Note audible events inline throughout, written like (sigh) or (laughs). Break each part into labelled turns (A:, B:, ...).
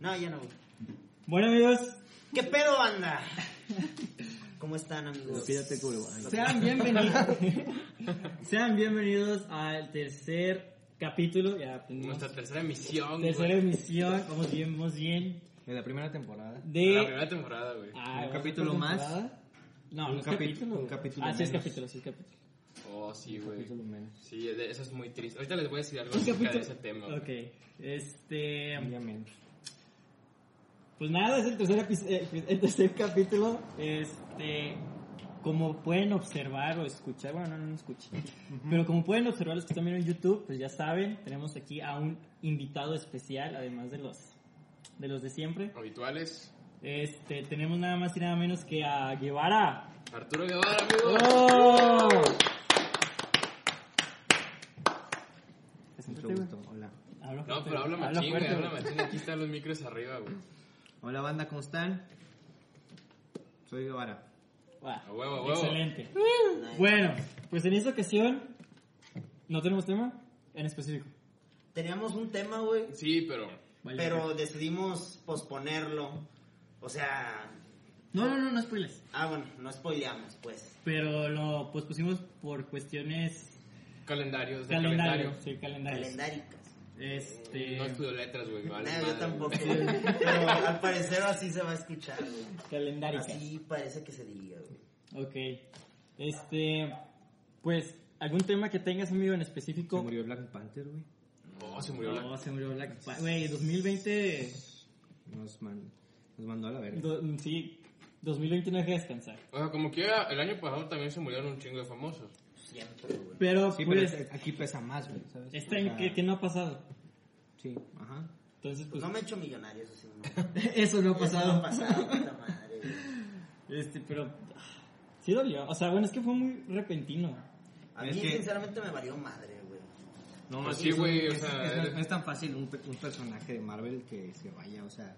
A: No, ya no. güey.
B: Bueno, amigos,
A: ¿Qué pedo, banda? ¿Cómo están, amigos?
C: Pídate culo. (laughs)
B: sean bienvenidos. sean bienvenidos al tercer capítulo. Ya tenemos
D: Nuestra tercera emisión, güey.
B: tercera emisión. Vamos bien, vamos bien.
C: De la primera temporada.
D: La
B: De.
D: primera temporada, güey.
B: Ah,
C: Un
B: ¿vamos
C: capítulo
B: por
C: más.
B: temporada? No,
C: Un
B: no es
C: capi-
B: capítulo.
C: un
B: güey.
C: capítulo
B: Ah, sí, es
C: menos.
B: capítulo, sí, es capítulo.
D: Oh, sí,
C: Un
D: güey.
C: capítulo menos.
D: Sí, de- eso es muy triste. Ahorita les voy a decir algo
B: Un
D: acerca de
B: capítulo-
D: ese tema. güey.
B: Ok. Este.
C: Un día menos.
B: Pues nada, es el tercer, epi- eh, el tercer (laughs) capítulo. Este, como pueden observar o escuchar, bueno, no, no escuché, pero como pueden observar los que están viendo en YouTube, pues ya saben, tenemos aquí a un invitado especial, además de los de los de siempre.
D: Habituales.
B: Este, tenemos nada más y nada menos que a Guevara.
D: Arturo Guevara, amigo.
B: ¡Oh!
C: Mucho gusto. Hola.
B: Habla
D: No,
B: fuerte,
D: pero habla
B: habla
D: machín, güey.
B: fuerte,
D: Habla
B: güey.
D: machín. Aquí están los micros arriba, güey.
C: Hola, banda, ¿cómo están? Soy Guevara.
B: Va,
D: A huevo, a huevo.
B: Excelente. Bueno, pues en esta ocasión no tenemos tema en específico.
A: Teníamos un tema, güey,
D: Sí, pero...
B: Vaya.
A: pero decidimos posponerlo. O sea,
B: No, no, no, no spoilers.
A: ah, bueno, no spoileamos, pues.
B: Pero lo pospusimos por cuestiones
D: Calendarios. Pues de
B: calendario.
D: calendario.
B: Sí, calendarios.
A: Calendáricas.
B: Este.
D: No estudio letras, güey. me
A: No,
D: vale
A: Eh, yo
D: madre,
A: tampoco.
D: güey.
A: güey. Pero al parecer así se va a escuchar, güey.
B: Calendárica.
A: Así parece que se diría, güey.
B: Ok. Este. Pues, ¿algún tema que tengas, amigo, en específico?
C: Se murió Black Panther, güey.
D: Oh, se murió la...
B: No, se murió Black Panther. Güey, 2020.
C: Nos, man- nos mandó a la verga.
B: do- sí, 2020 no deja de descansar.
D: O sea, como quiera, el año pasado también se murieron un chingo de famosos.
A: Siempre, güey.
B: Pero,
C: Sí, pero
B: pues,
C: es- Ah. aquí pesa más, güey, ¿sabes?
B: este
C: O
B: año,
C: sea,
B: ¿qué, qué no ha pasado?
C: Sí, ajá.
B: Entonces, pues.
A: Pues no me he hecho millonario, eso sí. No.
B: (laughs) Eso no ha
A: Eso no ha pasado, puta madre, güey.
B: Este, pero. Sí dolió. O sea, bueno, es que fue muy repentino.
A: A
C: Es
A: mí,
C: que-
A: sinceramente, me valió madre, güey.
C: No,
D: Pues
C: es-
D: sí,
C: es un-
D: güey, o
B: (laughs)
C: es-
D: sea,
C: es-
D: eres-
C: no es tan fácil un, pe- un personaje de Marvel que se vaya, o sea.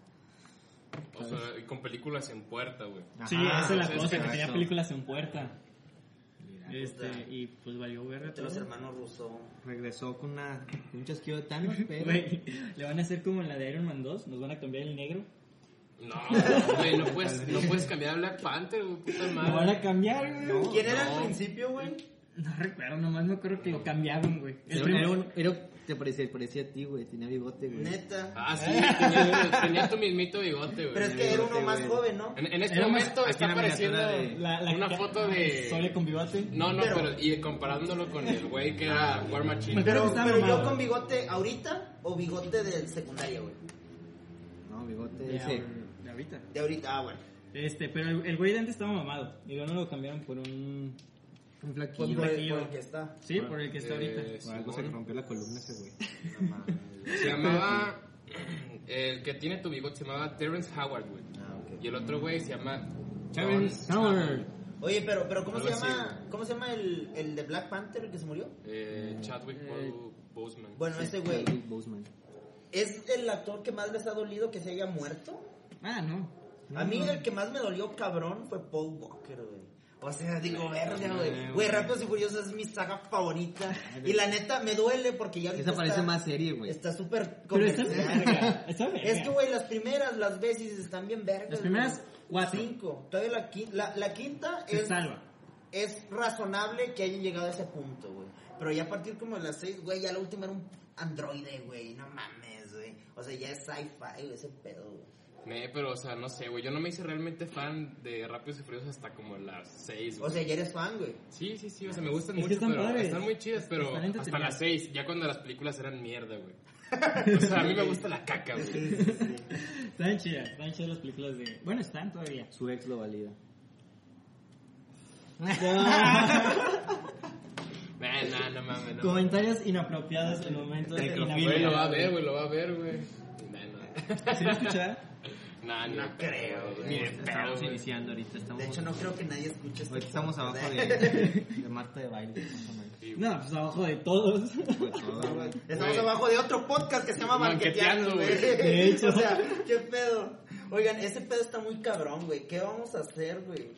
D: O sea, y con películas en puerta, güey.
B: sí,
C: ajá,
B: esa es la
D: pues,
B: cosa, que
C: exacto.
B: tenía películas en puerta.
C: Mira,
B: Este, y pues valió verga
A: De
B: todo.
A: los hermanos Russo.
C: Regresó con una, un chasquido de
B: (laughs)
C: Thanos,
B: (laughs)
C: pero.
B: Güey, le van a hacer como en la de Iron Man 2, nos van a cambiar el negro.
D: No, güey, no puedes, no puedes cambiar a Black Panther, güey, puta
B: Lo van
D: madre.
B: a cambiar, güey. No,
A: ¿Quién era
D: Ah. no.
A: al principio, güey?
B: recuerdo, nomás me acuerdo que lo cambiaron, güey. El
C: Era,
B: primer-
C: era un- era- te parecía, parecía a ti, güey. Tenía bigote, güey.
A: Neta.
D: Ah, sí, tenía, tenía tu mismito bigote, güey.
A: Pero es que era uno
C: bigote,
A: más
C: güey.
A: joven, ¿no?
D: En, en este
B: Era más-
D: momento
C: aquí
D: está
C: la miniatura
D: apareciendo
C: de-
D: una foto de...
B: Sole con bigote.
D: No, no,
A: Pero-
D: pero... y comparándolo con el güey que era War Machine.
B: Pero-
A: Pero,
B: está
A: pero yo
B: mamado.
A: con bigote ahorita o bigote de secundaria, güey.
C: No, bigote
B: De,
C: ese.
B: de ahorita.
A: De ahorita, ah, bueno.
B: Este, pero el, el güey de antes estaba mamado. Y luego no lo cambiaron por un.
A: Pues
C: Un flaquillo.
A: por,
B: flaquillo.
A: por el que está.
B: Sí, por el que está ahorita.
D: Eh,
C: Por "Pues, algo se
D: Simón.
C: rompió la columna ese, (laughs) güey.
D: Se llamaba... El que tiene tu bigote se llamaba Terrence Howard, güey.
A: Ah,
D: Y el otro güey se llama...
C: Terrence
D: John-
C: Howard.
A: Oye, pero, pero ¿cómo se
D: Algo así,
A: llama, ¿cómo se llama el, el de Black Panther el que se murió?
D: Eh, Chadwick Bo- Boseman.
A: Bueno,
C: Este
A: ese güey.
C: Chadwick Boseman.
A: ¿Es el actor que más les ha dolido que se haya muerto?
C: Ah, no.
A: A mí el que más me dolió cabrón fue Paul Walker, güey. O sea, digo, verga, güey. Güey, Rápidos y Furiosos es mi saga favorita. Y la neta, me duele porque ya ahorita
C: Esa parece
A: está-
C: más serie, güey.
A: Está súper
B: Pero está
A: comercial.
B: verga, está verga.
A: Es que, güey, las primeras, las veces están bien vergas.
B: Las primeras,
A: güey.
B: cuatro.
A: Cinco. Todavía la, qui- la, la quinta
B: Se
A: es,
B: salva.
A: es razonable que hayan llegado a ese punto, güey. Pero ya a partir como de las seis, güey, ya la última era un androide, güey. No mames, güey. O sea, ya es sci-fi, güey, ese pedo, güey.
D: Me, pero, o sea, no sé, güey. Yo no me hice realmente fan de Rápidos y Furiosos hasta como las 6,
A: O sea, ya eres fan, güey.
D: Sí, sí, sí, o sea, me
B: Es
D: gustan
B: que
D: mucho,
B: están
D: pero
B: padres.
D: están muy chidas, pero
B: Están
D: hasta
B: entretenidas.
D: las 6, ya cuando las películas eran mierda, güey. O sea, a mí me gusta la caca, güey.
B: Están chidas, están chidas las películas de. Bueno, están todavía. (laughs)
C: Su ex lo valida.
D: Nah, nah, no mames, no. mames.
B: Comentarios inapropiados en momentos
D: Güey, lo va a
B: inapropiados.
D: ver, güey, lo va a ver, güey. Nah, no.
B: ¿Sí lo escuchar?
D: Nah, ni de
A: No
D: pedo,
A: creo, güey.
D: Ni de pedo,
C: Estamos
D: güey.
C: iniciando ahorita. Estamos,
A: De hecho, no creo que nadie escuche este
C: Ahorita estamos abajo
A: podcast,
C: de,
A: ¿eh?
C: (laughs) de Marta de baile. más o menos.
D: Sí, güey.
B: No, pues abajo de todos.
C: Pues todo, güey.
A: Estamos
D: Ah, Güey.
A: abajo de otro podcast que se llama Banqueteando,
D: Banqueteando,
A: güey.
D: güey.
B: De
A: (laughs)
B: hecho.
A: O sea, qué pedo. Oigan, ese pedo está muy cabrón, güey. ¿Qué vamos a hacer, güey?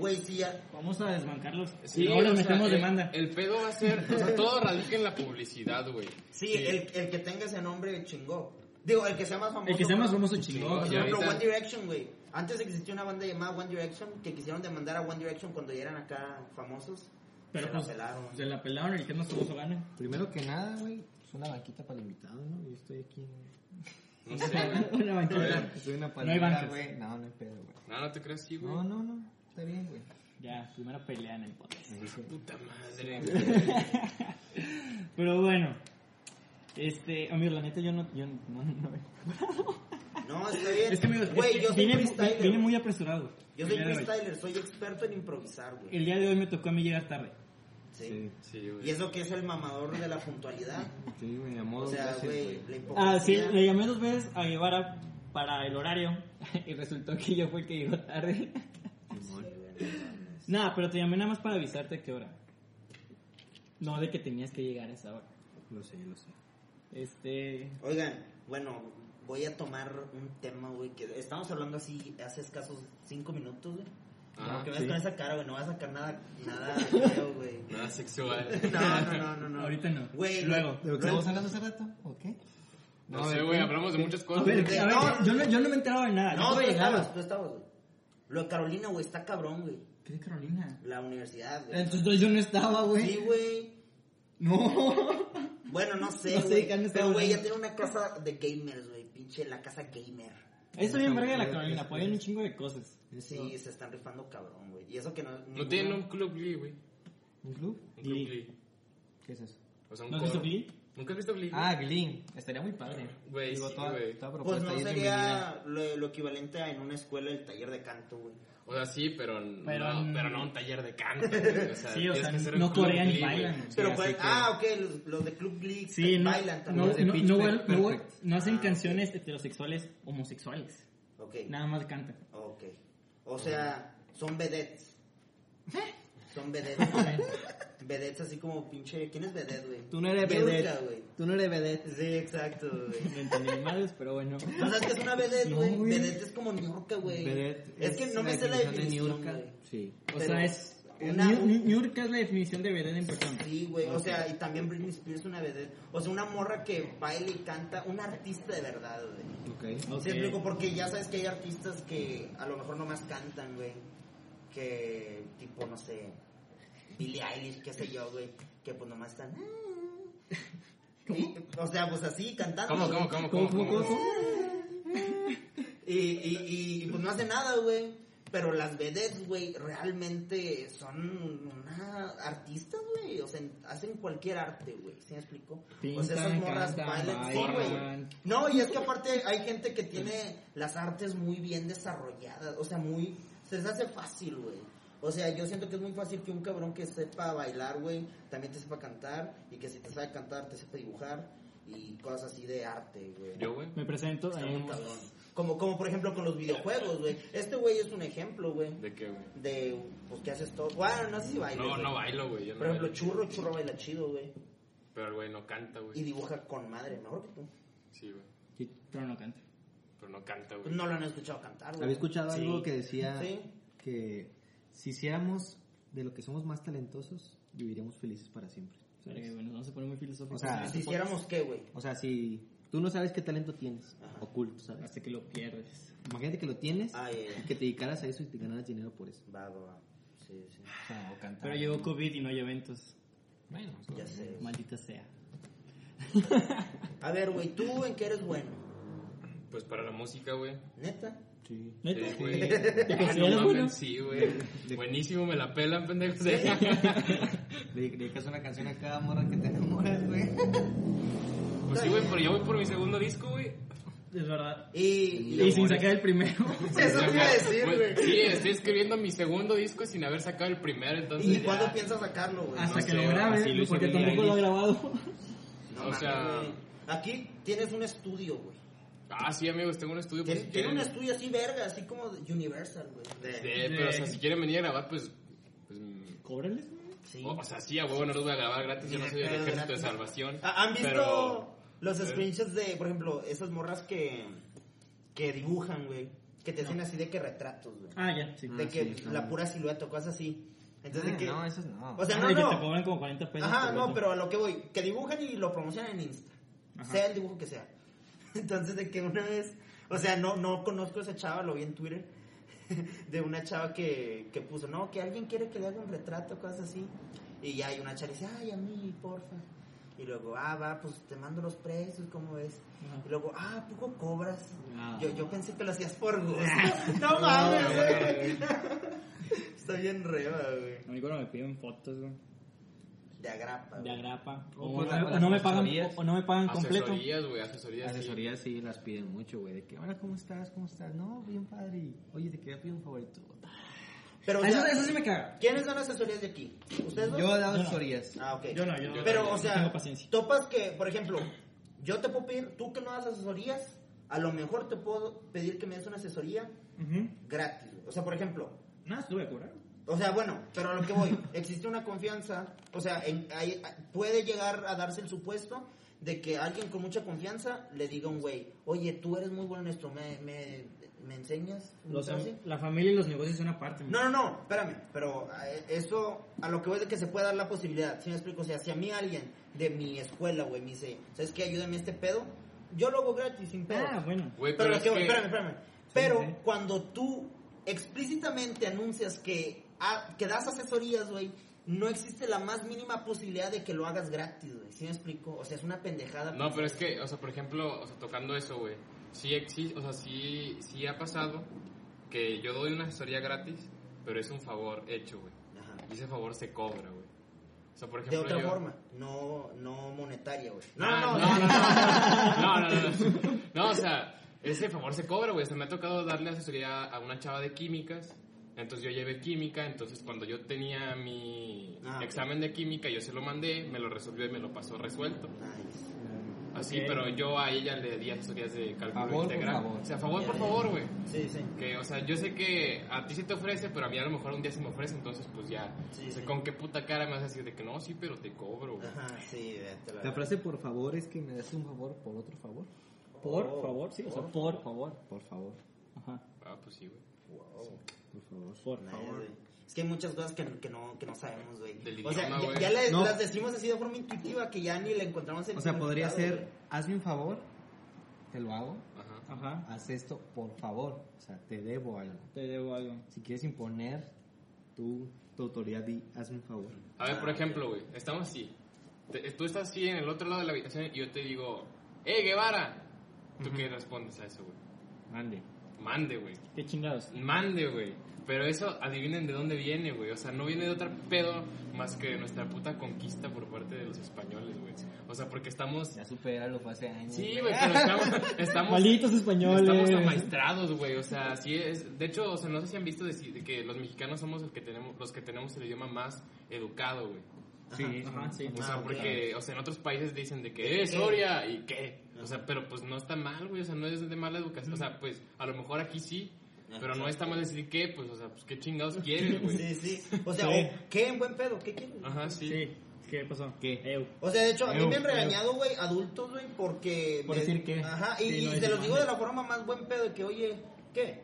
A: Güey, si ya...
B: Vamos a desbancarlos.
D: Sí,
B: Sí, ahora
D: o sea, eh,
B: metemos
D: el-
B: demanda.
D: El pedo va a ser, o sea, todo radica en la publicidad, güey.
A: Sí, El, el que tenga ese nombre chingó. Digo, el que sea más famoso.
B: El que sea más
A: pero-
B: famoso chingón.
A: Por
D: Sí,
A: ejemplo,
D: ahorita-
A: One Direction, güey. Antes existía una banda llamada One Direction que quisieron demandar a One Direction cuando ya eran acá famosos.
B: Pero
A: se
B: pues,
A: la pelaron.
B: Se la pelaron y que no famoso gana.
C: Primero que nada, güey, es una banquita para el invitado, ¿no? Yo estoy aquí.
D: No sé,
B: (laughs)
D: güey.
B: Una banquera.
D: ver.
C: Estoy en una
B: No hay
C: palmera,
B: bancas.
C: güey. No, no hay pedo, güey.
D: No, no te creas así, güey.
C: No, no, no. Está bien, güey.
B: Ya, primero pelea en el podcast.
C: Me dice,
D: Puta madre. güey.
B: Pero bueno. Este, amigos, la neta yo no, yo no, no- no-
A: No, está bien.
B: Es que amigos,
A: Güey,
B: es
A: yo
B: que
A: soy
B: vine,
A: freestyler.
B: vine
A: güey.
B: muy apresurado.
A: Yo
B: El
A: soy
B: día de hoy.
A: freestyler, soy experto en improvisar, güey.
B: El día de hoy me tocó a mí llegar tarde.
A: Sí.
D: Sí,
A: Y
D: güey.
A: eso que es el mamador de la puntualidad.
C: Sí, güey, a modo
A: O sea,
C: gracias,
A: güey, la
B: Ah, sí,
A: hipocresía.
B: le llamé dos veces a Guevara para el horario (laughs) y resultó que yo fue el que llegó tarde.
C: Simón.
B: Nada, pero te llamé nada más para avisarte a qué hora. No de que tenías que llegar a esa hora.
C: Lo sé, lo sé.
B: Este,
A: Oigan, bueno, voy a tomar un tema, güey, que estamos hablando así hace escasos cinco minutos, güey.
D: Ah,
A: que me
C: sí.
A: ves con esa cara, güey, no vas a sacar nada,
B: (laughs)
A: nada, feo, güey.
D: nada sexual.
A: No, no, no, no, no.
B: ahorita no.
A: Güey,
B: luego.
C: ¿De lo que estamos hablando hace rato? ¿O qué?
D: No, sé, güey, hablamos de muchas
B: A
D: cosas.
B: ver,
A: de-
B: a ver,
A: no.
B: yo, no, yo no me he enterado de nada.
A: No,
B: yo
A: tú
B: voy a llegar.
A: estabas, tú estabas, güey. Lo de Carolina, güey, está cabrón, güey.
B: ¿Qué de Carolina?
A: La universidad, güey.
B: Entonces yo no estaba, güey.
A: Sí, güey. (laughs)
B: No.
A: Bueno, no sé,
B: No sé,
A: güey.
B: ya no
A: pero, güey,
B: sé, güey.
A: ya tiene una casa de gamers, güey. Pinche la casa gamer.
B: Eso bien verga de la Carolina, apoyan un chingo de cosas.
A: Sí, se están rifando cabrón, güey. Y eso que no...
D: No tienen un club Glee, güey.
C: ¿Un club?
D: Un club
B: Glee.
D: Glee.
C: ¿Qué es eso?
D: O sea, un
B: ¿No has visto
D: coro.
B: Glee?
D: ¿Nunca has visto Glee?
C: Ah, Glee. Estaría muy padre.
D: Güey,
C: Digo,
D: sí,
C: toda-
D: güey.
C: toda
A: Pues
C: propuesta
A: no
C: ahí es bienvenida.
A: sería lo, lo equivalente a en una escuela el taller de canto, güey.
D: O sea, sí, pero,
B: Pero,
D: no,
B: mm,
D: pero no un taller de canto. güey. O sea,
B: Sí, o
D: tienes
B: sea,
D: que ser
B: no
D: un club
B: corean ni
D: Glee, güey.
B: bailan.
A: Pero
B: así
A: pues,
B: que-
A: ah, ok, los, los de Club Glee
B: Sí, no,
A: bailan
B: no,
A: también.
B: no,
C: Los de
B: no,
C: Pitch
B: no,
C: Perfect.
B: no, no, no hacen
A: Ah,
B: canciones heterosexuales homosexuales.
A: Ok,
B: Nada más cantan.
A: ok. O sea, son vedettes. Son vedettes. vedettes así como pinche... ¿Quién es vedette, güey?
C: Tú no eres
A: Yurka,
C: vedette.
A: güey.
C: Tú no eres vedette.
A: Sí, exacto, güey.
B: No entendí ni madres,
A: (laughs)
B: pero bueno.
A: ¿No sabes qué es una vedette,
B: No,
A: güey?
B: güey.
A: vedette es como ñorca, güey.
C: Vedette
A: Es que no me sé la definición,
C: ñurca.
A: güey.
C: Sí.
B: O
A: Pero
B: sea, es.
A: una-
B: Ñu- Ñu- Ñurka es la definición de vedette en persona.
A: Sí, güey, o sea, y también Britney Spears es una vedette. O sea, una morra que baila y canta, una artista de verdad, güey.
C: Ok.
B: Ok.
A: Sí, explico, porque ya sabes que hay artistas que a lo mejor nomás cantan, güey. Que, tipo, no sé, Billie Eilish, qué sé yo, güey. Que pues nomás están... Y, o sea, pues así, cantando.
D: ¿Cómo,
A: güey.
D: cómo, cómo, cómo, cómo,
A: Y, y, y pues no hace nada, güey. Pero las vedettes, güey, realmente son una artistas, güey. O sea, hacen cualquier arte, güey. ¿Sí me explico? o sea, esas
C: Pintan,
A: morras
C: cantan,
A: bailan. Sí,
D: bailan.
A: güey. No, y es que aparte hay gente que tiene las artes muy bien desarrolladas. O sea, muy... Se les hace fácil, güey. O sea, yo siento que es muy fácil que un cabrón que sepa bailar, güey, también te sepa cantar. Y que si te sabe cantar, te sepa dibujar. Y cosas así de arte, güey.
D: Yo, güey.
B: Me presento.
A: Está
B: eh,
A: muy cabrón. Como, como por ejemplo con los videojuegos, güey. Este güey es un ejemplo, güey.
D: ¿De qué, güey?
A: De, pues, ¿qué haces todo? Bueno, no sé si baila.
D: No, no bailo, güey. Yo no
A: Por ejemplo,
D: bailo.
A: Churro, Churro baila chido, güey.
D: Pero el güey no canta,
A: Y
D: güey.
A: dibuja con madre, mejor que tú.
D: Sí, güey.
B: sí, Pero no canta.
D: Pero no canta,
A: Pues
D: güey.
A: no lo han escuchado cantar, güey.
C: Había escuchado
B: Sí.
C: algo que decía
A: Sí.
C: que si hiciéramos de lo que somos más talentosos, viviríamos felices para siempre.
B: Pero que, bueno, no se pone muy filosófico.
C: O sea,
A: Si hiciéramos qué, güey.
C: O sea, si tú no sabes qué talento tienes,
A: Ajá.
C: oculto, ¿sabes?
B: hasta que lo pierdes.
C: Imagínate que lo tienes
A: Ah, ya,
C: y
A: ya.
C: que te dedicaras a eso y te ganaras dinero por eso.
A: (laughs) Va, va, va. Sí, sí.
C: O sea, o cantar.
B: Pero llegó COVID y no hay eventos.
C: Bueno, o sea,
A: Ya sé. güey.
B: Maldita sea.
A: A ver, güey, ¿tú en qué eres bueno?
D: Pues para la música, güey.
A: ¿Neta?
C: sí.
B: ¿Neta?
D: Sí,
A: (laughs)
B: (laughs)
D: güey.
B: ¿Te
D: Ah,
B: consideras
D: no
B: bueno?
D: mames, Sí, güey. Buenísimo, me la pelan, pendejo.
C: Le le dedicas una canción a cada morra que te enamoras, güey.
D: (laughs) Pues sí, güey, pero ya voy por mi segundo disco, güey.
B: Es verdad.
A: Y,
B: Y sin sacar el primero.
A: (laughs) Eso te iba a decir,
D: Pues,
A: güey.
D: Sí, estoy escribiendo mi segundo disco sin haber sacado el primero, entonces.
A: ¿Y
D: ya. Ah,
A: cuándo piensas sacarlo, güey?
B: Hasta
D: No
B: que
D: sé,
B: lo
D: así lo
B: grabe,
D: hizo
B: porque
D: Billie
B: tampoco lo ha
D: Eilish.
B: grabado.
A: No,
D: O
A: mames,
D: sea-
A: güey. Aquí tienes un estudio, güey.
D: Ah, sí, amigos, tengo un estudio. pues,
A: Tiene,
D: si
A: tiene un
D: quieren-
A: estudio así verga, así como de Universal, güey. De-
D: Sí, pero o sea, si quieren venir a grabar, pues. pues mm,
B: Cóbrales, güey.
A: sí.
D: o- o sea, sí, a huevo no los voy a grabar gratis. Yo no soy del
A: Pero
D: ejército de
A: gratis.
D: salvación.
A: Ah, ¿Han visto
D: pero-
A: los screenshots de, por ejemplo, esas morras que, que dibujan, güey? Que te hacen así de que retratos, güey.
B: Ah, ya, sí.
A: de
C: ah,
A: que
C: sí, no,
A: la
C: no.
A: pura silueta o cosas así. Entonces, de
C: Ah,
A: que,
C: No, eso no.
A: o sea,
B: Ah,
A: no,
B: y que te
A: no.
B: cobran como 40 pesos.
A: Ajá,
B: por
A: no,
B: verlo.
A: pero a lo que voy. Que dibujan y lo promocionan en Insta.
B: Ajá.
A: Sea (laughs) el dibujo que sea. Entonces, de que una vez, o sea, no, no conozco a esa chava, lo vi en Twitter, (laughs) de una chava que, que puso, no, que alguien quiere que le haga un retrato, cosas así. Y ya hay una chava que dice, ay, a mí, porfa. Y luego, ah, va, pues te mando los precios, ¿cómo ves?
B: Ajá.
A: Y luego, ah, ¿a poco cobras?
B: Ah.
A: Yo, yo pensé que lo hacías por gusto. (laughs) no mames, güey. (laughs) Está bien reba, güey.
B: A mí cuando me piden fotos, güey,
A: De agrapa,
B: de
A: güey.
B: agrapa.
C: O
B: O,
C: con
B: no,
C: la-
B: me-
C: con
B: o no me
C: las
B: pagan,
C: asesorías.
B: o, o no me pagan completo.
D: Asesorías, güey, asesorías. sí.
C: Asesorías sí las piden mucho, güey. De que, hola, ¿cómo estás? ¿Cómo estás? No, bien padre. Y, Oye, te quería pedir un favorito.
A: Pero, o
C: Ah, Eso,
A: sea,
C: eso sí me caga.
A: ¿quiénes son las asesorías de aquí? ¿Ustedes dos?
C: Yo he dado
B: No, no.
C: asesorías.
A: Ah, ok.
B: Yo no, yo no.
A: Pero,
B: yo
A: o
B: no
A: sea,
B: tengo paciencia.
A: topas que, por ejemplo, yo te puedo pedir, tú que no das asesorías, a lo mejor te puedo pedir que me des una asesoría
B: Ujú.
A: gratis. güey. O sea, por ejemplo,
B: No, estuve a cobrar.
A: o sea, bueno, pero a lo que
B: (laughs)
A: voy, existe una confianza, o sea, en- hay- puede llegar a darse el supuesto de que alguien con mucha confianza le diga a un güey, oye, tú eres muy bueno en esto, ¿me, me, me enseñas?
B: Los-
A: ¿Así?
B: la familia y los negocios son aparte.
A: No, no, no, espérame, pero eh, eso a lo que voy es de que se puede dar la posibilidad, si me explico? O sea, si a mí alguien de mi escuela, güey, me dice, ¿sabes qué? Ayúdame a este pedo, yo lo hago gratis, sin pedo.
B: Ah, bueno.
D: Güey,
A: pero
D: pero
A: lo
D: es
A: que voy-
D: que-
A: espérame, espérame. Pero
B: sí.
A: cuando tú explícitamente anuncias que, ah, que das asesorías, güey, no existe la más mínima posibilidad de que lo hagas gratis, güey, ¿sí me explico? O sea, es una pendejada. pues.
D: No, pero es que, o sea, por ejemplo, o sea, tocando eso, güey, sí existe, o sea, sí, sí ha pasado que yo doy una asesoría gratis, pero es un favor hecho, güey.
A: Ajá.
D: Y ese favor se cobra, güey. O sea, por
A: De
D: ejemplo,
A: otra
D: yo-
A: forma, no, no monetaria, güey. No,
D: Ah,
A: no, no,
D: no, no, no, no, no, no, no, o sea, ese favor se cobra, güey. O sea, me ha tocado darle asesoría a una chava de químicas. Entonces yo llevé química, entonces cuando yo tenía mi
A: Ah, ok.
D: examen de química, yo se lo mandé, me lo resolvió y me lo pasó resuelto.
A: Nice.
C: Ah.
D: Así,
B: Ok.
D: pero yo a ella le di asesorías de cálculo
C: Favor por
D: integral.
C: favor.
D: O sea, favor por favor, güey.
A: Sí, sí.
D: Que, o sea, yo sé que a ti se te ofrece, pero a mí a lo mejor un día se me ofrece, entonces pues ya.
A: Sí,
D: o sea,
A: sí.
D: con qué puta cara me vas a decir de que no, sí, pero te cobro, güey.
A: Ajá, sí, vete
C: La frase por favor es que me das un favor por otro favor.
B: Por
A: Oh,
B: favor, sí, o sea,
C: Por
B: por.
C: favor. Por favor.
B: Ajá.
D: Ah, pues sí, güey.
A: Wow.
C: Por favor.
B: Por
A: Nice,
B: favor.
A: güey. Es que hay muchas cosas que, que no, que no sabemos, güey.
D: Del
A: O sea,
D: idioma,
A: ya,
D: güey.
A: ya le-
C: No.
A: las decimos así de forma intuitiva que ya ni le encontramos el
C: O sea, podría
A: significado,
C: ser, hazme un favor, te lo hago.
D: Ajá.
B: Ajá.
C: Haz esto por favor. O sea, te debo algo.
B: Te debo algo.
C: Si quieres imponer tu, tu autoridad, di, hazme un favor.
D: A ver, por ejemplo, güey, estamos así. Te- tú estás así en el otro lado de la habitación y yo te digo, ¡Eh, Guevara! ¿Tú qué respondes a eso, güey?
C: Mande.
D: Mande, güey.
B: Qué chingados.
D: Mande, güey. Pero eso, adivinen de dónde viene, güey. O sea, no viene de otro pedo más que de nuestra puta conquista por parte de los españoles, güey. O sea, porque estamos...
C: Ya supéralo, fue hace años.
D: Sí, güey, pero
A: (laughs)
D: estamos... estamos
B: Malditos españoles.
D: Estamos amaestrados, güey, o sea, sí es. De hecho, o sea, no sé si han visto decir que los mexicanos somos el que tenemos, los que tenemos el idioma más educado, güey.
C: Sí,
B: Ajá, sí.
D: O sea,
A: Ah, ok.
D: porque, o sea, en otros países dicen de que, eh,
A: ¿Qué?
D: Soria, ¿y qué? O sea, pero pues no está mal, güey, o sea, no es de mala educación. O sea, pues a lo mejor aquí sí, pero no está mal decir qué, pues, o sea, pues qué chingados quieren,
A: (laughs) güey. Sí,
D: güey.
A: sí. O sea,
B: Sí.
A: o, ¿qué? ¿En buen pedo? ¿Qué quieres?
D: Ajá, sí.
B: Sí. ¿Qué pasó?
C: ¿Qué?
B: Eu.
A: O sea, de hecho, a mí
C: Ew,
A: me han
C: ew.
A: regañado, güey, adultos, güey, porque...
C: Por
A: me-
C: decir qué.
A: Ajá, y,
B: Sí,
A: y
B: no
A: se
B: decir
A: los digo de
B: mande.
A: la forma más buen pedo, de que, oye, ¿qué?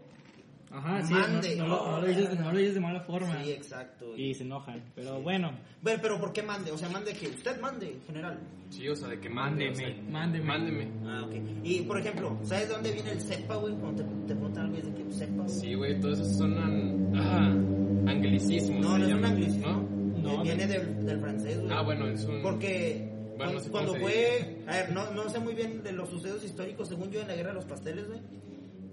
B: Ajá, sí.
A: Mande.
B: No, no lo, no lo dices, no lo dices de mala forma.
A: Sí, exacto.
B: Ah. y se enojan. Pero bueno.
A: Bueno, pero ¿por qué mande? O sea, mande que usted mande, en general.
D: Sí, o sea, de que mande, o sea,
C: Mándeme,
B: mándeme.
D: Mándeme.
A: Ah, ok. Y, por ejemplo, ¿sabes de dónde viene el cepa, güey? Cuando te, te preguntan algo y dicen que cepa, güey.
D: Sí, güey, todos esos son an- ah, anglicismos.
A: No, no
D: se
A: es un
D: llaman,
A: anglicismo.
D: ¿no?
B: No,
A: viene del, del francés, güey.
D: Ah, bueno, es un.
A: Porque
D: Bueno, no
A: cuan-
D: sé
A: cuando
D: cómo se
A: fue, a ver, no, no sé muy bien de los sucesos históricos, según yo en la guerra de los pasteles, güey.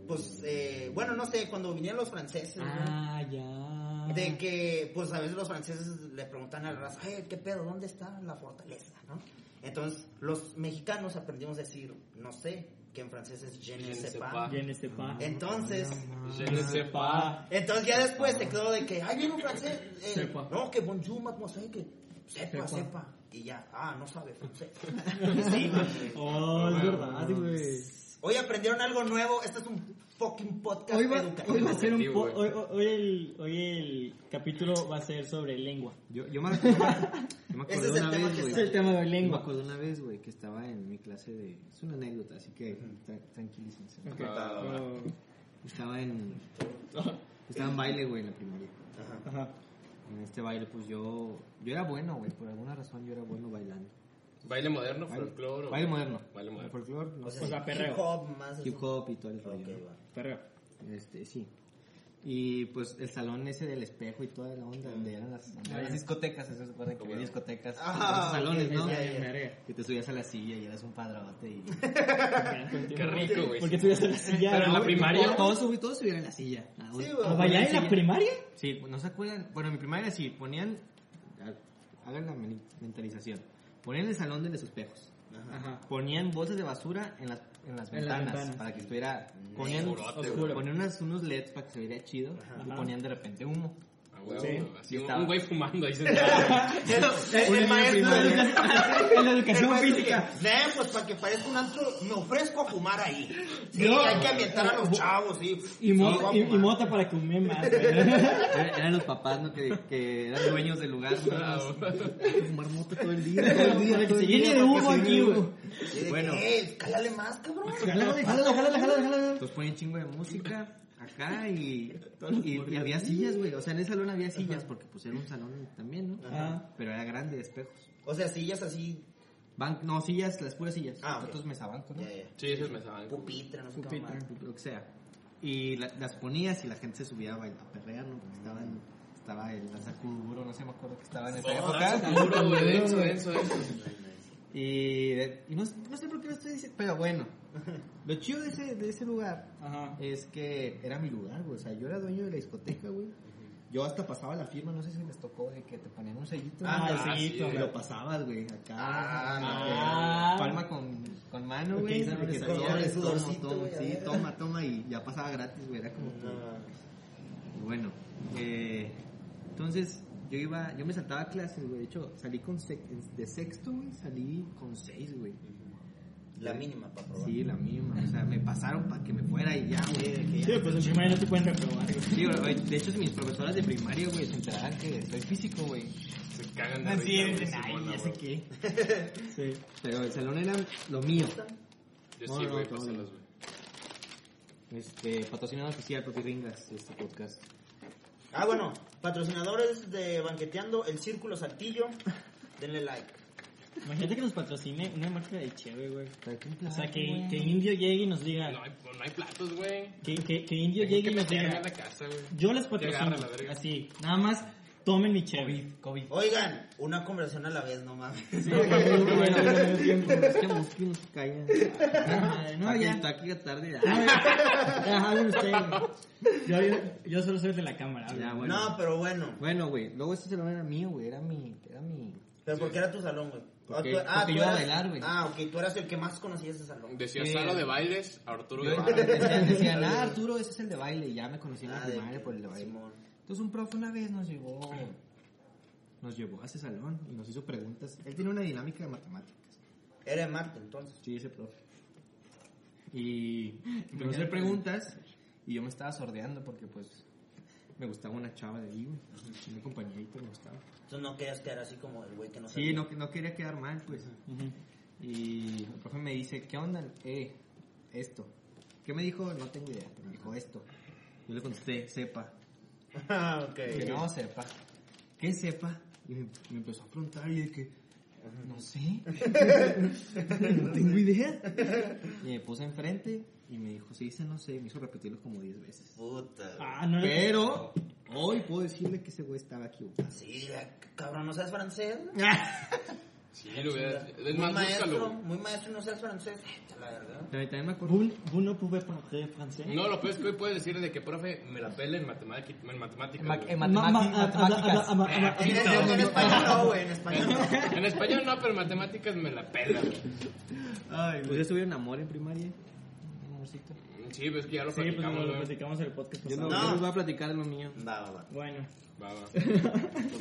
A: Pues, eh, bueno, no sé, cuando vinieron los franceses, güey,
B: Ah, ya.
A: De que, pues a veces los franceses le preguntan a la raza, "Ey, ¿qué pedo? ¿Dónde está la fortaleza? ¿No? Entonces, los mexicanos aprendimos a decir, no sé, que en francés es je ne
D: Je ne
A: sais
D: sais
A: pas.
D: pas.
B: Bien este pa. este
A: Entonces,
D: Je ne sais pas.
A: entonces ya después
B: Ah.
A: se quedó de que, ay, viene un francés. eh,
B: Sepa.
A: No, que bonjour, mademoiselle, que sepa, sepa,
B: Sepa.
A: Y ya, ah, no sabe francés. (laughs) Sí, güey.
B: Oh, es verdad, güey.
A: Hoy aprendieron algo nuevo. Este es un fucking podcast
B: Hoy va,
A: educativo.
B: hoy va a ser un
D: Educativo,
B: po-
D: güey.
B: hoy, hoy- hoy el, hoy el capítulo va a ser sobre lengua.
C: Yo, yo me acuerdo, yo me
A: (laughs) Ese es
C: acordé
A: el
C: una
A: tema
C: vez,
A: que
C: güey.
B: Es el tema de
C: Me
B: lengua.
C: acuerdo una vez, güey, que estaba en mi clase de... Es una anécdota, así que tra- tranquilícense.
B: Ok.
D: Ah.
C: Estaba en... Estaba en baile, güey, en la primaria.
B: Ajá.
C: En este baile, pues yo... Yo era bueno, güey, por alguna razón yo era bueno bailando.
D: Baile moderno, folclore. o-
C: Baile moderno.
D: Baile moderno.
C: Folclore, no
A: O
C: sé.
A: sea,
B: Pues va, perreo.
A: hip hop más.
C: hip hop y todo el
A: eso.
C: rollo.
A: Ok,
C: ¿no?
A: va.
B: Perreo.
C: Este, sí. Y pues el salón ese del espejo y toda la onda, donde eran las, donde eran las discotecas, eso se acuerdan que había discotecas,
A: Ah,
C: esos salones,
A: ok,
C: ¿no?
A: ya, ya.
C: Que te subías a la silla y eras un padrote y... (laughs)
D: Qué rico, güey.
B: Porque tú ibas a la silla.
D: Pero en la
B: ¿no?
D: primaria.
C: Todos, subi- todos subían a la silla. Ah,
A: Sí,
C: bueno.
A: güey.
B: ¿A bailar en la primaria?
C: Sí, no se acuerdan. Bueno, en mi primaria sí, ponían. a- Hagan la men- mentalización. Ponían el salón de los espejos.
B: Ajá.
C: Ponían bolsas de basura en las, en las
B: En las
C: ventanas
B: ventanas.
C: para que estuviera. Ponían,
D: Oscurote, güey.
C: oscuro. ponían unas- unos LEDs para que se viera chido. Y ponían de repente humo.
D: Ah, güey,
B: Sí.
D: güey, así
C: Y
D: un,
C: estaba-
D: un güey fumando
C: (laughs)
D: ahí sentado.
A: El, el
B: (laughs)
A: maestro. el
B: En la educación
A: maestro
B: física.
A: que, "Nah, pues para que parezca un antro, me ofrezco a fumar ahí. Sí,
B: No.
A: hay que ambientar a los chavos, sí.
B: Y mota,
A: Sí, voy a
B: y, y
A: fumar.
B: mota para que hume más.
C: (laughs)
B: güey.
C: Eran eran los papás ¿no? que, que eran dueños del lugar. ¿no?
D: Ah,
A: (laughs)
D: güey.
C: Hay que Fumar mota todo el día. (laughs) Todo el día
B: Para que
C: todo
B: se
C: el
B: llene
C: día,
B: de
C: para que
B: humo
C: se
B: aquí,
C: llene de
B: güey.
C: humo.
A: Sí, de
C: Bueno.
A: que, "Eh, cálale más, cabrón.
B: Jálala, güey, jálala, jálala, jálala, jálala.
C: Entonces ponían chingo de música acá y, y, y había sillas, güey. O sea, en el salón había sillas porque pues era un salón también, ¿no?
B: Ajá.
C: Pero era grande, de espejos.
A: O sea, sillas así.
C: Ban- no, sillas, las puras sillas.
A: Ah, ok.
C: Nosotros mesabancos, ¿no?
A: ya, ya.
D: Sí, esos me saben.
A: eh, Pupitre, no sé qué
B: Pupitre.
A: mamada.
C: Lo que sea. Y la- las ponías y la gente se subía a, bailar, a perrear, ¿no? Porque estaban, estaba el danza Kuduro, no sé, me acuerdo que estaba en esa época.
D: Duro, Ah, güey, denso, denso, denso.
C: Y, y no, no sé por qué lo estoy diciendo, pero bueno. (laughs) Lo chido de ese, de ese lugar
B: Ajá.
C: es que era mi lugar, güey. O sea, yo era dueño de la discoteca, güey. Yo hasta pasaba la firma, no sé si les tocó, de que te ponían un sellito.
B: Ah,
C: ¿no?
B: el
D: sí,
B: sellito,
C: Y
B: güey.
C: lo pasabas, güey, acá.
B: Ah.
C: eh, palma con, con mano,
B: Ok,
C: güey.
B: sí,
C: de que
B: sí,
C: te
B: sí.
C: dieran el tomo,
A: Sudorcito,
C: tomo,
A: güey, a
C: sí,
A: ver.
C: toma, toma, y ya pasaba gratis, güey. Era como que- y bueno, eh, entonces yo iba, yo me saltaba a clases, güey. De hecho, salí con sec- de sexto, güey, salí con seis, güey.
A: La mínima para probar.
C: Sí, la misma. O sea, me pasaron para que me fuera y ya, güey. de (laughs) que ya-
B: Sí, pues en primaria no te pueden reprobar, güey.
C: Sí, güey, güey, de hecho mis profesoras de primaria, güey, se enteraban que soy físico, güey.
D: Se cagan de
C: Sí,
D: risa, güey,
C: dicen, "Ay,
D: Simona,
C: ya sé
D: güey.
C: qué.
B: Sí.
C: Pero el salón era lo mío.
D: Yo
C: No,
D: sí,
C: no,
D: güey,
C: todo
D: pásalos,
C: bien.
D: güey.
C: Este, patrocinado oficial, Profi Ringas, este podcast.
A: Ah, bueno, patrocinadores de Banqueteando, el Círculo Saltillo. Denle like.
B: Imagínate que nos patrocine una marca de chévere, güey.
C: O
B: O sea, que, que Indio llegue y nos diga.
D: No hay, no hay platos, güey.
B: Que, que, que Indio
D: Tienen
B: llegue y
D: que
B: nos
D: meterme
B: diga.
D: a la casa, güey.
B: Yo les
D: Que
B: patrocino.
D: agarra la verga.
B: Así. Nada más tomen mi chévere.
C: COVID.
A: Oigan, una conversación a la vez, no mames.
C: Es que Musky nos calla.
B: No, ya.
C: Está aquí tarde.
B: Ah, ya. Ya, hablen ustedes, güey. Yo, yo- yo solo soy el de la cámara.
C: Ya,
B: güey.
C: bueno.
A: No, pero bueno.
C: Bueno, güey, luego este salón era mío, güey, era mi, era mi...
A: Pero porque era tu salón, güey. Ah,
C: ¿Por qué?
A: tú-
C: Porque
A: tú
C: iba a
A: eras-
C: bailar, güey.
A: Ah, ok, tú eras el que más conocías ese salón.
D: Decía
C: Sí.
D: sala de bailes, Arturo
C: Yo-
D: Guevara.
C: Decían, decían, ah, Arturo, ese es el de baile, y ya me conocí en la
A: Ah, de-
C: primaria por el de baile.
A: Simón.
C: Entonces un profe una vez nos llevó, nos llevó a ese salón y nos hizo preguntas. Él tenía una dinámica de matemáticas.
A: Era de Marte, entonces.
C: Sí, ese profe. (laughs) Y empezó a hacer preguntas y yo me estaba sordeando porque pues me gustaba una chava de ahí, güey. Una compañerita me gustaba.
A: Entonces no querías quedar así como el güey que no
C: Sí,
A: sabía.
C: no, no quería quedar mal, pues.
B: Ujú.
C: Y el profe me dice, ¿qué onda? Eh, esto. ¿Qué me dijo? No tengo idea. pero Me dijo esto. Yo le contesté, sepa.
A: (laughs) Ah, ok.
C: Que no sepa. Que sepa. Y me, me empezó a preguntar y de que, no (laughs) sé. no tengo (laughs) idea. Y me puse enfrente y me dijo, sí, dice no sé. Me hizo repetirlo como 10 veces.
A: Puta. güey.
C: Mm.
B: Ah, no, no.
C: Pero hoy puedo decirle que ese güey estaba equivocado.
A: Sí, la- cabrón, ¿no sabes francés?
D: Sí, lo hubiera. Eh, Es
A: muy
D: más,
A: maestro,
D: búscalo.
A: muy maestro y no sabes francés. Ay, te la verga.
C: Pero también me acuerdo.
B: Vous, vous ne pouvez parler français.
D: No, lo peor es que hoy puedes decir de que, profe, me la pela en matemáticas. En matemáticas,
C: ma-
D: güey.
C: en
B: Ma- ma- a- a-
C: matemáticas.
B: a- a- a- a-
A: En, en- en español no, güey, en español
D: (laughs)
A: no.
D: En español no, pero en matemáticas me la pela, güey.
C: ¿Ustedes tuvieron amor Pues en primaria? Un amorcito.
D: Sí, pues es que ya lo
B: Sí, pues
D: platicamos,
B: nos lo
D: güey.
B: platicamos en el podcast
C: Yo,
B: pasado.
C: no, yo les voy a platicar lo mío.
A: Va, va, va.
B: Bueno,
D: Va, va.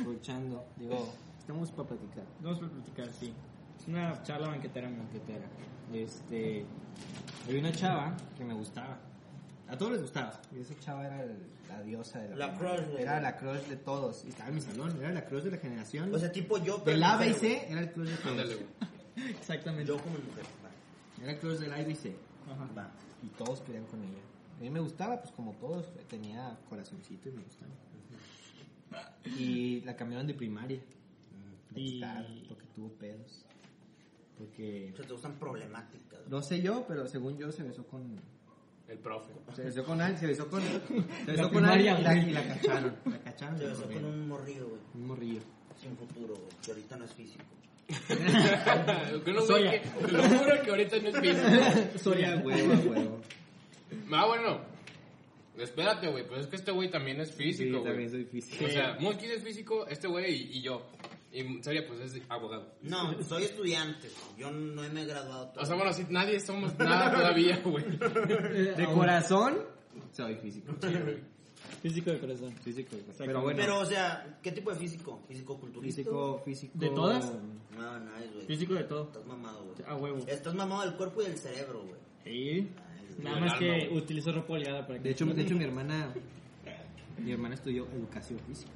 C: Aprovechando. Digo, estamos para platicar.
B: vamos a platicar, sí. Es una charla banquetera, mi banquetera.
C: Este. Había una chava que me gustaba. A todos les gustaba. Y esa chava era el- la diosa de
A: La
C: primaria.
A: crush, güey.
C: Era la crush de todos. Y estaba en mi salón. Era la crush de la generación.
A: O sea, tipo yo,
C: del A, B y
A: mujer, güey.
C: C era el crush de todos.
D: Ándale, güey.
B: Exactamente.
A: Yo como mujer. Va,
C: Era el crush del A, B y C.
B: Ajá.
A: va.
C: Y todos querían con ella. A mí me gustaba, pues como todos. Tenía corazoncito y me gustaba. Y la cambiaron de primaria. De
B: Y-
C: Mm. estar, porque tuvo pedos. Porque,
A: Se te usan problemáticas.
C: no sé yo, pero según yo se besó con...
D: El
B: (laughs)
D: profe.
C: Se besó con alguien, se besó con... Se
B: La
C: besó con alguien y la,
B: primaria,
C: y la cacharon. La cacharon.
A: Se
C: y la
A: besó con
C: corrieron.
A: un morrillo, güey.
C: Un (laughs) morrillo.
A: Sin futuro, güey. Que ahorita no es físico.
D: Con un güey que- te lo juro que ahorita no es físico.
C: Soria, huevo, a huevo.
D: Ah, bueno. Espérate, güey. Pues es que este güey también es físico, güey.
C: también soy físico.
D: o sea, Muskis es físico, este güey y, y yo. Y Soria, pues es abogado.
A: No, soy estudiante. Yo no me he graduado
D: O
A: todavía.
D: sea, bueno, si nadie somos
B: (laughs)
D: nada todavía, güey.
C: De corazón, soy físico. (laughs)
B: Físico de corazón.
C: Físico.
B: Pero
C: Pero
B: bueno.
C: bueno.
A: Pero, o sea, ¿qué tipo de físico? ¿Físico-culturista?
C: Físico, físico.
B: ¿De todas?
A: No, no es, güey.
B: Físico de todo.
A: Estás mamado, güey.
C: Ah,
B: A huevo.
A: Estás mamado del cuerpo y del cerebro, güey.
B: Sí.
A: Ay, güey.
B: Nada
D: Del
B: más
D: alma,
B: que
D: güey.
B: utilizo ropa holgada para que.
C: De hecho, de hecho mi hermana. Mi hermana estudió educación física.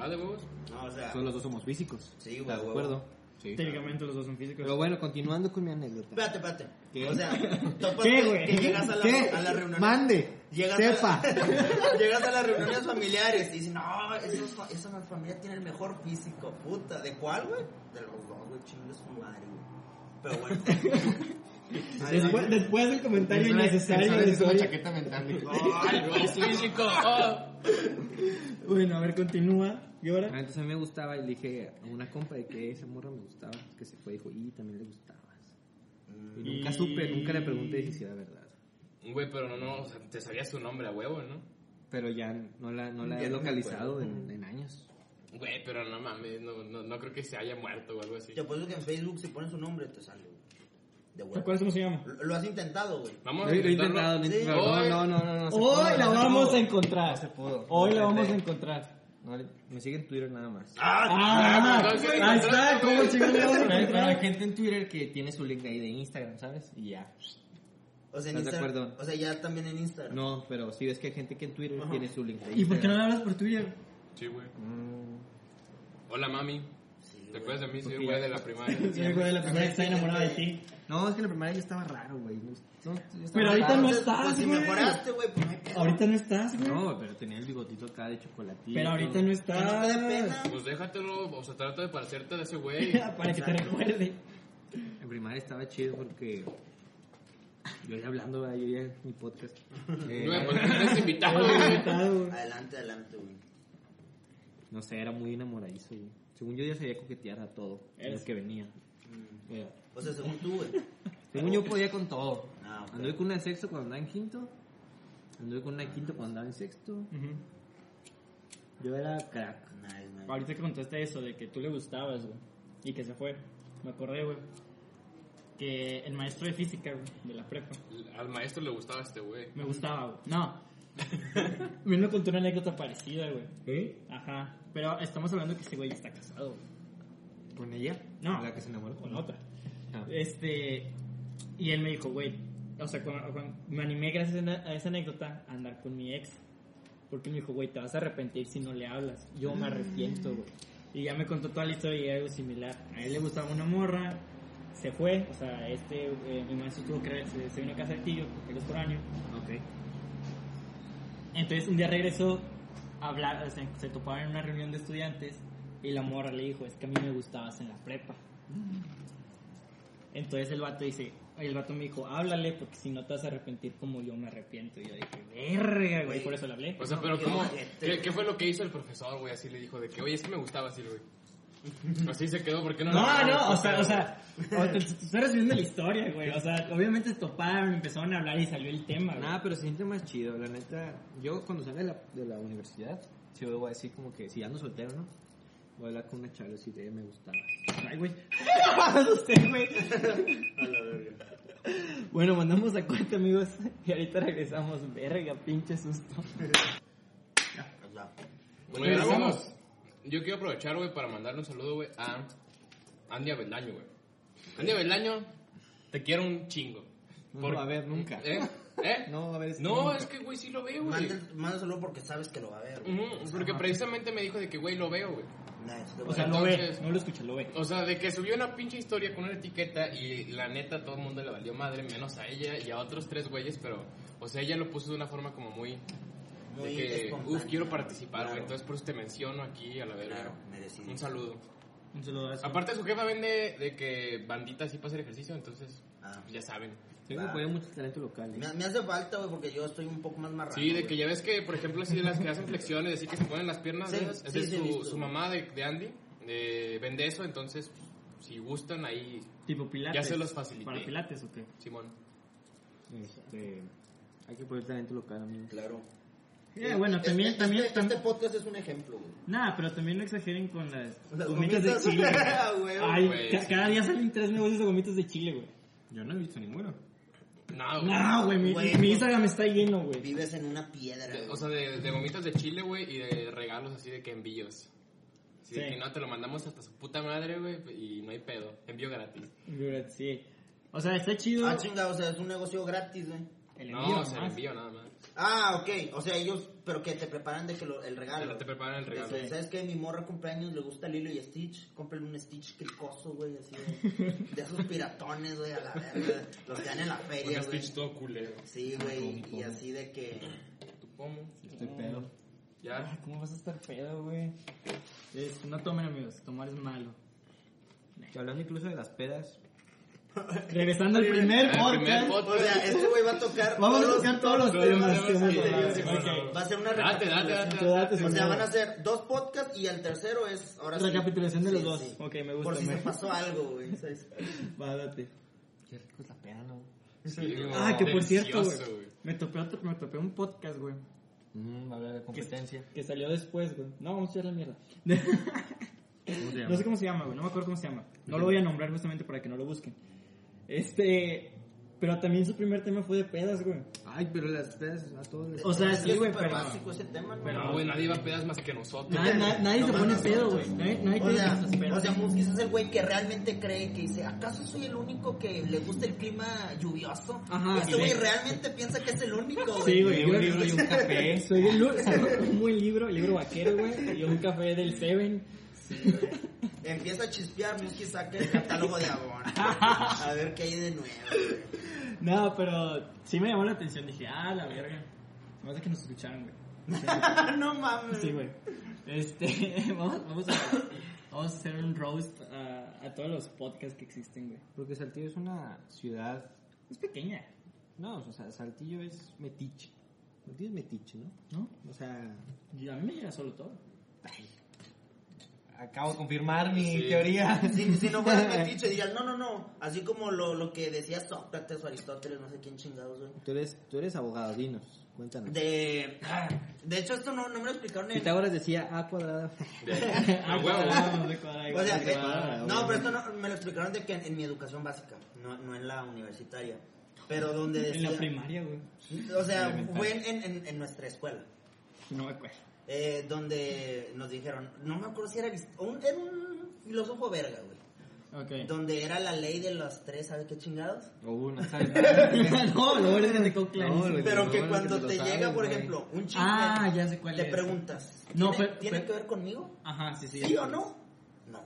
D: Ah, de huevos.
A: No, o sea,
C: Solo los dos somos físicos.
A: Sí, güey,
C: ¿Estás
A: huevo.
C: ¿De acuerdo? Sí.
B: técnicamente los dos son físicos.
C: Pero bueno, continuando con mi anécdota.
A: espérate, espérate.
C: ¿Qué? (laughs)
A: O sea, topas
B: ¿Qué,
A: que-
B: güey?
A: que llegas a la,
C: ¿Qué?
A: a la reunión.
C: Mande.
A: Llegas
C: sepa.
A: A la- (laughs) llegas a las reuniones familiares y dicen, no, esos fa- esa ma- familia tiene el mejor físico, puta. ¿De cuál, güey? De los dos, güey, chingue su madre, güey. Pero bueno.
C: (laughs)
B: después, después del comentario
C: Pensaba-
B: innecesario
C: pensaba que
B: de
C: es una
B: Soria.
C: chaqueta mental.
D: Ay, güey, es físico. Oh.
B: Bueno, a ver, continúa. ¿Y
C: Ah,
B: ahora?
C: Entonces a mí me gustaba y le dije a una compa de que esa morra me gustaba, que se fue y dijo, y también le gustabas. Y
A: Mm.
C: nunca
B: Y-
C: supe, nunca le pregunté si era verdad.
D: Güey, pero no, no, o sea, te sabía su nombre a huevo, ¿no?
C: Pero ya no la, no la
A: Ya
C: he
A: no me
C: localizado en, en años.
D: Güey, pero no mames, no, no, no creo que se haya muerto o algo así.
A: Te apuesto que en Facebook si pones su nombre te sale, güey. De
B: ¿Te acuerdas
A: huevo.
B: cómo se llama?
A: Lo, lo has intentado, güey.
D: Vamos
C: Lo
D: a
C: he- lo he intentado, lo
D: intentarlo.
C: he
A: Sí.
C: intentado.
D: Hoy-
C: No, no, no, no, no se pudo,
B: Hoy la
C: no se
B: vamos
C: pudo.
B: a encontrar.
C: se pudo.
B: Hoy la
C: No,
B: vamos a
C: no.
B: encontrar.
C: No, le- me sigue en Twitter nada más.
B: Ah,
D: pues, entonces,
B: ahí está,
D: güey.
B: ¿cómo chingón le vamos a
C: Pero hay- pero hay
B: encontrar?
C: gente en Twitter que tiene su link ahí de Instagram, ¿sabes? Y ya.
A: O sea, en
C: ¿Estás de
A: Instagram.
C: acuerdo?
A: O sea, ya también en Instagram.
C: No, pero sí ves que hay gente que en Twitter
A: Ajá.
C: tiene su link de
B: ¿Y por qué no
C: Instagram.
B: le hablas por Twitter?
D: Sí, güey.
C: Mm,
D: Hola, mami.
A: Sí,
D: ¿Te
A: güey.
D: acuerdas de mí? Soy
C: Porque
D: el güey
C: ya-
D: de la primaria.
B: Sí, me acuerdo de la primera que está enamorada de ti.
C: No, es que la primera ya estaba raro, güey. No, no, ya estaba
B: Pero ahorita
C: raro.
B: no
A: Entonces,
B: estás,
A: pues, si
B: güey.
A: mejoraste, güey, pues no hay pedo.
B: Ahorita no estás, güey.
C: No, pero tenía el bigotito acá de chocolatito.
B: Mm. Pero ahorita no
A: Que no te dé
B: estás.
A: pena.
D: Pues déjatelo, o sea, trata de parecerte de ese güey.
B: (laughs) Para que te (laughs) recuerde.
C: En primaria estaba chido porque... Yo ya hablando, ¿verdad? yo ya
B: (laughs)
C: mi podcast. Eh,
D: Güey, pues no eres invitado, güey.
B: Invitado.
A: Adelante, adelante, güey.
C: no sé, era muy enamoradizo, güey. Según yo ya sabía coquetear a todo.
B: Eres-
C: Lo que venía.
A: Mm.
C: Era-
B: eh,
A: O sea, según tú, güey.
C: Según yo podía con todo.
A: Ah, ok.
C: Anduve con una de sexto cuando andaba en quinto. Anduve con una de quinto cuando andaba en sexto.
B: Ujú.
C: Yo era crack.
A: Nice, nice.
B: Ahorita que contaste eso de que tú le gustabas, güey, y que se fue, me acordé, güey, que el maestro de física, güey, de la prepa,
D: Al maestro le gustaba este güey.
B: me gustaba, güey. No. (laughs) Me lo contó una anécdota parecida, güey.
C: ¿Eh?
B: Ajá. Pero estamos hablando que ese güey ya está casado, güey.
C: ¿Con ella?
B: No.
C: ¿La que se enamoró?
B: Con otra.
C: Ah.
B: Este. Y él me dijo, güey. O sea, cuando- cuando me animé gracias a na- a esa anécdota a andar con mi ex. Porque él me dijo, güey, te vas a arrepentir si no le hablas. Yo me arrepiento, güey. Y ya me contó toda la historia y era algo similar. A él le gustaba una morra, se fue. O sea, este, eh, mi maestro tuvo que. Se, se vino a casa de tío, porque él es foráneo.
C: Ah, Ok.
B: Entonces un día regresó a hablar, o sea, se toparon en una reunión de estudiantes y la morra le dijo, es que a mí me gustabas en la prepa. Entonces el vato dice, el vato me dijo, háblale porque si no te vas a arrepentir como yo me arrepiento. Y yo dije, verga, güey, por eso le hablé.
D: O sea, pero
A: qué
D: ¿cómo?
A: ojete,
D: ¿Qué,
A: güey.
D: qué fue lo que hizo el profesor, güey? Así le dijo de que, oye, es que me gustaba así, güey. Así se quedó, ¿por qué no? le
B: No,
D: gustaba?
B: no, o sea, o sea, o te- te estoy resumiendo la historia, güey. O sea, obviamente se toparon, empezaron a hablar y salió el tema, güey.
C: Nada, pero se siente más chido, la neta. Yo cuando salga de la, de la universidad, sí voy a decir como que si ando soltero, ¿no? Voy a hablar con una charla si de me gustaba.
B: Ay, güey. (laughs) Usted, güey.
A: A la verga.
B: Bueno, mandamos a corte, amigos. Y ahorita regresamos. Verga, pinche susto.
A: O sea,
D: Güey,
B: Regresamos.
D: vamos. Yo quiero aprovechar, güey, para mandarle un saludo, güey, a Andy Abeldaño, güey. Andy Abeldaño, te quiero un chingo.
C: No
D: Por-
C: lo va a ver nunca.
D: ¿Eh? ¿Eh?
C: (laughs) No va a ver esto
D: No,
C: nunca.
D: es que, güey, sí lo veo, güey.
A: manda, manda saludo porque sabes que lo va a ver, güey.
D: Ujú,
C: Ah,
D: Porque precisamente me dijo de que, güey, lo veo, güey.
A: Nice, te
B: O
A: voy
B: sea,
A: a-
B: lo ve.
D: Entonces-
B: No lo escucha, lo ve.
D: O sea, de que subió una pinche historia con una etiqueta y la neta todo el mundo le valió madre, menos a ella y a otros tres güeyes, pero, o sea, ella lo puso de una forma como muy,
A: muy
D: de que,
A: espontáneo.
D: uff, quiero participar, güey,
A: Claro,
D: entonces por eso te menciono aquí a la verga.
A: Claro, merecido.
D: Un saludo.
B: Un saludo a eso.
D: Aparte, su jefa vende de que bandita así para hacer ejercicio, entonces
A: Ah.
D: ya saben.
B: Tengo que
A: Va.
B: apoyar mucho el talento local. ¿eh?
A: Me, me hace falta, güey, porque yo estoy un poco más marrano.
D: Sí, de
A: Ah, güey.
D: que ya ves que, por ejemplo, así de las que hacen flexiones, así que se ponen las piernas,
A: Sí,
D: de esas,
A: sí,
D: esa es
A: sí, he
D: su,
A: visto.
D: su mamá de, de Andy, eh, vende eso, entonces, si gustan, ahí,
B: Tipo pilates.
D: Ya se los facilité.
B: ¿Para pilates o qué?
D: Simón.
C: Este, hay que poner talento local, amigo.
A: Claro.
B: Eh, bueno,
A: Este-
B: también,
A: este-
B: también,
A: este,
B: también-
A: podcast es un ejemplo, güey.
B: Nah, pero también no exageren con las,
A: Las
B: gomitas,
A: gomitas.
B: de chile. güey.
A: Ah, (laughs) güey,
B: Ay,
D: güey,
B: ca-
D: sí.
B: cada día salen tres negocios de gomitas de chile, güey.
C: Yo no he visto ninguno.
D: No, güey.
B: No, güey, mi,
A: Güey.
B: mi Instagram está lleno, güey.
A: Vives en una piedra,
D: De-
A: güey.
D: Eh, O sea, de, de gomitas de chile, güey, y de regalos así de que envíos. Sí,
B: Sí.
D: que no, te lo mandamos hasta su puta madre, güey, y no hay pedo. Envío gratis.
B: Güey, Sí. O sea, está chido.
A: Ah, chinga, o sea, es un negocio gratis, güey.
B: el
D: no,
B: envío,
D: o sea,
B: nomás.
D: envío nada más.
A: Ah, ok. O sea, ellos, pero que te preparan de que lo- el regalo.
D: Te- te preparan el regalo.
A: Entonces, ¿Sabes qué? Mi morra cumpleaños le gusta Lilo y Stitch. Cómprale un Stitch cricoso, güey, así de, de esos piratones, güey, a la verga. Los que dan en la feria,
D: Un
A: güey.
D: Stitch todo culero.
A: Sí, güey, y así de que...
D: Tu pomo.
C: Estoy pedo.
D: Ya.
B: Ah, ¿Cómo vas a estar pedo, güey? Es- No tomen, amigos. Tomar es malo.
C: Que hablando incluso de las pedas.
B: Regresando al primer
D: Ah, el
B: podcast.
D: primer
A: O sea, este güey va a tocar...
B: Vamos a
A: todos-
B: tocar todos los
D: todos los
B: temas. que
D: temas
B: hemos
D: que-
B: hablado.
D: sí, bueno.
B: Ok.
A: Va a ser una
D: Date, date,
A: recapitulación.
D: date.
B: Date,
A: O sea,
B: señor.
A: van a ser dos podcasts y el tercero es... Ahora sí.
B: Recapitulación de los dos. Ok, me gusta,
A: Por si
B: me-
A: se pasó algo, güey. ¿sabes?
B: Va, date.
C: Qué rico es la peda, ¿no?
D: Sí, güey,
B: Ah, que por cierto,
D: delicioso,
B: güey. Me topé, otro, me topé un podcast, güey.
C: Mm, hablar de competencia.
B: Que salió después, güey. (laughs) No, vamos a echar la mierda.
C: ¿Cómo se
B: no sé cómo se llama, güey. No me acuerdo cómo se llama. No lo voy a nombrar justamente para que no lo busquen. Este. Pero también su primer tema fue de pedas, güey.
C: Ay, pero las pedas a todos les...
B: O sea,
A: Es que
B: sí,
A: es
B: güey,
A: súper
B: pero-
A: básico ese tema, ¿no?
D: No, güey, nadie va a pedas más que nosotros.
B: (laughs) Nadie, na- nadie se
A: No
B: pone
A: mames.
B: pedo, güey. Nadie, nadie
A: O
B: tiene
A: sea,
B: esas pedas.
A: o sea, Muskis es el güey que realmente cree que dice, ¿acaso soy el único que le gusta el clima lluvioso?
B: Ajá,
A: Y este
B: sí.
A: güey realmente piensa que es el único, güey.
B: Sí, güey.
C: Un
B: yo-
C: libro y un
B: (laughs)
C: café.
B: Soy el lu- soy un buen libro, el libro vaquero, güey. Y un café del Seven.
A: Empieza a chispear, Muskis saca el catálogo de Avon. A ver qué hay de nuevo, (laughs) güey.
B: No, pero sí me llamó la atención. Dije, ah, la verga. Se me hace que nos escucharon, güey.
A: no mames.
B: Sí, güey. Este, (laughs) vamos, vamos, a, vamos a hacer un roast a, a todos los podcasts que existen, güey.
C: Porque Saltillo es una ciudad...
B: Es pequeña,
C: No, o sea, Saltillo es metiche. Saltillo es metiche, ¿no?
B: ¿no?
C: O sea,
B: Y a mí me llega solo todo.
C: acabo de confirmar mi
D: Sí.
C: (laughs) teoría.
A: Si, si no fuera metiche, dirían, no, no, no. Así como lo, lo que decía Sócrates o Aristóteles, no sé quién chingados, güey.
C: Tú eres, tú eres abogado, dinos, cuéntanos.
A: De, ah, de hecho, esto no, no me lo explicaron en,
C: Pitágoras decía A cuadrada.
D: De- A huevo.
B: Ah, no, de cuadra,
A: O sea,
B: de
A: eh,
B: cuadra, güey.
A: no, pero esto no, me lo explicaron de que en, en mi educación básica, no, no en la universitaria, pero donde
B: En
A: eh, decía,
B: la primaria, güey.
A: o sea, fue en, en- en nuestra escuela,
B: No me acuerdo.
A: eh, donde nos dijeron, no me acuerdo si era, Arist- un, era un filósofo verga, güey,
B: Ok.
A: donde era la ley de los tres, ¿sabes qué chingados?
C: O (laughs) una, ¿sabes?
B: (laughs) no, lo bueno es que te quedó clarísimo.
C: No, güey.
A: Pero que
C: bueno,
A: cuando
C: que
A: te
C: te lo
A: llega,
C: sabes,
A: por
C: güey.
A: ejemplo, un chisme,
B: Ah, ya sé cuál
A: te
B: es.
A: preguntas,
B: No,
A: ¿tiene,
B: pero-
A: tiene
B: pero-
A: que ver conmigo?
B: Ajá, sí, pues. sí. ya
A: ¿Sí
B: sé
A: o
B: cuál es.
A: no? No.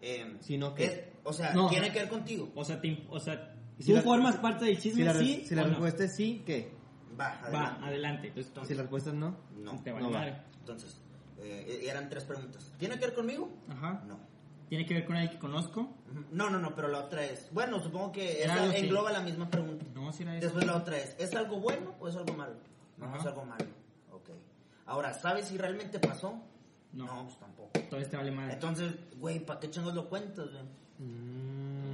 A: Eh,
C: Sino que-
A: es- o sea,
B: No.
A: tiene que ver contigo.
B: O sea, te- o sea
C: ¿Y
B: tú
C: si la-
B: formas parte del chisme,
C: Si la,
B: sí.
C: si la
B: o no?
C: respuesta es sí, ¿qué?
A: Va,
B: Va,
A: adelante.
B: adelante. Entonces,
C: Si la respuesta es no.
A: No.
B: te va
C: no
B: a
C: va.
B: madre.
A: Entonces, eh, eran tres preguntas. ¿Tiene que ver conmigo?
B: Ajá.
A: No.
B: Tiene que ver con alguien que conozco.
A: Ujú. No, no, no, pero la otra es. Bueno, supongo que
B: Era
A: esa
B: algo así.
A: engloba la misma pregunta.
B: No, si era eso.
A: Después la otra es, ¿es algo bueno o es algo malo? No,
B: Ajá.
A: es algo malo. Ok. Ahora, ¿sabes si realmente pasó?
B: No.
A: pues tampoco.
B: Todo este vale madre.
A: Entonces, güey, ¿para qué chingos lo cuentas, güey?
C: Mm.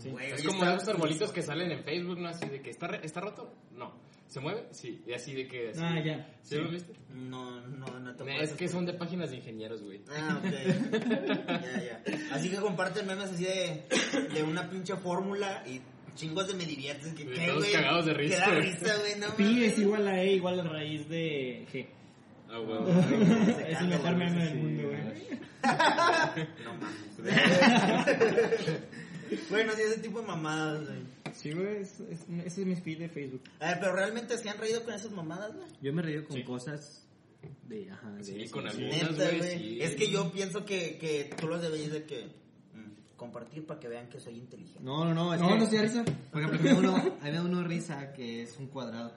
B: Sí.
A: Güey,
D: Es
A: oye,
D: como
A: está-
D: esos arbolitos que salen en Facebook, ¿no? Así de que, ¿está, re- ¿está roto? No. ¿Se mueve? Sí. Y así de que... así.
B: Ah, ya.
D: ¿Sí lo viste?
A: No, no, no te
D: Nah,
A: puedes-
D: es que son de páginas de ingenieros, güey.
A: Ah, ok. ya, ya. Así que comparten memes así de, de una pinche fórmula y chingos de me diviertes. Que,
D: Güey,
A: ¿qué,
D: todos
A: güey?
D: cagados de risa.
A: Que da risa, güey, no
B: Pi
A: mames.
B: es igual a E igual a raíz de G.
D: Ah, huevo.
A: Se
B: (laughs) es el
A: cambia
B: mejor
A: la
B: meme
A: risa,
B: del mundo, güey.
A: No mames. bueno, sí, ese tipo de mamadas, güey.
B: Sí, güey, es- es- ese es mi feed de Facebook.
A: A ver, pero realmente se han reído con esas mamadas, güey.
C: Yo me he reído con
B: Sí.
C: cosas de. Ajá, de
D: Sí,
C: eso.
D: con algunas,
A: Neta,
D: güey.
A: güey.
D: sí.
A: Es que yo pienso que, que tú los debes de que mm, compartir para que vean que soy inteligente.
C: No, no, no. es
B: No,
C: que-
B: no se da risa.
C: Por ejemplo, había uno, había uno risa que es un cuadrado.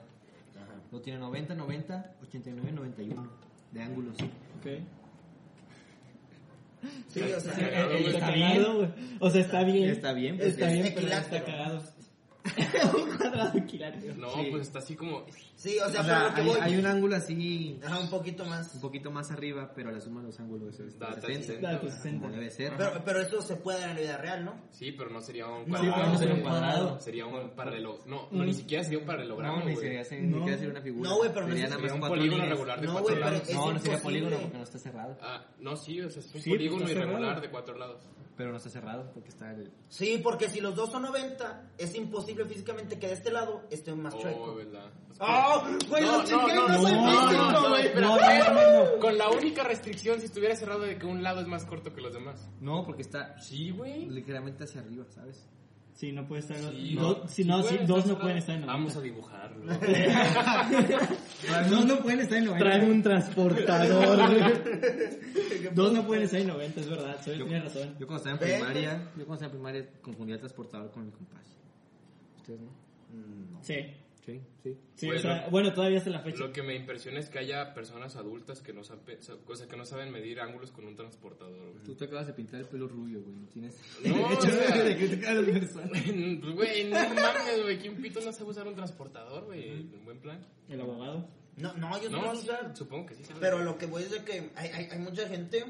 A: Ajá.
C: Lo tiene 90, 90, 89, 91 de ángulos.
B: Ok.
A: Sí, o sea,
D: Está cagado, güey.
B: Está cagado, güey. O sea, está bien.
C: Está bien, pues,
B: Está
A: es
B: bien, pero
A: equilátero.
B: está cagado. Un cuadrado equilátero.
D: No, pues está así como.
A: sí, o sea,
C: O sea,
A: pero lo que
C: hay,
A: voy.
C: hay un ángulo así,
A: Ajá, un poquito más.
C: un poquito más arriba, pero la suma de los ángulos es
D: Da
C: 60.
D: 360.
B: Datos
C: Como
B: 60.
C: debe ser.
A: Pero, pero eso se puede en la vida real, ¿no?
D: Sí, pero no sería un
B: Sí,
D: cuadrado.
B: pero no sería un
D: güey.
B: cuadrado.
D: Sería un paralelo. No, no, ni siquiera sería un paralelogramo.
C: no, ni
D: güey.
C: siquiera
D: sería
C: ser- ni
B: No.
C: siquiera ser una figura.
A: No, güey, pero no
C: sería
A: es-
C: nada más
D: un
C: cuatro
D: polígono
C: líneas.
D: regular de
A: No,
D: cuatro
A: güey, pero
D: lados.
A: es
C: No, no sería
A: imposible.
C: polígono porque no está cerrado.
D: Ah, no, sí, o sea, es un
B: Sí,
D: polígono
B: pues, está cerrado.
D: irregular de cuatro lados.
C: Pero no está cerrado porque está el.
A: Sí, porque si los dos son 90, es imposible físicamente que de este lado esté un más
D: Oh,
A: chueco.
D: verdad.
A: ¡Ah! güey, lo chingué, no soy físico, güey.
D: espera,
B: No,
D: espera.
B: no, no, no.
D: Con la única restricción, si estuviera cerrado, de que un lado es más corto que los demás.
C: No, porque está
D: Sí, güey.
C: ligeramente hacia arriba, ¿sabes?
B: Sí, no puede estar.
D: Sí,
B: dos,
D: no.
B: sí, no,
D: Sí,
B: sí,
D: güey,
B: dos
D: está
B: no pueden estar
D: cerrado.
B: en 90.
D: Vamos a
B: (laughs)
D: dibujarlo.
C: Dos no pueden estar en
B: Traer
C: 90.
B: un transportador. dos no pueden estar en 90, es verdad. Soy,
C: Yo-
B: tienes razón.
C: Yo cuando estaba en
A: Vete.
C: primaria, yo cuando estaba en primaria confundía el transportador con el compás. ¿Ustedes no?
B: Sí.
C: Sí, sí.
B: Sí,
D: Bueno.
B: o sea, bueno, todavía hasta la fecha.
D: Lo que me impresiona es que haya personas adultas que no saben, o sea, que no saben medir ángulos con un
B: (laughs)
D: transportador. güey.
C: Tú te acabas de pintar el pelo rubio, güey. No tienes.
D: No, o
C: de
D: sea,
C: criticar a las personas.
D: güey, no mames, güey, ¿quién pito no sabe usar un transportador, güey? En buen plan.
B: El abogado.
A: No, no, yo no
D: No,
A: lo usar.
D: supongo que sí. sabe.
A: Pero lo que voy es de que hay, hay, hay mucha gente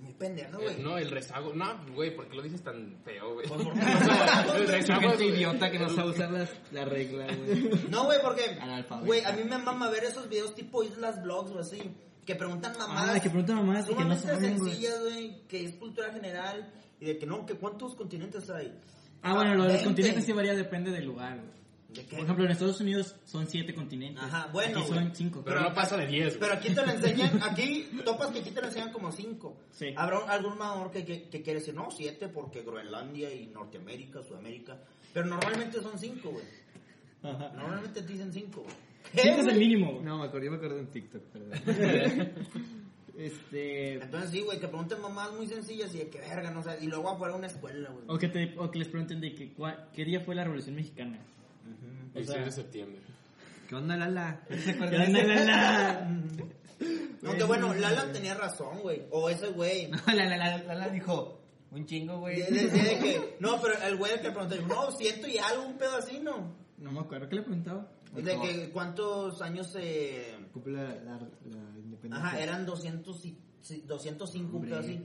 A: muy pendeja,
D: Eh,
A: Ah, güey.
D: no, el rezago. No, güey, ¿por qué lo dices tan feo, güey?
A: Pues, ¿por
D: (laughs) O
A: qué?
D: sea, el rezago
C: Gente
D: es
C: idiota que no sabe usar las, la regla,
A: (laughs)
C: güey.
A: No, güey, porque,
C: Analfabeta.
A: güey, a mí me mama ver esos videos tipo Islas Blogs o así, que preguntan mamadas.
B: Ah, que preguntan mamadas y que no
A: sumamente
B: saben, güey.
A: sencillas, güey, que es cultura general y de que no, que cuántos continentes hay.
B: Ah, bueno, lo de los
A: Veinte.
B: continentes sí varía, depende del lugar. güey.
A: ¿De qué?
B: Por ejemplo, en Estados Unidos son 7 continentes.
A: Ajá, bueno,
B: Aquí son
A: güey.
B: 5.
D: Pero no pasa de 10, güey.
A: Pero aquí te lo enseñan, aquí topas que aquí te lo enseñan como cinco.
B: Sí.
A: Habrá un- algún mamador que, que, que quiere decir, no, siete porque Groenlandia y Norteamérica, Sudamérica. Pero normalmente son cinco, güey.
B: Ajá.
A: Normalmente te dicen cinco, güey.
B: Siete es el mínimo, güey.
C: No, me acuerdo, yo me acuerdo de un TikTok, perdón. este.
A: Entonces sí, güey, que pregunten mamás muy sencillas y de que verga, no sé. Y luego afuera una escuela, güey.
B: O que, te, o que les pregunten de que, cua- qué día fue la Revolución Mexicana. O
D: 16 de
B: sea,
D: septiembre.
C: ¿Qué onda, Lala? ¿Se
B: ¿qué
C: acuerdan
B: onda,
C: de
B: la,
C: Lala?
B: la?
A: Aunque bueno, Lala tenía razón, güey. O ese
B: (laughs)
A: güey.
C: No, Lala, Lala, Lala dijo. Un chingo, güey.
A: De- de- de que- no, pero el güey que preguntó, no, siento y algo, un pedo así, ¿no?
B: No me acuerdo, ¿qué le preguntaba?
A: De que cuántos años se...
C: Cumple la, la, la independencia.
A: Ajá, eran 200 y, sí, 205, un
C: Hombre.
A: pedo así.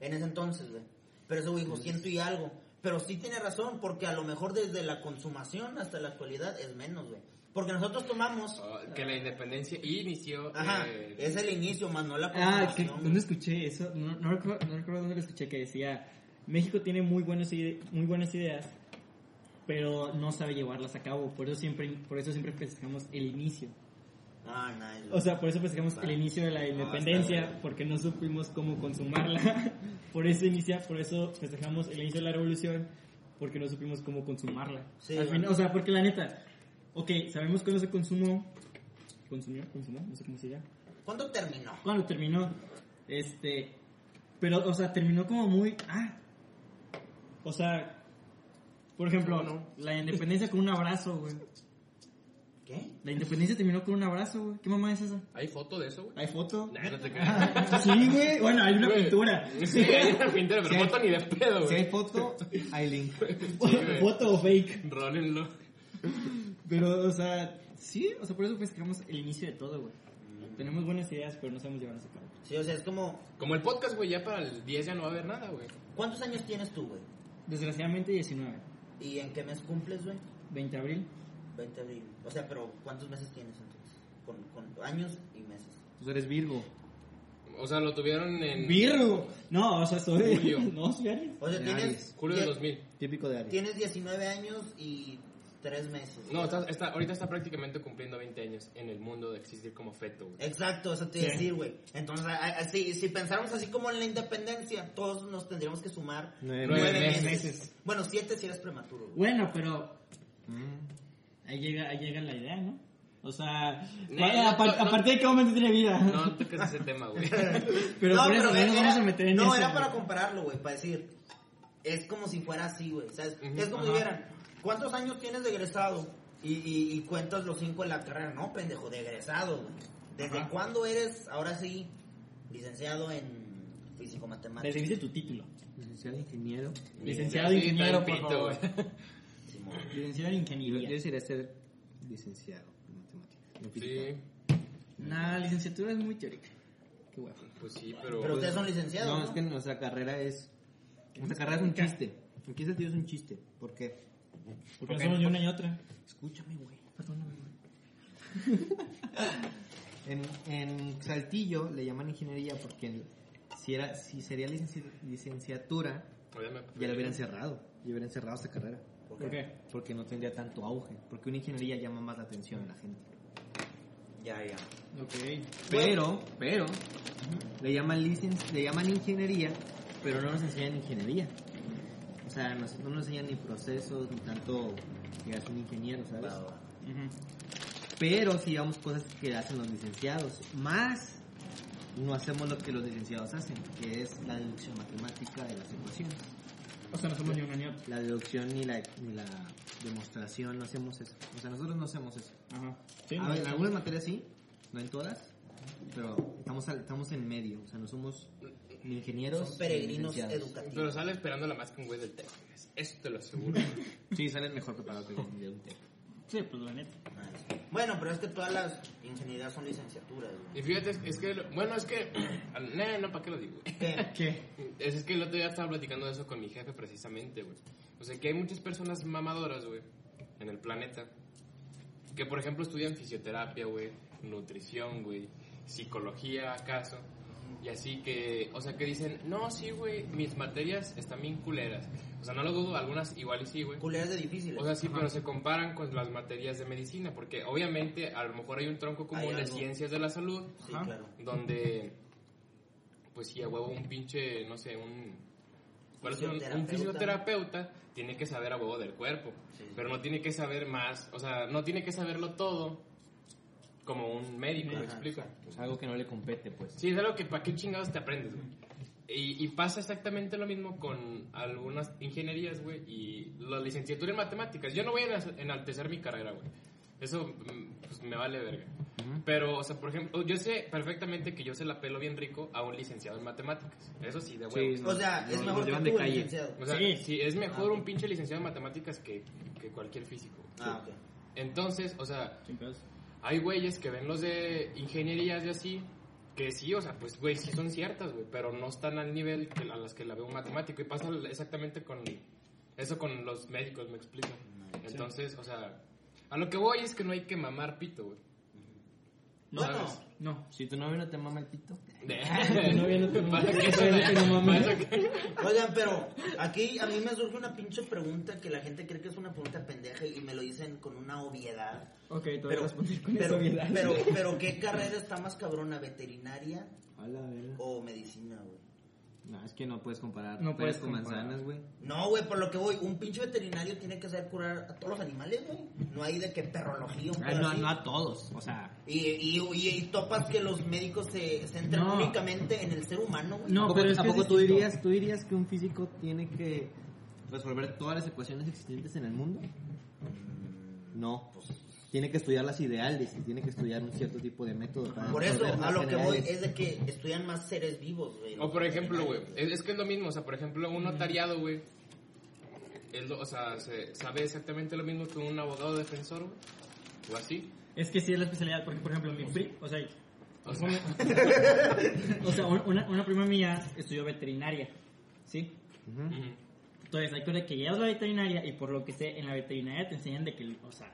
A: En ese entonces, güey. Pero ese güey dijo, ciento y algo. Pero sí tiene razón, porque a lo mejor desde la consumación hasta la actualidad es menos, güey. Porque nosotros tomamos...
D: Oh, que la independencia inició.
A: Ajá,
D: eh,
A: es el inicio, más no la
B: Ah, que,
A: consumación. güey.
B: ¿dónde escuché eso? No, no recuerdo, no recuerdo dónde lo escuché, que decía, México tiene muy, buenos ide- muy buenas ideas, pero no sabe llevarlas a cabo, por eso siempre, por eso siempre festejamos el inicio.
A: Ah, nice, güey.
B: O sea, por eso festejamos el inicio de la
A: Ah, está
B: independencia,
A: bien.
B: porque no supimos cómo consumarla. (laughs) Por eso inicia, por eso festejamos el inicio de la revolución, porque no supimos cómo consumarla.
A: Sí,
B: Al
A: güey.
B: fin- o sea, porque la neta, ok, sabemos cuándo se consumó, consumió, consumó, no sé cómo se llama.
A: ¿Cuándo terminó?
B: Cuando terminó, este, pero, o sea, terminó como muy, ah, o sea, por ejemplo, la independencia con un abrazo, güey.
A: ¿Qué?
B: La independencia terminó con un abrazo, güey. ¿Qué mamá es esa?
D: ¿Hay foto de eso, güey?
B: ¿Hay foto?
D: Nah, (laughs) no te creas.
B: Sí, güey. Bueno, hay una
D: Güey.
B: pintura.
D: Sí, hay una pintura, pero
C: Sí.
D: foto ni de pedo,
C: Si
D: güey.
C: hay foto, hay link.
D: güey.
B: Foto o fake.
D: Rólenlo.
B: Pero, o sea, sí, o sea, por eso festejamos el inicio de todo, güey. Tenemos buenas ideas, pero no sabemos llevarlas a cabo.
A: Sí, o sea, es como...
D: Como el podcast, güey, ya para el 10 ya no va a haber nada, güey.
A: ¿Cuántos años tienes tú, güey?
B: Desgraciadamente, 19.
A: ¿Y en qué mes cumples, güey?
B: 20 de abril.
A: 20 de abril. O sea, pero ¿cuántos meses tienes entonces? Con, con años y meses.
C: Tú eres Virgo.
D: O sea, lo tuvieron en
B: ¡Virgo! No, o sea, soy...
D: Julio.
B: (laughs) No, soy Aries.
A: O sea,
C: De
A: tienes...
C: Aries.
D: julio de
A: die-
D: 2000.
C: Típico de Aries.
A: Tienes 19 años y 3 meses.
D: No, está, está- ahorita está prácticamente cumpliendo 20 años en el mundo de existir como
A: (laughs)
D: feto, güey.
A: Exacto, eso te iba a
B: Sí.
A: decir, güey. Entonces, a- a- si, si pensáramos así como en la independencia, todos nos tendríamos que sumar
C: Nueve
A: nueve
D: meses.
A: Bueno, siete si eres prematuro. güey.
B: Bueno, pero
C: Mm.
B: ahí llega, ahí llega la idea, ¿no? O sea,
D: No,
B: ¿cuál-
D: no,
B: a, par-
D: no,
B: a
D: no.
B: partir de qué momento tiene vida?
D: No, no toques ese tema, güey.
B: (laughs) Pero
A: no,
B: por eso, no
A: era-
B: nos vamos a meter en
A: no,
B: eso.
A: era para
B: güey.
A: compararlo, güey, para decir, es como si fuera así, güey, ¿sabes?
D: Ujú,
A: es como si
B: ajá.
A: dijeran, ¿cuántos años tienes de egresado? Y, y- y cuentas los cinco en la carrera, no, pendejo, de egresado, güey. ¿Desde
B: Ajá.
A: cuándo eres, ahora sí, licenciado en físico,
B: Le
A: matemático.
B: dijiste tu título.
C: Licenciado ingeniero.
B: Licenciado
D: Sí,
B: ingeniero, por
D: tantito,
B: favor.
D: güey.
B: (laughs)
A: Simón.
B: Licenciado en
C: Yo, yo
B: ingeniería.
C: desearía ser licenciado en matemáticas. en física.
D: Sí,
B: Nah, licenciatura es muy teórica. Qué guapo.
D: pues sí, pero.
A: Pero ustedes son
C: No,
A: licenciados. No,
C: es que nuestra carrera es. Nuestra carrera es un chiste. Aquí este tío es un chiste. ¿Por qué?
B: Porque no somos ni una ni otra.
C: Escúchame, güey. Perdóname, güey. (laughs) en, en Saltillo le llaman ingeniería porque en- si, era, si sería licenci- licenciatura, ya la hubieran cerrado. Ya hubieran cerrado esta carrera.
B: ¿Por qué?
C: Porque no tendría tanto auge. Porque una ingeniería llama más la atención a la gente.
A: Ya, ya.
B: Ok.
C: Pero, pero, le llaman, licen, le llaman ingeniería, pero no nos enseñan ingeniería. O sea, nos- no nos enseñan ni procesos, ni tanto que hace un ingeniero, ¿sabes?
A: Va, va.
B: Ujú.
C: Pero sí llevamos cosas que hacen los licenciados. Más no hacemos lo que los licenciados hacen, que es la deducción matemática de las ecuaciones.
B: O sea, no somos ni una ni otra.
C: La deducción ni la, ni la demostración, no hacemos eso. O sea, nosotros no hacemos eso.
B: Ajá. Sí,
C: A
B: no,
C: ver, en
B: sí.
C: algunas materias sí, no en todas, pero estamos, al- estamos en medio, o sea, no somos ni ingenieros.
A: Son peregrinos
C: ni licenciados.
A: educativos.
D: Pero sale esperándola más que un güey del tech. Eso te lo aseguro.
C: Sí, salen mejor preparados que de un tec.
B: Sí, pues la neta.
A: Bueno, pero es que todas las ingenierías son licenciaturas, güey.
D: y fíjate, es, es que. lo- Bueno, es que. (clears throat) No, no, ¿para qué lo digo?
A: ¿Qué?
B: ¿Qué?
D: Es, es que el otro día estaba platicando de eso con mi jefe precisamente, güey. O sea, que hay muchas personas mamadoras, güey, en el planeta. Que, por ejemplo, estudian fisioterapia, güey, nutrición, güey, psicología, acaso. Y así que, o sea, que dicen, no, sí, güey, mis materias están bien culeras. O sea, no lo dudo, algunas igual y sí, güey.
A: Culeras de difíciles.
D: O sea, sí, pero se comparan con las materias de medicina, porque obviamente a lo mejor hay un tronco
A: Hay
D: común de
A: algo.
D: ciencias de la salud,
A: sí,
B: ajá.
A: claro.
D: donde, pues sí, a huevo un pinche, no sé, un, ¿cuál es? Un- un,
A: Fisioterapeuta.
D: fisioterapeuta tiene que saber a huevo del cuerpo,
A: Sí.
D: pero no tiene que saber más, o sea, no tiene que saberlo todo como un médico, ¿me
A: Ajá,
D: explico?
C: Es algo que no le compete, pues.
D: Sí, es algo que para qué chingados te aprendes, güey. Y, y pasa exactamente lo mismo con algunas ingenierías, güey, y la licenciatura en matemáticas. Yo no voy a enas- enaltecer mi carrera, güey. Eso mm, pues, me vale verga. Pero, o sea, por ejemplo, yo sé perfectamente que yo se la pelo bien rico a un licenciado en matemáticas. Eso sí, de huevos.
C: Sí,
A: O sea, es
C: Nos- nos
A: mejor que tú,
C: llevan pues, de
A: el
C: calle.
A: licenciado.
D: O sea,
B: Sí.
D: sí. es mejor un pinche licenciado en matemáticas que, que cualquier físico.
A: Ah, ok.
D: Entonces, o sea,
B: Sin pedos.
D: hay güeyes que ven los de ingenierías y así, que sí, o sea, pues güey, sí son ciertas, güey, pero no están al nivel que- a las que la ve un matemático. Y pasa exactamente con eso con los médicos, me explico. Entonces, o sea, a lo que voy es que no hay que mamar pito, güey.
A: No, no.
D: ¿Sabes?
B: No.
C: Si tu novio no te mama el pito,
D: De-
B: No, ya no te
D: (laughs)
B: mames.
D: Pasa que eso-
B: Ya no te mames.
D: pasa que-
A: Oigan, pero aquí a mí me surge una pinche pregunta que la gente cree que es una pregunta pendeja y me lo dicen con una obviedad.
B: Ok, te voy a
A: Pero,
B: responder con esa
A: pero,
B: obviedad. (laughs)
A: pero, pero, ¿qué carrera está más cabrona? ¿Veterinaria
C: a la verga.
A: o medicina, güey?
C: No, es que no puedes comparar
B: No puedes
C: peras con
B: comparar.
C: manzanas, güey.
A: No, güey, por lo que voy, un pinche veterinario tiene que saber curar a todos los animales, güey. No hay de que perrología, un
C: Ah,
A: pedo
C: No,
A: así.
C: no a todos, o sea.
A: Y, y, y, y topas que los médicos se centran
B: No.
A: únicamente en el ser humano, güey.
B: No,
C: ¿A poco-
B: pero es
C: ¿A
B: que es
C: poco tú
B: distinto.
C: dirías, tú dirías que un físico tiene que resolver todas las ecuaciones existentes en el mundo?
A: Mm,
C: No.
A: pues,
C: Tiene que estudiar las ideales y tiene que estudiar un cierto tipo de método. para
A: Por eso,
C: resolver las
A: a lo que voy
C: generales.
A: es de que estudian más seres vivos, güey.
D: O por ejemplo, güey, es, es que es lo mismo, o sea, por ejemplo, un notariado, güey, es lo- o sea, se sabe exactamente lo mismo que un abogado defensor, güey, o así.
B: Es que sí es la especialidad, porque por ejemplo, mi pri, o sea,
D: O sea, (laughs)
B: o sea, un- una, una prima mía estudió veterinaria, ¿sí?
C: Ujú.
D: ujú.
B: Entonces, hay cosas que llevas a la veterinaria y por lo que sé, en la veterinaria te enseñan de que, o sea,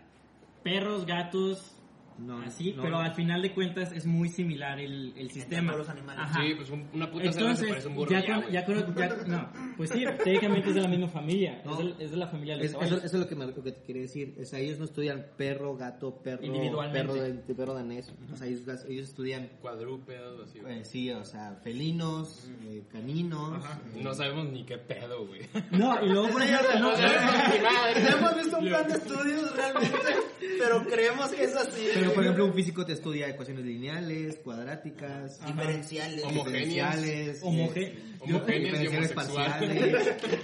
B: perros, gatos,
C: No,
B: así,
C: no.
B: Ah, pero al final de cuentas es muy similar el, el sistema.
A: todos los animales.
B: Ajá.
D: Sí, pues un- una puta cerda se
B: Entonces,
D: parece a un burro.
B: ya,
D: ya,
B: con,
D: güey.
B: ya con- ya- no, pues sí, técnicamente es de la misma familia,
C: No.
B: es, del- es de la familia de los
C: Es- eso,
B: caballos.
C: eso es lo que, me, lo que te quería decir. O sea, ellos no estudian perro, gato, perro,
B: Individualmente.
C: perro, de- perro danés. O sea, ellos, ellos estudian,
D: Cuadrúpedos, así, güey.
C: eh, sí, o sea, felinos, eh, caninos. eh,
D: No sabemos ni qué pedo, güey.
B: No, y luego por
C: (laughs)
B: ejemplo, no,
D: No sabemos ni madre.
A: Ya hemos visto un plan de estudios realmente, pero creemos que es así.
C: Pero, por
A: güey.
C: ejemplo, un físico te estudia ecuaciones lineales, cuadráticas,
B: Ajá.
A: diferenciales.
D: Homo-
C: diferenciales,
B: homoge-
C: eh,
D: homogéneas y
C: diferenciales
D: homosexuales.
C: parciales.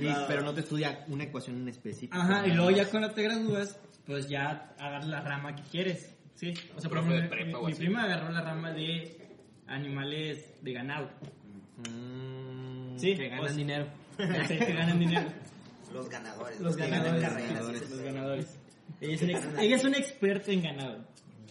C: Y-
A: Claro.
C: pero no te estudia una ecuación en específico.
B: Ajá, y luego ya cuando te gradúas, pues ya agarras la rama que quieres. Sí, o sea, por
D: Profe de
B: ejemplo, mi,
D: prepa o
B: mi
D: así.
B: prima agarró la rama de animales de ganado.
C: Mm.
B: Sí,
C: que ganan
B: o sea-
C: dinero.
B: (laughs) Sí, que ganan dinero.
A: Los ganadores.
B: Los
A: que ganan
B: ganadores.
A: carreras,
C: ganadores,
B: Los
A: ese
B: ganadores. Ella es, una ex- ella es una experta en ganado.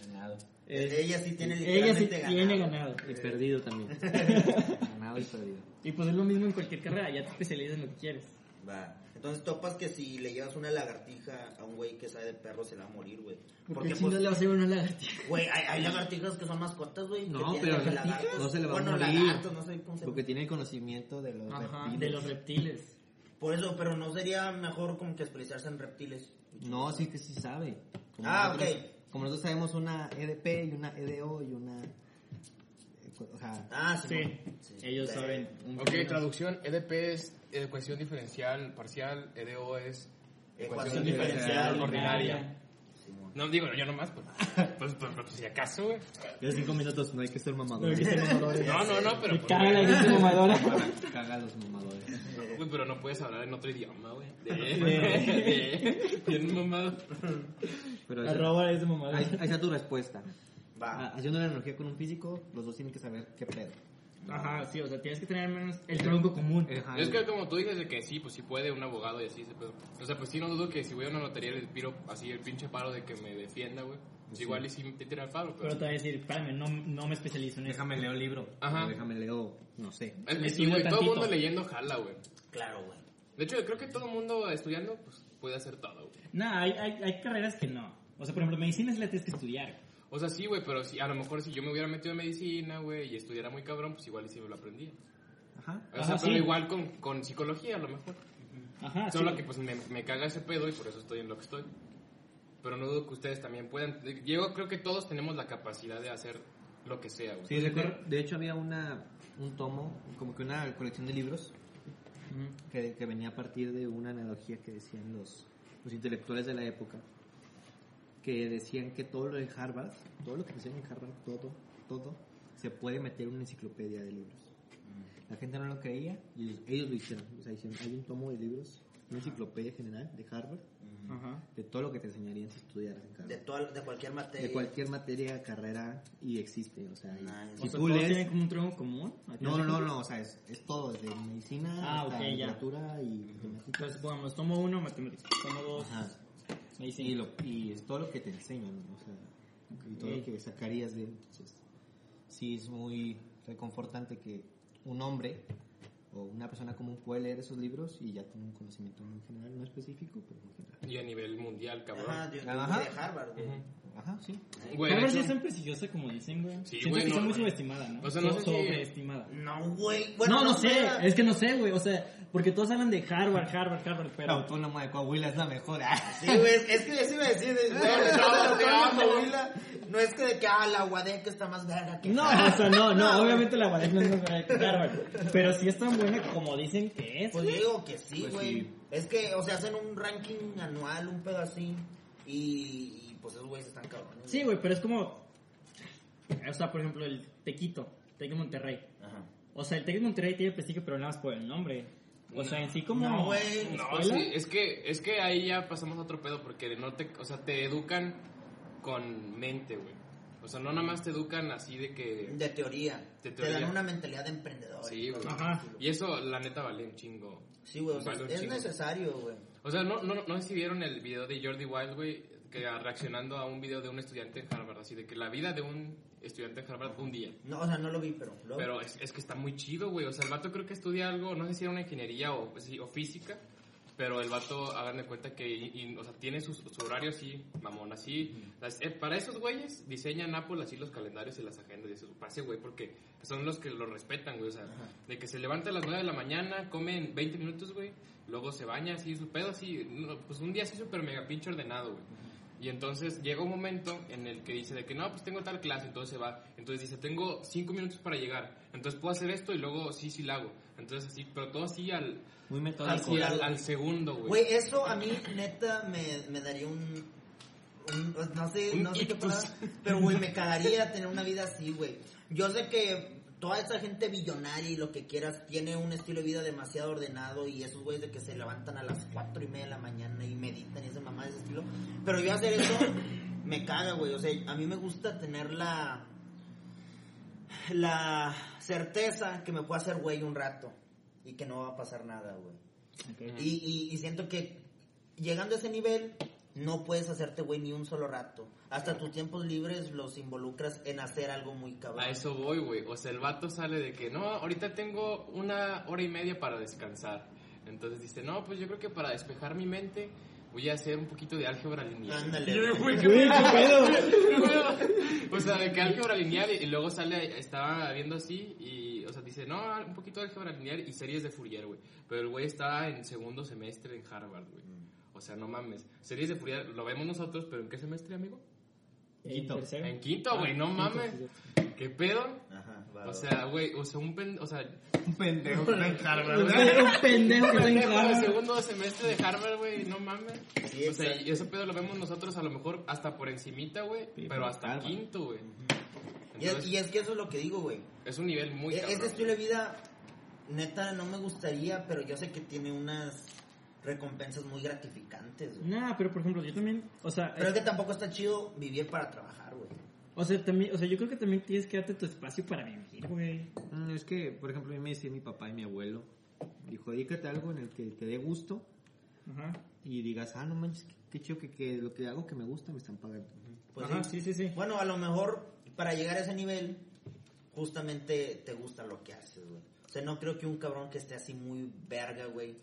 C: Ganado.
A: pedo.
B: Eh,
A: Ella sí tiene
B: ella sí
A: literalmente
B: tiene ganado.
C: Y perdido también. Ganado y perdido.
B: Y pues es lo mismo en cualquier carrera, ya te especializas en lo que quieres.
A: Va. Entonces topas que si le llevas una lagartija a un güey que sabe de perro se le va a morir, güey.
B: Porque si
A: pues,
B: no le va a hacer una lagartija.
A: Güey, hay, hay lagartijas que son mascotas, güey. que
C: No,
A: tienen
C: pero
A: los
C: lagartijas
A: lagartos.
C: no se le va a
A: bueno,
C: morir.
A: lagartos, no sé cómo se
C: Porque tiene el conocimiento de los
B: Ajá,
C: reptiles.
B: de los reptiles.
A: Por eso, pero no sería mejor como que especializarse en reptiles.
C: No, sí que sí sabe.
A: Ah,
C: nosotros,
A: ok.
C: Como nosotros sabemos una EDP y una EDO y una... eh, O sea,
A: Ah, sí.
B: Sí, ellos
A: Pero-
B: saben. un
D: Ok,
B: poquito.
D: traducción. EDP es ecuación diferencial parcial. EDO es
A: Ecuación
D: ecuación diferencial
A: diferencial
D: ordinaria. No, digo, yo nomás, pues, pues, pues, pues, si acaso, güey.
C: de cinco minutos, no hay que ser mamador.
B: No, que (laughs)
C: (laughs)
B: se mamadores.
D: No, no, no, pero...
B: Me
D: pues,
B: caga la
D: güey,
B: gente mamadora. (laughs)
C: Caga a los mamadores.
D: güey, pero no puedes hablar en otro idioma, güey.
B: Sí.
D: De, de, bien mamado.
C: Pero esa-
B: Arroba es mamadora. (laughs)
C: ahí, ahí está tu respuesta. Ah,
A: Va.
C: Haciendo una analogía con un físico, los dos tienen que saber qué pedo.
B: Ajá, sí, o sea, tienes que tener al menos el tronco común.
C: Eh, Ajá,
D: Es que
C: güey.
D: como tú dices de que sí, pues sí puede un abogado y así ese pedo. O sea, pues sí no dudo que si voy a una lotería le tiro así el pinche paro de que me defienda, güey. Pues igual y sí me tira el paro,
B: Pero
D: pero...
B: te voy a decir, espérame, no, no me especializo en eso.
C: Déjame leo libro.
D: Ajá.
C: O Déjame leo, no sé.
D: Es
B: Me
D: que sí,
B: sube
D: güey, todo el
B: tantito.
D: mundo leyendo jala, güey.
A: Claro, güey.
D: De hecho, yo creo que todo el mundo estudiando, pues, puede hacer todo, güey.
B: No, hay, hay, hay carreras que no. O sea, por ejemplo, medicina sí la tienes que estudiar.
D: O sea, sí, güey, pero si, a lo mejor si yo me hubiera metido en medicina, güey, y estudiara muy cabrón, pues igual y sí me lo aprendía.
C: Ajá.
D: O
B: Ajá,
D: sea, pero
B: sí.
D: igual con, con psicología, a lo mejor.
B: Ajá, Ah,
D: Solo
B: sí.
D: que pues me, me caga ese pedo y por eso estoy en lo que estoy. Pero no dudo que ustedes también puedan. Yo creo que todos tenemos la capacidad de hacer lo que sea, güey.
C: Sí, de, de hecho había una, un tomo, como que una colección de libros que, que venía a partir de una analogía que decían los, los intelectuales de la época, que decían que todo lo de Harvard, todo lo que decían en Harvard, todo, todo, se puede meter en una enciclopedia de libros. La gente no lo creía y ellos, ellos lo hicieron. O sea, hicieron, hay un tomo de libros, una enciclopedia general de Harvard,
B: Ajá.
C: de todo lo que te enseñarían si estudiaras en
A: De,
C: Harvard.
A: toda- de cualquier materia.
C: De cualquier materia, carrera, y existe. O sea, y-
A: Nice.
C: si
B: O sea,
C: tú
B: ¿todos
C: lees...
B: tienen como un tronco común?
C: No, no, no, no, o sea, es, es todo, desde medicina
B: Ah,
C: hasta
B: ok, ya.
C: literatura y matemáticas.
B: Entonces, pongamos, tomo uno, matemáticas. Tomo dos,
C: Ajá.
B: medicina.
C: Y, lo- y es todo lo que te enseñan, o sea, y todo lo que sacarías de. Entonces, sí, es muy reconfortante que un hombre o una persona común puede leer esos libros y ya tiene un conocimiento muy general, no específico, pero muy general.
D: Y a nivel mundial, cabrón.
A: Ajá, de, de-
C: Ajá.
A: de Harvard, güey.
C: Ajá, sí.
D: Güey,
B: Harvard
D: de
B: sí
D: hecho-
B: es tan prestigiosa como dicen, güey.
D: Sí,
B: Siento
D: güey,
B: que
D: no,
B: está muy
D: güey.
B: subestimada, ¿no?
D: O sea, no
B: So-
D: sé si-
B: Sobreestimada.
A: No, güey.
B: no, no sé,
A: espera.
B: es que no sé, güey. O sea, porque todos hablan de Harvard, Harvard, Harvard,
C: La
B: pero...
C: autónoma de Coahuila es la mejor. ah.
A: Sí, güey, es- es que les iba a decir,
B: (laughs)
A: es- güey, les hablo de
D: no,
A: Autónoma de Coahuila. no es que de que, ah, la Guadeca está más verga que
B: No, o sea, no, no, obviamente la Guadalajara no es más barata que Harvard. Pero sí es tan buena como dicen que es.
A: Pues yo
B: güey.
A: digo que sí,
C: Pues
A: güey.
C: sí.
A: Es que, o sea, hacen un ranking anual, un pedo así. Y, y, pues esos güeyes están cabrones.
B: Sí, güey, pero es como... O sea, por ejemplo, el Tequito, Tec de Monterrey.
A: Ajá.
B: O sea, el Tec de Monterrey tiene prestigio, pero nada más por el nombre. O sea, en sí como...
A: No, güey.
D: No,
B: ¿Escuela?
D: sí, es que, es que ahí ya pasamos a otro pedo porque no te, o sea, te educan con mente, güey. O sea, no nada más te educan así de que...
A: De teoría.
D: De
A: Te
D: teoría.
A: dan una mentalidad de emprendedor.
D: Sí, güey.
B: Ajá.
D: Y eso, la neta, vale un chingo.
A: Sí, güey, o sea,
D: Vale un
A: es
D: chingo.
A: necesario, güey.
D: O sea, no, no, no sé si vieron el video de Jordi Wild, güey, que ah, reaccionando a un video de un estudiante en Harvard, así de que la vida de un estudiante en Harvard un día.
A: No, o sea, no lo vi, pero... lo-
D: Pero es, es que está muy chido, güey. O sea, el vato creo que estudia algo, no sé si era una ingeniería o, sí, o física, pero el vato, hagan de cuenta que, y- y, o sea, tiene su, su horario así, mamón, así. Las- eh, para esos güeyes diseñan Apple así los calendarios y las agendas y eso, pase, güey, porque son los que lo respetan, güey. O sea, de que se levanta a las 9 de la mañana, comen 20 minutos, güey, luego se baña así, su pedo así, no, pues un día así súper mega pinche ordenado, güey. Y entonces llega un momento en el que dice de que no, pues tengo tal clase, entonces se va. Entonces dice, tengo cinco minutos para llegar. Entonces puedo hacer esto y luego sí, sí lo hago. Entonces así, pero todo así al,
C: Muy metódico.
D: así al, al segundo,
A: Güey,
D: güey.
A: eso a mí, neta, me, me daría un... un- pues, no sé,
D: Un
A: no sé qué
D: ictus.
A: palabra, pero güey, me cagaría tener una vida así, güey. Yo sé que toda esa gente billonaria y lo que quieras tiene un estilo de vida demasiado ordenado y esos güeyes de que se levantan a las cuatro y media de la mañana y meditan y esa mamá de ese estilo. Pero yo hacer
D: (laughs)
A: eso me caga, güey. O sea, a mí me gusta tener la... la certeza que me puedo hacer güey un rato. y que no va a pasar nada, güey. Y, y, y siento que llegando a ese nivel, no puedes hacerte güey ni un solo rato. Hasta tus tiempos libres los involucras en hacer algo muy cabrón.
D: A eso voy, güey. O sea, el vato sale de que, no, ahorita tengo una hora y media para descansar. Entonces dice, no, pues yo creo que para despejar mi mente voy a hacer un poquito de álgebra lineal.
A: Ándale,
D: Y yo,
A: güey.
D: güey, ¿qué
B: Güey, qué pedo.
D: pedo? o sea, de que álgebra lineal y luego sale, estaba viendo así y, o sea, dice, no, un poquito de álgebra lineal y series de Fourier, güey. Pero el güey está en segundo semestre en Harvard, güey.
A: Mm.
D: O sea, no mames. Series de Fourier lo vemos nosotros, pero ¿en qué semestre, amigo?
B: En tercero.
D: En quinto,
A: Ah,
D: güey, no
B: Quinto,
D: mames.
B: sí,
D: ¿Qué pedo?
A: Ajá, va,
D: O
A: va.
D: sea, güey, o sea, un pen, o sea,
C: Un pendejo que está en Harvard,
B: Usted
C: ¿verdad?
B: era (laughs) un pendejo que
D: el
B: venga a hablar.
D: segundo semestre de Harvard, güey, no mames.
A: Sí,
D: o sea,
A: exacto.
D: y ese pedo lo vemos nosotros a lo mejor hasta por encimita, güey,
B: Sí,
D: pero
B: pero
D: hasta
B: Harvard.
D: quinto, güey.
A: Y es,
D: Entonces,
A: y es que eso es lo que digo, güey.
D: es un nivel muy
A: E-
D: cabrón.
A: Ese estilo de vida, neta, no me gustaría, pero yo sé que tiene unas recompensas muy gratificantes, güey.
B: Nah, pero por ejemplo, yo también, o sea,
A: Pero es que tampoco está chido vivir para trabajar, güey.
B: o sea, también, o sea, yo creo que también tienes que darte tu espacio para vivir, güey.
C: Mm, Es que, por ejemplo, a mí me decía mi papá y mi abuelo, dijo, dedícate a algo en el que te dé gusto
B: Ajá.
C: y digas, ah, no manches, qué, qué chido que, que lo que hago que me gusta me están pagando.
A: Pues
B: Ajá,
A: sí.
B: sí, sí, sí.
A: Bueno, a lo mejor para llegar a ese nivel, justamente te gusta lo que haces, güey. O sea, no creo que un cabrón que esté así muy verga, güey,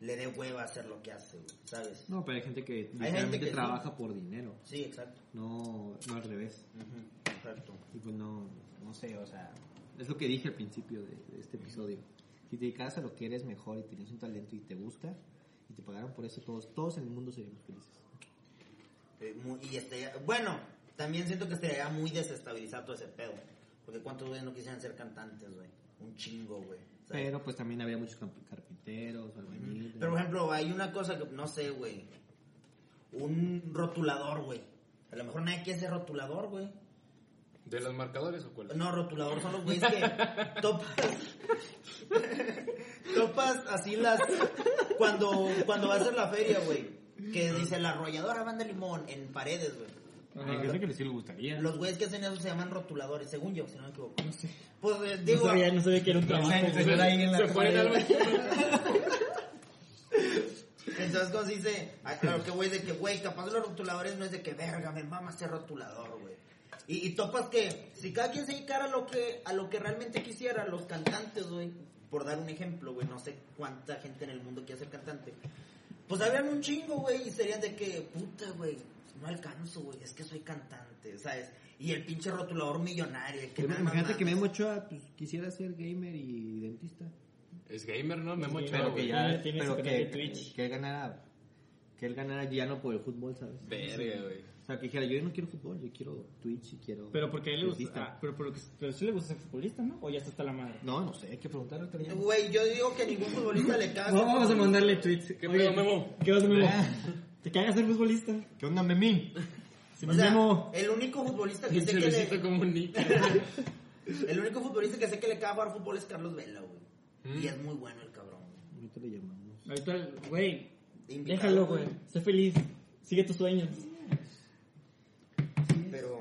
A: le dé hueva a hacer lo que hace, güey, ¿sabes?
C: No, pero hay gente que
A: gente
C: literalmente
A: que sí.
C: trabaja por dinero,
A: Sí, exacto.
C: no, no al revés.
A: Ujú, Exacto.
C: Y pues no, no sé, o sea, es lo que dije al principio de, de este episodio. Si te dedicas a lo que eres mejor y tenías un talento y te gusta y te pagaran por eso, todos, todos en el mundo seríamos felices.
A: Eh, muy- y este, bueno, también siento que estaría muy desestabilizado todo ese pedo. Porque cuántos güeyes no quisieran ser cantantes, güey. Un chingo, güey. ¿sabes?
C: Pero pues también había muchos camp- carpinteros, albañiles.
A: Pero, por ejemplo, hay una cosa que, no sé, güey. Un rotulador, güey. A lo mejor nadie quiere ser rotulador, güey.
D: ¿De los marcadores o cuál?
A: No, rotulador son los güeyes que topas. (laughs) topas así las. Cuando, cuando vas a hacer la feria, güey. Que dice la arrolladora banda limón en paredes, güey.
C: Hay gente que sí le gustaría.
A: Los güeyes que hacen eso se llaman rotuladores, según yo, si no me equivoco. Pues eh, digo.
B: no, sabía, no sabía que era un trabajo. güey.
C: señor ahí en la
D: Se ponen
C: pared.
D: algo-
A: Entonces, como se dice, a, a lo que güey, de que, güey, capaz los rotuladores no es de que, verga, me mama ser rotulador, güey. Y, y topas que, si cada quien se dedicara a lo que, a lo que realmente quisiera, los cantantes, güey, por dar un ejemplo, güey, no sé cuánta gente en el mundo quiere ser cantante, pues habrían un chingo, güey, y serían de que, puta, güey, no alcanzo, güey, es que soy cantante, ¿sabes? Y el pinche rotulador millonario, de que
C: Pero
A: nada más
C: Imagínate que
A: mames.
C: Memo Ochoa pues, quisiera ser gamer y dentista.
D: Es gamer, ¿no? Memo
B: Sí,
D: Chero,
B: claro que
D: güey.
B: ya. tiene
C: pero
B: su
C: que,
B: canal de Twitch.
C: que él ganara que él ganara ya no por el fútbol, ¿sabes?
D: Verga, güey.
C: O sea, que dijera, yo no quiero fútbol, yo quiero Twitch y quiero...
B: Pero porque a él le gusta.
C: dentista.
B: ah, pero, pero, pero sí le gusta ser futbolista, ¿no? O ya está hasta la madre.
C: No, no sé, hay que preguntarle otra vez.
A: Güey, yo digo que ningún futbolista le caga.
B: No, vamos a mandarle tweets.
D: ¿Qué pedo, Memo?
B: ¿Qué vas, Memo? ¿Te cagas ser futbolista?
C: ¿Qué onda, Memín?
B: Si
A: O
B: me
A: sea,
B: Memo.
A: el único futbolista que sé
D: Pinche
A: que le...
D: Luisito comunica.
A: El único futbolista que sé que le caga jugar fútbol es Carlos Vela, güey.
D: Mm.
A: Y es muy bueno el cabrón. güey.
C: Ahorita le llamamos.
B: Ahorita, güey.
A: Invitado,
B: Déjalo, güey. Sé feliz. Sigue tus sueños.
A: Pero,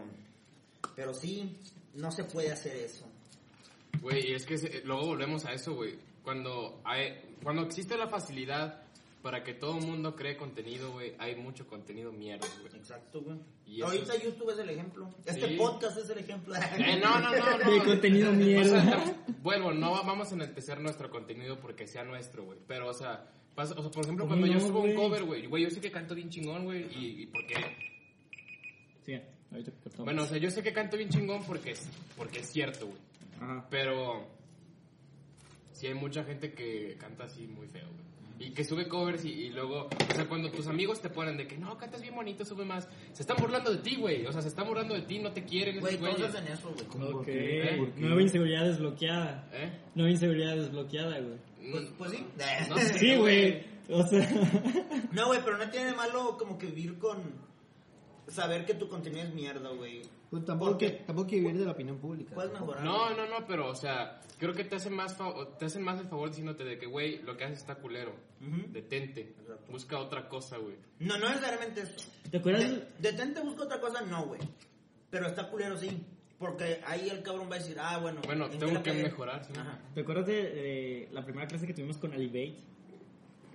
A: pero sí, no se puede hacer eso.
D: Güey, y es que se- luego volvemos a eso, güey. Cuando, hay- cuando existe la facilidad para que todo el mundo cree contenido, güey, hay mucho contenido mierda, güey.
A: Exacto, güey.
D: Y
A: Ahorita
D: eso-
A: YouTube es el ejemplo. Este
D: Sí.
A: podcast es el ejemplo.
D: Eh, no, no,
A: (laughs)
D: no, no.
B: De contenido
D: O sea,
B: mierda.
D: tam- vuelvo, no vamos a enaltecer nuestro contenido porque sea nuestro, güey. Pero, o sea, pasa- o sea, por ejemplo,
B: ¿Cómo
D: cuando yo
B: no,
D: subo
B: güey?
D: un cover, güey, güey, yo sé que canto bien chingón, güey, y, y porque...
B: Sí, ahorita cortamos.
D: Bueno, o sea, yo sé que canto bien chingón porque es, porque es cierto, güey.
B: Ajá.
D: Pero sí hay mucha gente que canta así muy feo, güey. Y que sube covers y, y luego, o sea, cuando tus amigos te ponen de que no, cantas bien bonito, sube más. Se están burlando de ti, güey. O sea, se están burlando de ti, no te quieren.
A: Güey,
D: esos
A: todos
D: güeyes.
A: hacen eso, güey.
B: Ok.
D: qué? ¿Por qué?
B: Nueva inseguridad desbloqueada.
D: ¿Eh? Mm,
B: Nueva inseguridad desbloqueada, güey.
A: Pues, pues sí.
D: No sé,
B: Sí, güey. O sea.
A: (laughs)
B: (laughs)
A: No, güey, pero no tiene de malo como que vivir con... Saber que tu contenido es mierda, güey.
C: Pues tampoco,
A: ¿Por qué?
C: que, tampoco que vivir de la opinión pública.
A: Puedes mejorar.
D: No,
A: güey.
D: no, no, pero, o sea, creo que te hacen más, fa- o te hacen más el favor diciéndote de que, güey, lo que haces está culero.
A: Ujú.
D: Detente.
A: Exacto.
D: Busca otra cosa, güey.
A: No, no necesariamente eso.
B: ¿Te acuerdas?
A: De- detente, busca otra cosa, no, güey. Pero está culero, sí. Porque ahí el cabrón va a decir, ah, bueno.
D: Bueno,
A: ¿en qué
D: tengo
A: la
D: que
A: cagué?
D: mejorar, ¿sí?
A: Ajá.
B: ¿Te acuerdas de, de la primera clase que tuvimos con Alibate?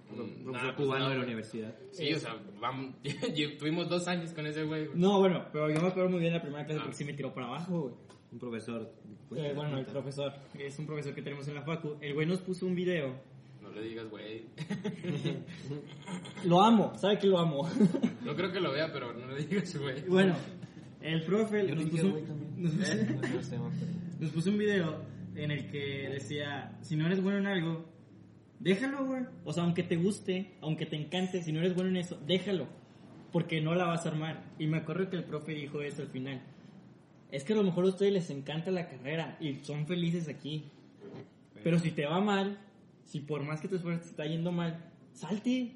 D: Mm,
B: Un
D: nah,
B: profesor
D: pues
B: cubano
D: no,
B: de la
D: güey.
B: universidad.
D: Sí, o sea, vamos, (laughs) lle- tuvimos dos años con ese güey. güey.
B: No, bueno, pero yo me acuerdo muy bien de la primera clase
D: Ah.
B: porque sí me tiró para abajo, güey.
C: Un profesor.
B: Eh, bueno, el profesor, es un profesor que tenemos en la facu. El güey nos puso un video.
D: No le digas, güey.
B: Lo amo, sabe que lo amo.
D: No creo que lo vea, pero no le digas, güey.
B: (laughs) bueno, el profe
C: Yo
B: nos
C: dije,
B: puso,
C: güey, también. ¿Eh? No sé, va, pero-
B: nos puso un video en el que decía, si no eres bueno en algo, déjalo, güey. O sea, aunque te guste, aunque te encante, si no eres bueno en eso, déjalo. Porque no la vas a armar. Y me acuerdo que el profe dijo eso al final. Es que a lo mejor a ustedes les encanta la carrera y son felices aquí. Pero si te va mal, si por más que te esfuerces te está yendo mal, salte.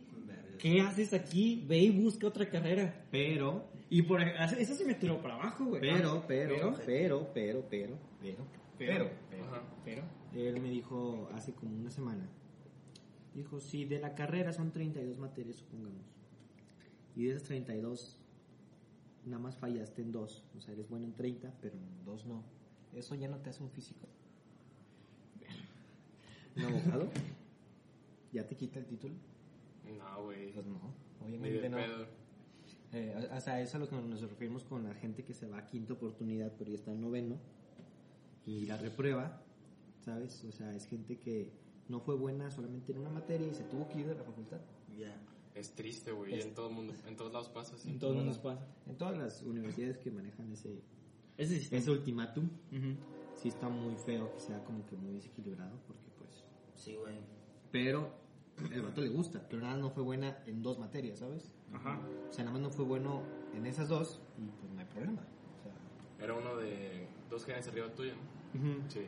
B: ¿Qué haces aquí? Ve y busca otra carrera.
C: Pero,
B: Y por eso se me tiró para abajo, güey. Ah,
C: pero, pero,
B: Pero.
C: pero, pero, pero, pero, pero,
D: Ajá.
B: Pero.
C: Él me dijo hace como una semana. Dijo, si de la carrera son 32 materias, supongamos. Y de esas 32, nada más fallaste en dos. O sea, eres bueno en 30, pero en dos no. Eso ya no te hace un físico. ¿Un abogado? ¿Ya te quita el título?
D: No, güey.
C: Pues no,
D: Ni de
C: obviamente no.
D: pedo.
C: Eh, o- o sea, eso es a lo que nos referimos con la gente que se va a quinta oportunidad, pero ya está en noveno y la reprueba, ¿sabes? O sea, es gente que no fue buena solamente en una materia y se tuvo que ir de la facultad.
A: Ya.
D: Es triste, güey.
C: Es-
D: En todo mundo, en todos lados pasa así.
B: En todos lados pasa.
C: En todas las universidades que manejan ese,
B: Ese sí.
C: ese ultimátum,
B: Ujú.
C: sí está muy feo que sea como que muy desequilibrado, porque pues.
A: Sí, güey.
C: Pero el vato le gusta, pero nada, no fue buena en dos materias, ¿sabes?
B: Ajá.
C: O sea, nada más no fue bueno en esas dos y pues no hay problema. O sea,
D: Era uno de dos genes arriba tuyo, ¿no? Sí.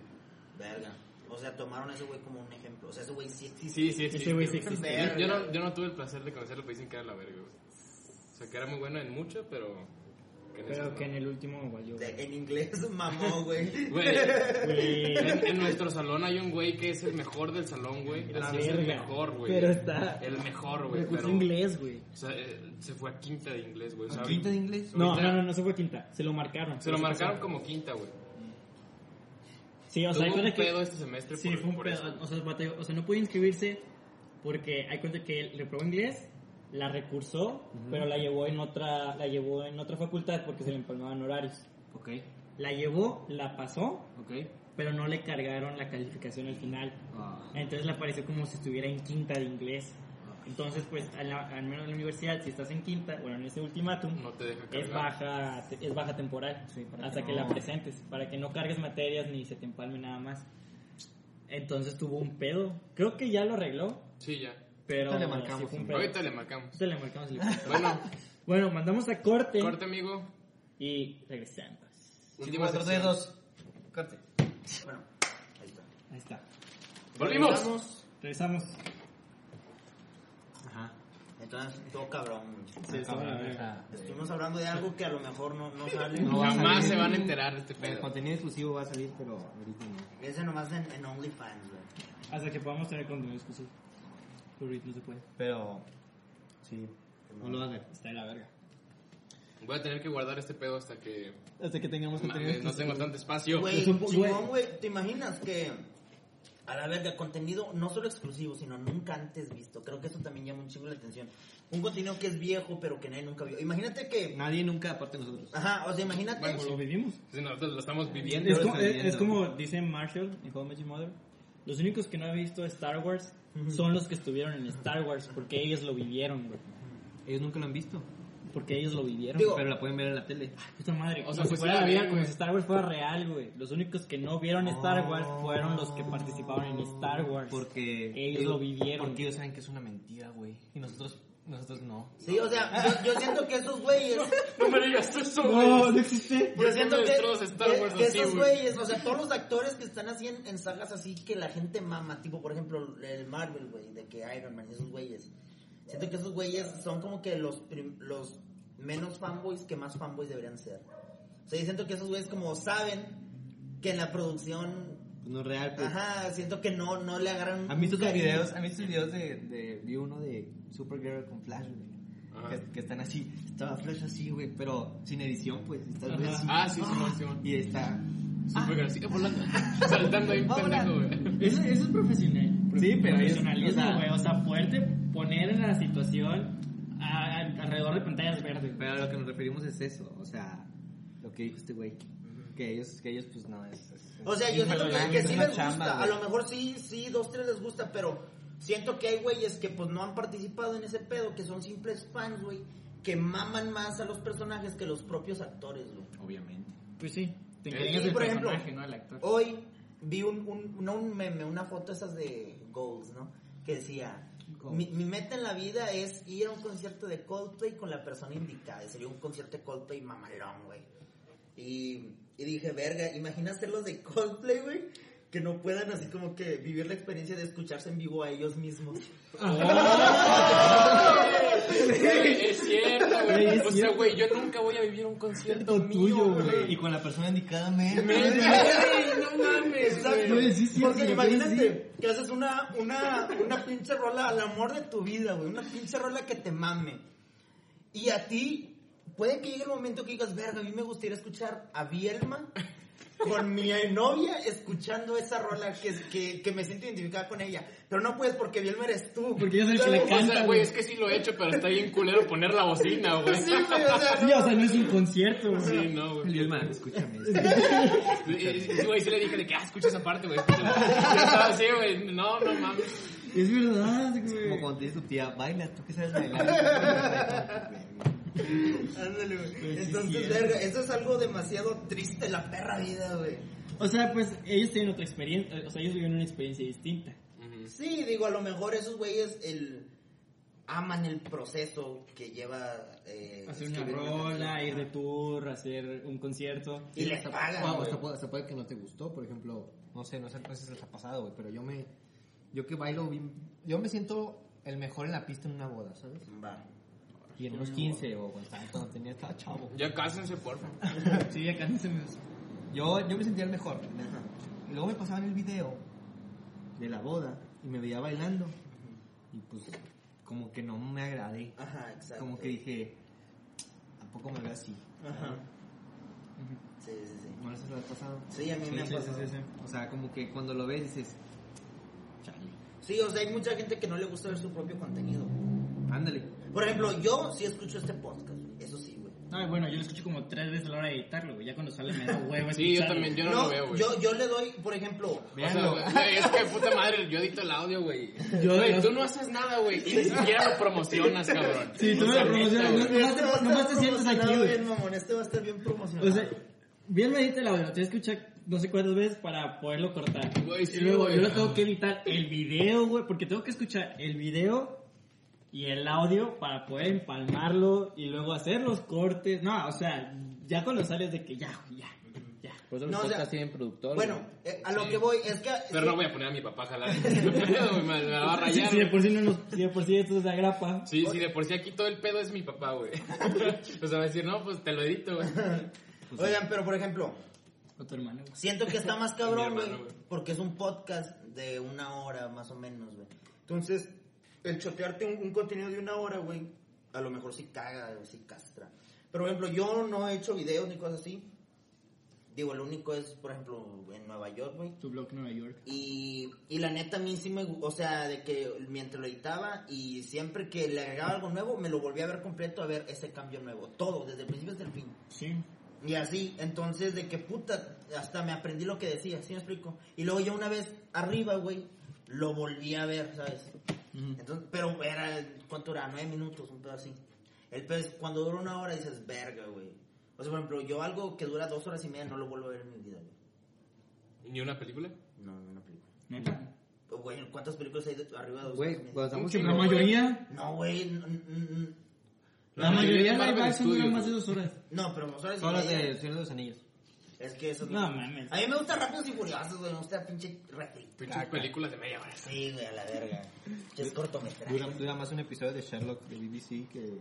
A: Verga. O sea, tomaron a ese güey como un ejemplo. O sea, ese güey sí existe.
D: Sí, sí, existe,
B: Ese güey sí
D: güey.
B: existe.
A: Verga.
D: Yo no, yo no tuve el placer de conocerlo, pero dicen que era la verga, güey. O sea, que era muy bueno en mucho, pero... que en eso
B: Pero
D: no.
B: que en el último valió.
A: De- en inglés (laughs) mamó,
D: (laughs)
A: güey.
B: (laughs)
D: Güey,
B: Güey,
D: en, en nuestro salón hay un güey que es el mejor del salón, güey.
B: la
D: Así es el
B: verga.
D: mejor, güey.
B: Pero está.
D: El mejor, güey.
B: Me puso
D: Pero,
B: inglés, güey.
D: O sea, eh, se fue a quinta de inglés, güey. O sea,
C: ¿Quinta de inglés?
B: No,
D: ahorita-
B: no, no, no se fue quinta. Se lo marcaron.
D: Se lo
B: pasó.
D: marcaron como quinta, güey.
B: Sí, o sea, hay
D: Tuvo un
B: cuenta que.
D: pedo este semestre
B: Sí,
D: por,
B: fue un
D: por
B: pedo.
D: eso.
B: O sea, el vato- o sea, no pudo inscribirse porque hay cuenta que él reprobó inglés, la recursó, pero la llevó en otra la llevó en otra facultad porque se le empalmaban horarios.
C: Ok,
B: La llevó, la pasó,
C: ok.
B: pero no le cargaron la calificación al final.
C: Ah.
B: Entonces le pareció como si estuviera en quinta de inglés. Entonces, pues, al, al menos en la universidad, si estás en quinta, bueno, en ese ultimátum,
D: No te deja
B: es
D: cargar.
B: baja, es baja temporal
C: Sí, para
B: hasta
C: que
B: que,
C: no-
B: la presentes, para que no cargues materias ni se te empalme nada más. Entonces tuvo un pedo. Creo que ya lo arregló,
D: Sí, ya.
B: pero
C: Ahorita le
B: sí fue
C: marcamos,
B: un
C: hombre.
B: pedo.
D: Ahorita le marcamos.
B: Ahorita le marcamos el episodio.
D: Bueno,
B: (laughs) Bueno, mandamos a corte,
D: corte, amigo.
B: y regresamos.
D: Última
C: cuatro
D: sección.
C: dedos. Corte.
A: Bueno, ahí está.
B: Ahí está.
D: Volvimos.
C: Regresamos.
B: Regresamos.
C: Ajá.
A: Entonces, todo cabrón.
B: Sí,
C: Ah,
B: cabrón,
C: cabrón,
B: eh.
C: deja.
A: Estuvimos hablando de algo que a lo mejor no, no sale.
C: No va a
D: Jamás
C: salir.
D: se van a enterar de este
C: El
D: pedo.
C: contenido exclusivo va a salir, pero ahorita no.
A: Ese nomás en, en OnlyFans, güey.
B: Hasta que podamos tener contenido exclusivo. Por ahorita no se puede.
C: Pero. Sí. No lo hagan.
B: Está de la verga.
D: Voy a tener que guardar este pedo hasta que
B: Hasta que tengamos contenido
D: mames, no tengo tanto espacio.
A: Güey,
B: es un po-
A: Simón, güey, ¿te imaginas que a la verga contenido no solo exclusivo, sino nunca antes visto? Creo que eso también llama un chingo la atención. Un contenido que es viejo, pero que nadie nunca vio. Imagínate que.
C: Nadie nunca, aparte de nosotros.
A: Ajá, o sea, imagínate.
D: Bueno,
B: Pues Lo vivimos.
D: (laughs) Si nosotros lo
B: (laughs)
D: estamos viviendo.
B: Es, como,
C: defendiendo.
B: es como dice Marshall en How I Met Your Mother, los únicos que no han visto Star Wars son los que estuvieron en Star Wars, porque ellos lo vivieron, güey.
C: Ellos nunca lo han visto.
B: Porque ellos lo vivieron. Ah,
A: Digo-
C: Pero la pueden ver en la tele.
B: Puta madre,
D: O
B: como
D: sea,
B: si
D: pues
B: fuera
D: sí la
B: la vida,
D: ven,
B: como
D: güey.
B: si Star Wars fuera real, güey. Los únicos que no vieron Star Wars fueron los que participaron en Star Wars.
C: Oh. Porque.
B: ellos lo vivieron.
C: Porque ellos saben que es una mentira, güey. Y nosotros. Nosotros no.
A: Sí, o sea, yo, yo siento que esos güeyes.
D: No me digas eso,
B: No, no existe.
D: ¿Por
A: Yo
D: qué
A: siento
D: me
A: que,
D: destrozas Star
A: que-
D: Wars
A: que
D: así,
A: esos
D: güey?
A: güeyes, o sea, todos los actores que están así en, en sagas así que la gente mama, tipo por ejemplo el Marvel, güey, de que Iron Man y esos güeyes. Siento que esos güeyes son como que los, prim- los menos fanboys que más fanboys deberían ser. O sea, yo siento que esos güeyes como saben que en la producción,
C: No es real, pues.
A: ajá, siento que no, no le agarran...
C: ¿Han visto
A: un
C: tus
A: cariño.
C: videos? ¿Han visto videos de, de. Vi uno de Supergirl con Flash, güey?
D: Ajá.
C: que, que están así, estaba flash así, güey, pero sin edición, pues, y estás güey,
B: Ajá.
C: así.
D: Ah, sí, Simón, Simón.
C: Y está.
D: Súper gracioso, (laughs) volando. Saltando ahí un
C: Ahora.
A: (laughs)
D: pendejo, güey.
B: Eso, eso es profesional.
C: Sí, pero es-
B: profesionalismo,
C: o sea-
B: güey. O sea, poderte poner en la situación a- a- alrededor de pantallas verdes.
C: Pero a lo que nos referimos es eso, o sea, lo que dijo este güey. Que ellos, que ellos, pues no, es. es-
A: O sea, yo
C: es
A: siento
C: personal,
A: que, que
C: es
A: sí
C: una
A: les
C: chamba,
A: gusta. A
C: güey.
A: lo mejor sí, sí, dos, tres les gusta, pero siento que hay güeyes que pues no han participado en ese pedo, que son simples fans, güey, que maman más a los personajes que los propios actores, güey.
C: Obviamente.
B: Pues sí. Te
D: Sí,
B: encariñas del
A: por ejemplo,
B: personaje, ¿no? Al actor.
A: Hoy vi un, un, no un meme, una foto esas de Goals, ¿no? Que decía, mi, mi meta en la vida es ir a un concierto de Coldplay con la persona indicada. Y Sería un concierto de Coldplay mamalón, güey. Y, y dije, verga, imagina ser los de Coldplay, güey, que no puedan así como que vivir la experiencia de escucharse en vivo a ellos mismos.
D: Güey, Es cierto,
B: Güey,
D: güey.
B: es
D: O sea,
B: cierto.
D: güey, yo nunca voy a vivir un concierto
B: Concierto tuyo,
D: mío,
B: güey.
D: güey.
C: Y con la persona indicada,
A: (laughs)
C: me.
D: Güey, No mames,
A: Exacto.
D: güey.
C: sí, sí,
A: Porque
C: sí,
A: imagínate que haces una, una, una pinche rola al amor de tu vida, güey. Una pinche rola que te mame. Y a ti, puede que llegue el momento que digas, verga, a mí me gustaría escuchar a Bielma con mi novia escuchando esa rola que, que, que me siento identificada con ella. Pero no puedes porque Bielma eres tú.
B: Porque yo soy el que le
A: Claro,
D: O
B: canta.
D: sea, güey, es que sí lo he hecho, pero está bien culero poner la bocina, güey.
A: Sí, güey, o sea,
B: Sí,
A: no.
B: o sea, no es un concierto, güey.
D: Sí, no, güey.
C: Elma, escúchame.
D: Sí, sí, güey, sí le dije de que, ah, escucha esa parte, güey. escúchala. Yo estaba así, güey. No, no mames.
B: Es verdad,
C: Como
B: güey.
C: cuando te dice tu tía, baila, tú que
A: (laughs)
C: sabes bailar.
A: Ándale, güey.
B: sí,
A: Entonces,
B: sí,
A: verga, eso es algo demasiado triste, la perra vida, güey.
B: O sea, pues ellos tienen otra experiencia. O sea, ellos viven una experiencia distinta.
A: Sí, digo, a lo mejor esos güeyes el, aman el proceso que lleva... Eh,
B: Hacer una
A: escribir
B: rola,
A: canción.
B: ir de tour, hacer un concierto.
A: Y les pagan,
C: Ah, o
A: güey.
C: sea, puede, o sea, puede que no te gustó, por ejemplo, no sé, no sé pues les ha pasado, güey, pero yo me, yo que bailo bien, yo me siento el mejor en la pista en una boda, ¿sabes?
A: Va.
C: Y en unos 15 o cuando estaba- cuando tenía, estaba chavo.
D: Ya cásense, porfa.
B: Ah, Sí, acá no se me...
C: Yo, yo me sentía el mejor. neta. Y luego me pasaban el video de la boda y me veía bailando. Y pues, como que no me agradé.
A: Ajá, exacto.
C: Como que dije, ¿a poco me veo así?
A: Ajá. Sí, sí, sí.
C: ¿No les ha pasado?
A: Sí, a mí me ha pasado. Sí,
C: O sea, como que cuando lo ves dices, chale,
A: o sea, hay mucha gente que no le gusta ver su propio contenido.
C: ándale.
A: Por ejemplo, yo sí escucho este podcast, güey, eso sí, güey.
B: No, bueno, yo lo escucho como tres veces a la hora de editarlo, güey. Ya cuando sale me da huevo
D: Sí, yo
B: escucharlo.
D: también, yo no, lo veo, güey.
A: yo, yo le doy, por ejemplo...
D: O sea,
C: Véanlo.
D: güey, es que puta madre, yo edito el audio, güey.
B: Yo-
D: Güey,
B: yo-
D: tú no haces nada, güey. Y ni siquiera lo promocionas, cabrón.
B: Sí, tú
D: O
B: me
D: sea,
B: lo promocionas,
D: neta,
B: no-
D: güey.
B: nomás te-
A: Este va a
B: nomás
A: estar
B: te sientas aquí,
A: promocionado
B: güey.
A: bien, mamón, este va a estar bien promocionado.
B: O sea, bien me edita el audio, lo tienes que escuchar no sé cuántas veces para poderlo cortar.
D: Güey, sí,
B: y luego
D: güey.
B: yo lo tengo que editar el video, güey, porque tengo que escuchar el video y el audio para poder empalmarlo y luego hacer los cortes. No, o sea, ya cuando sales de que ya, güey, ya, ya.
E: Por
C: Pues
E: eso
A: No,
E: los
A: o sea,
E: podcasts tienen productor.
A: bueno, eh, a lo que voy es que...
D: Pero no voy a poner a mi papá a jalar. (laughs) No puedo, güey, me me la va a
B: Sí,
D: rayar.
B: sí, de por sí no nos, sí, de por sí esto es la grapa.
D: Sí, sí, de por sí aquí todo el pedo es mi papá, güey. (laughs) O sea, va a decir, no, pues te lo edito, güey.
A: Oigan, pero por ejemplo,
B: O tu hermano, güey.
A: Siento que
D: (laughs)
A: está más cabrón,
D: Mi
A: güey,
D: hermano, güey.
A: porque es un podcast de una hora más o menos, güey. Entonces, el chotearte un, un contenido de una hora, güey, a lo mejor sí caga, güey, sí castra. Pero, por ejemplo, yo no he hecho videos ni cosas así. Digo, lo único es, por ejemplo, en Nueva York, güey.
B: Tu blog Nueva York.
A: Y, y la neta a mí sí me... gu- O sea, de que mientras lo editaba y siempre que le agregaba algo nuevo, me lo volvía a ver completo a ver ese cambio nuevo. Todo, desde el principio hasta el fin.
B: Sí.
A: Y así, entonces de que puta, hasta me aprendí lo que decía, ¿sí me explico? Y luego yo una vez arriba, güey, lo volví a ver, ¿sabes? Entonces, pero era, ¿cuánto era? Nueve minutos, un pedo así. El pedo es cuando dura una hora dices, verga, güey. O sea, por ejemplo, yo algo que dura dos horas y media no lo vuelvo a ver en mi vida, güey.
D: ¿Ni una película?
A: No, no, no película.
B: Neta.
A: Güey, ¿cuántas películas hay de- arriba de dos
C: Güey,
A: horas y
C: cuando
A: media?
C: estamos en
B: La mayoría,
A: No, güey, n- n- n-
B: la mayoría de live
D: Marvel
B: action duran
D: Studios,
B: más de
D: güey.
B: dos horas.
A: no, pero dos horas y
C: Son las
A: media.
C: de Señor de los Anillos.
A: Es que eso
B: No, mames.
A: A mí me gusta Rápidos y Furiosos, güey, me gusta pinche refrito.
B: Ah,
D: Pinches películas de media hora.
A: Sí, güey, a la verga. Es cortometraje.
C: Dura, dura más un episodio de Sherlock de BBC que,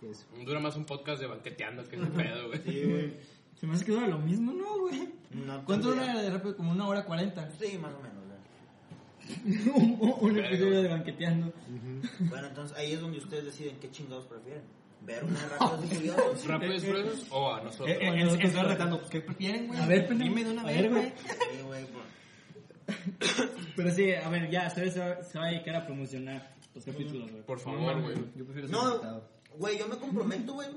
C: que eso.
D: Dura más un podcast de banqueteando que ese pedo, güey. (laughs)
B: Se me hace que dura lo mismo, ¿no, güey?
A: No pues,
B: ¿Cuánto
A: tengo idea.
B: dura de rápido? Como una hora cuarenta.
A: Sí, más o menos, güey.
B: (laughs) un, un episodio de banqueteando.
A: Bueno, entonces ahí es donde ustedes deciden qué chingados prefieren. Ver una rápidos y
D: (laughs)
A: furiosos.
D: ¿Rápidos gruesos o a nosotros?
B: eh,
C: Él se va retando. pues, ¿Qué prefieren, güey?
B: A ver, pendejo.
C: Dime de una
B: A
C: vez,
B: ver,
C: güey.
A: Sí, güey, pues.
B: Pero sí, a ver, ya, se va, se va a dedicar a promocionar los capítulos, güey.
D: Por favor, güey.
C: Yo prefiero ser
A: No,
C: retado.
A: güey, yo me comprometo, güey,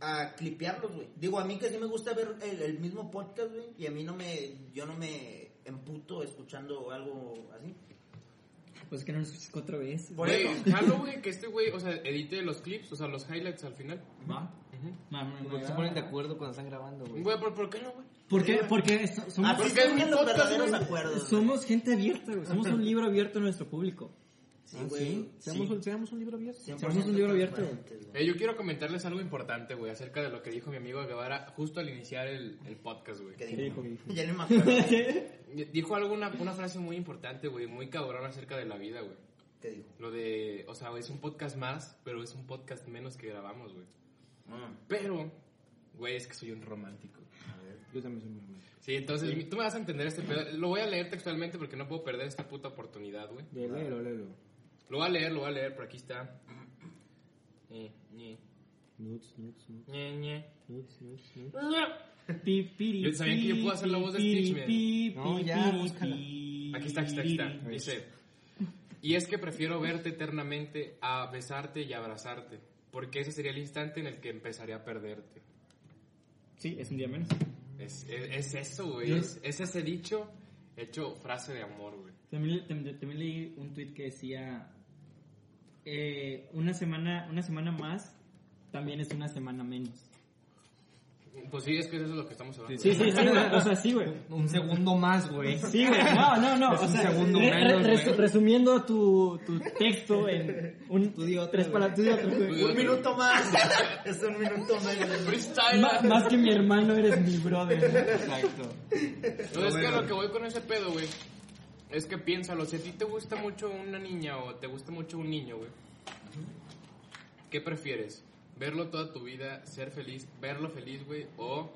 A: a clipearlos, güey. Digo, a mí que sí me gusta ver el, el mismo podcast, güey, y a mí no me, yo no me emputo escuchando algo así.
B: Pues que no nos escuches cuatro veces.
A: Por
D: Güey,
A: eso.
D: jalo, güey, que este güey, o sea, edite los clips, o sea, los highlights al final.
C: ¿Va?
B: Mamá,
C: Porque se ponen de acuerdo cuando están grabando, güey.
D: Güey, ¿por, por qué no, güey?
B: ¿Por qué? Porque so- somos,
A: Así
D: porque es mi
A: surgen los
D: podcast,
A: verdaderos
D: güey.
A: acuerdos. güey.
B: somos gente abierta, güey. Somos un libro abierto a nuestro público.
A: Sí, güey.
C: Seamos, un, seamos un libro abierto.
B: somos un libro abierto,
D: Eh, yo quiero comentarles algo importante, güey, acerca de lo que dijo mi amigo Guevara justo al iniciar el, el podcast, güey.
A: ¿Qué
B: dijo?
A: dijo? Ya no me acuerdo.
D: Dijo algo, una, una frase muy importante, güey, muy cabrón acerca de la vida, güey.
A: ¿Qué dijo?
D: Lo de, o sea, güey, es un podcast más, pero es un podcast menos que grabamos, güey.
A: Ah,
D: Pero, güey, es que soy un romántico.
A: a ver.
C: Yo también soy muy bueno.
D: Sí, entonces, mi- tú me vas a entender este pedo. Lo voy a leer textualmente porque no puedo perder esta puta oportunidad, güey.
C: Léelo, léelo.
D: Lo voy a leer, lo voy a leer, por aquí está. Ñe, ñe,
C: Nuts, nuts, nuts,
D: ñe, ñe.
C: nuts, nuts, nuts.
D: Yo sabía que yo puedo hacer la voz de Stitch, man.
C: No, ya, búscala.
D: Aquí está, aquí está, aquí está. Dice, y es que prefiero verte eternamente a besarte y abrazarte, porque ese sería el instante en el que empezaré a perderte.
B: Sí, es un día menos.
D: Es, es, es eso, güey.
B: Yo-
D: Es, es ese dicho hecho frase de amor, güey.
B: También, también- también leí un tweet que decía eh, una semana una semana más también es una semana menos.
D: Pues sí, es que eso es lo que estamos hablando.
B: Sí, sí, sí, güey. O sea, sí, güey.
C: Un segundo más, güey.
B: Sí, güey. No, no, no.
C: Es
B: o
C: un
B: sea,
C: segundo
B: re- re-
C: menos,
B: resu-
C: güey.
B: resumiendo tu, tu texto en un, tú
C: otro,
B: tres
C: güey.
B: palabras, tú di otro, güey.
D: Tú di
A: Un minuto más. (laughs) es un minuto más.
D: Freestyle.
B: Ma- más que mi hermano eres mi brother.
C: Exacto.
D: No, es que lo que voy con ese pedo, güey, es que piénsalo, si a ti te gusta mucho una niña o te gusta mucho un niño, güey, ¿qué prefieres? ¿Verlo toda tu vida, ser feliz, verlo feliz, güey, o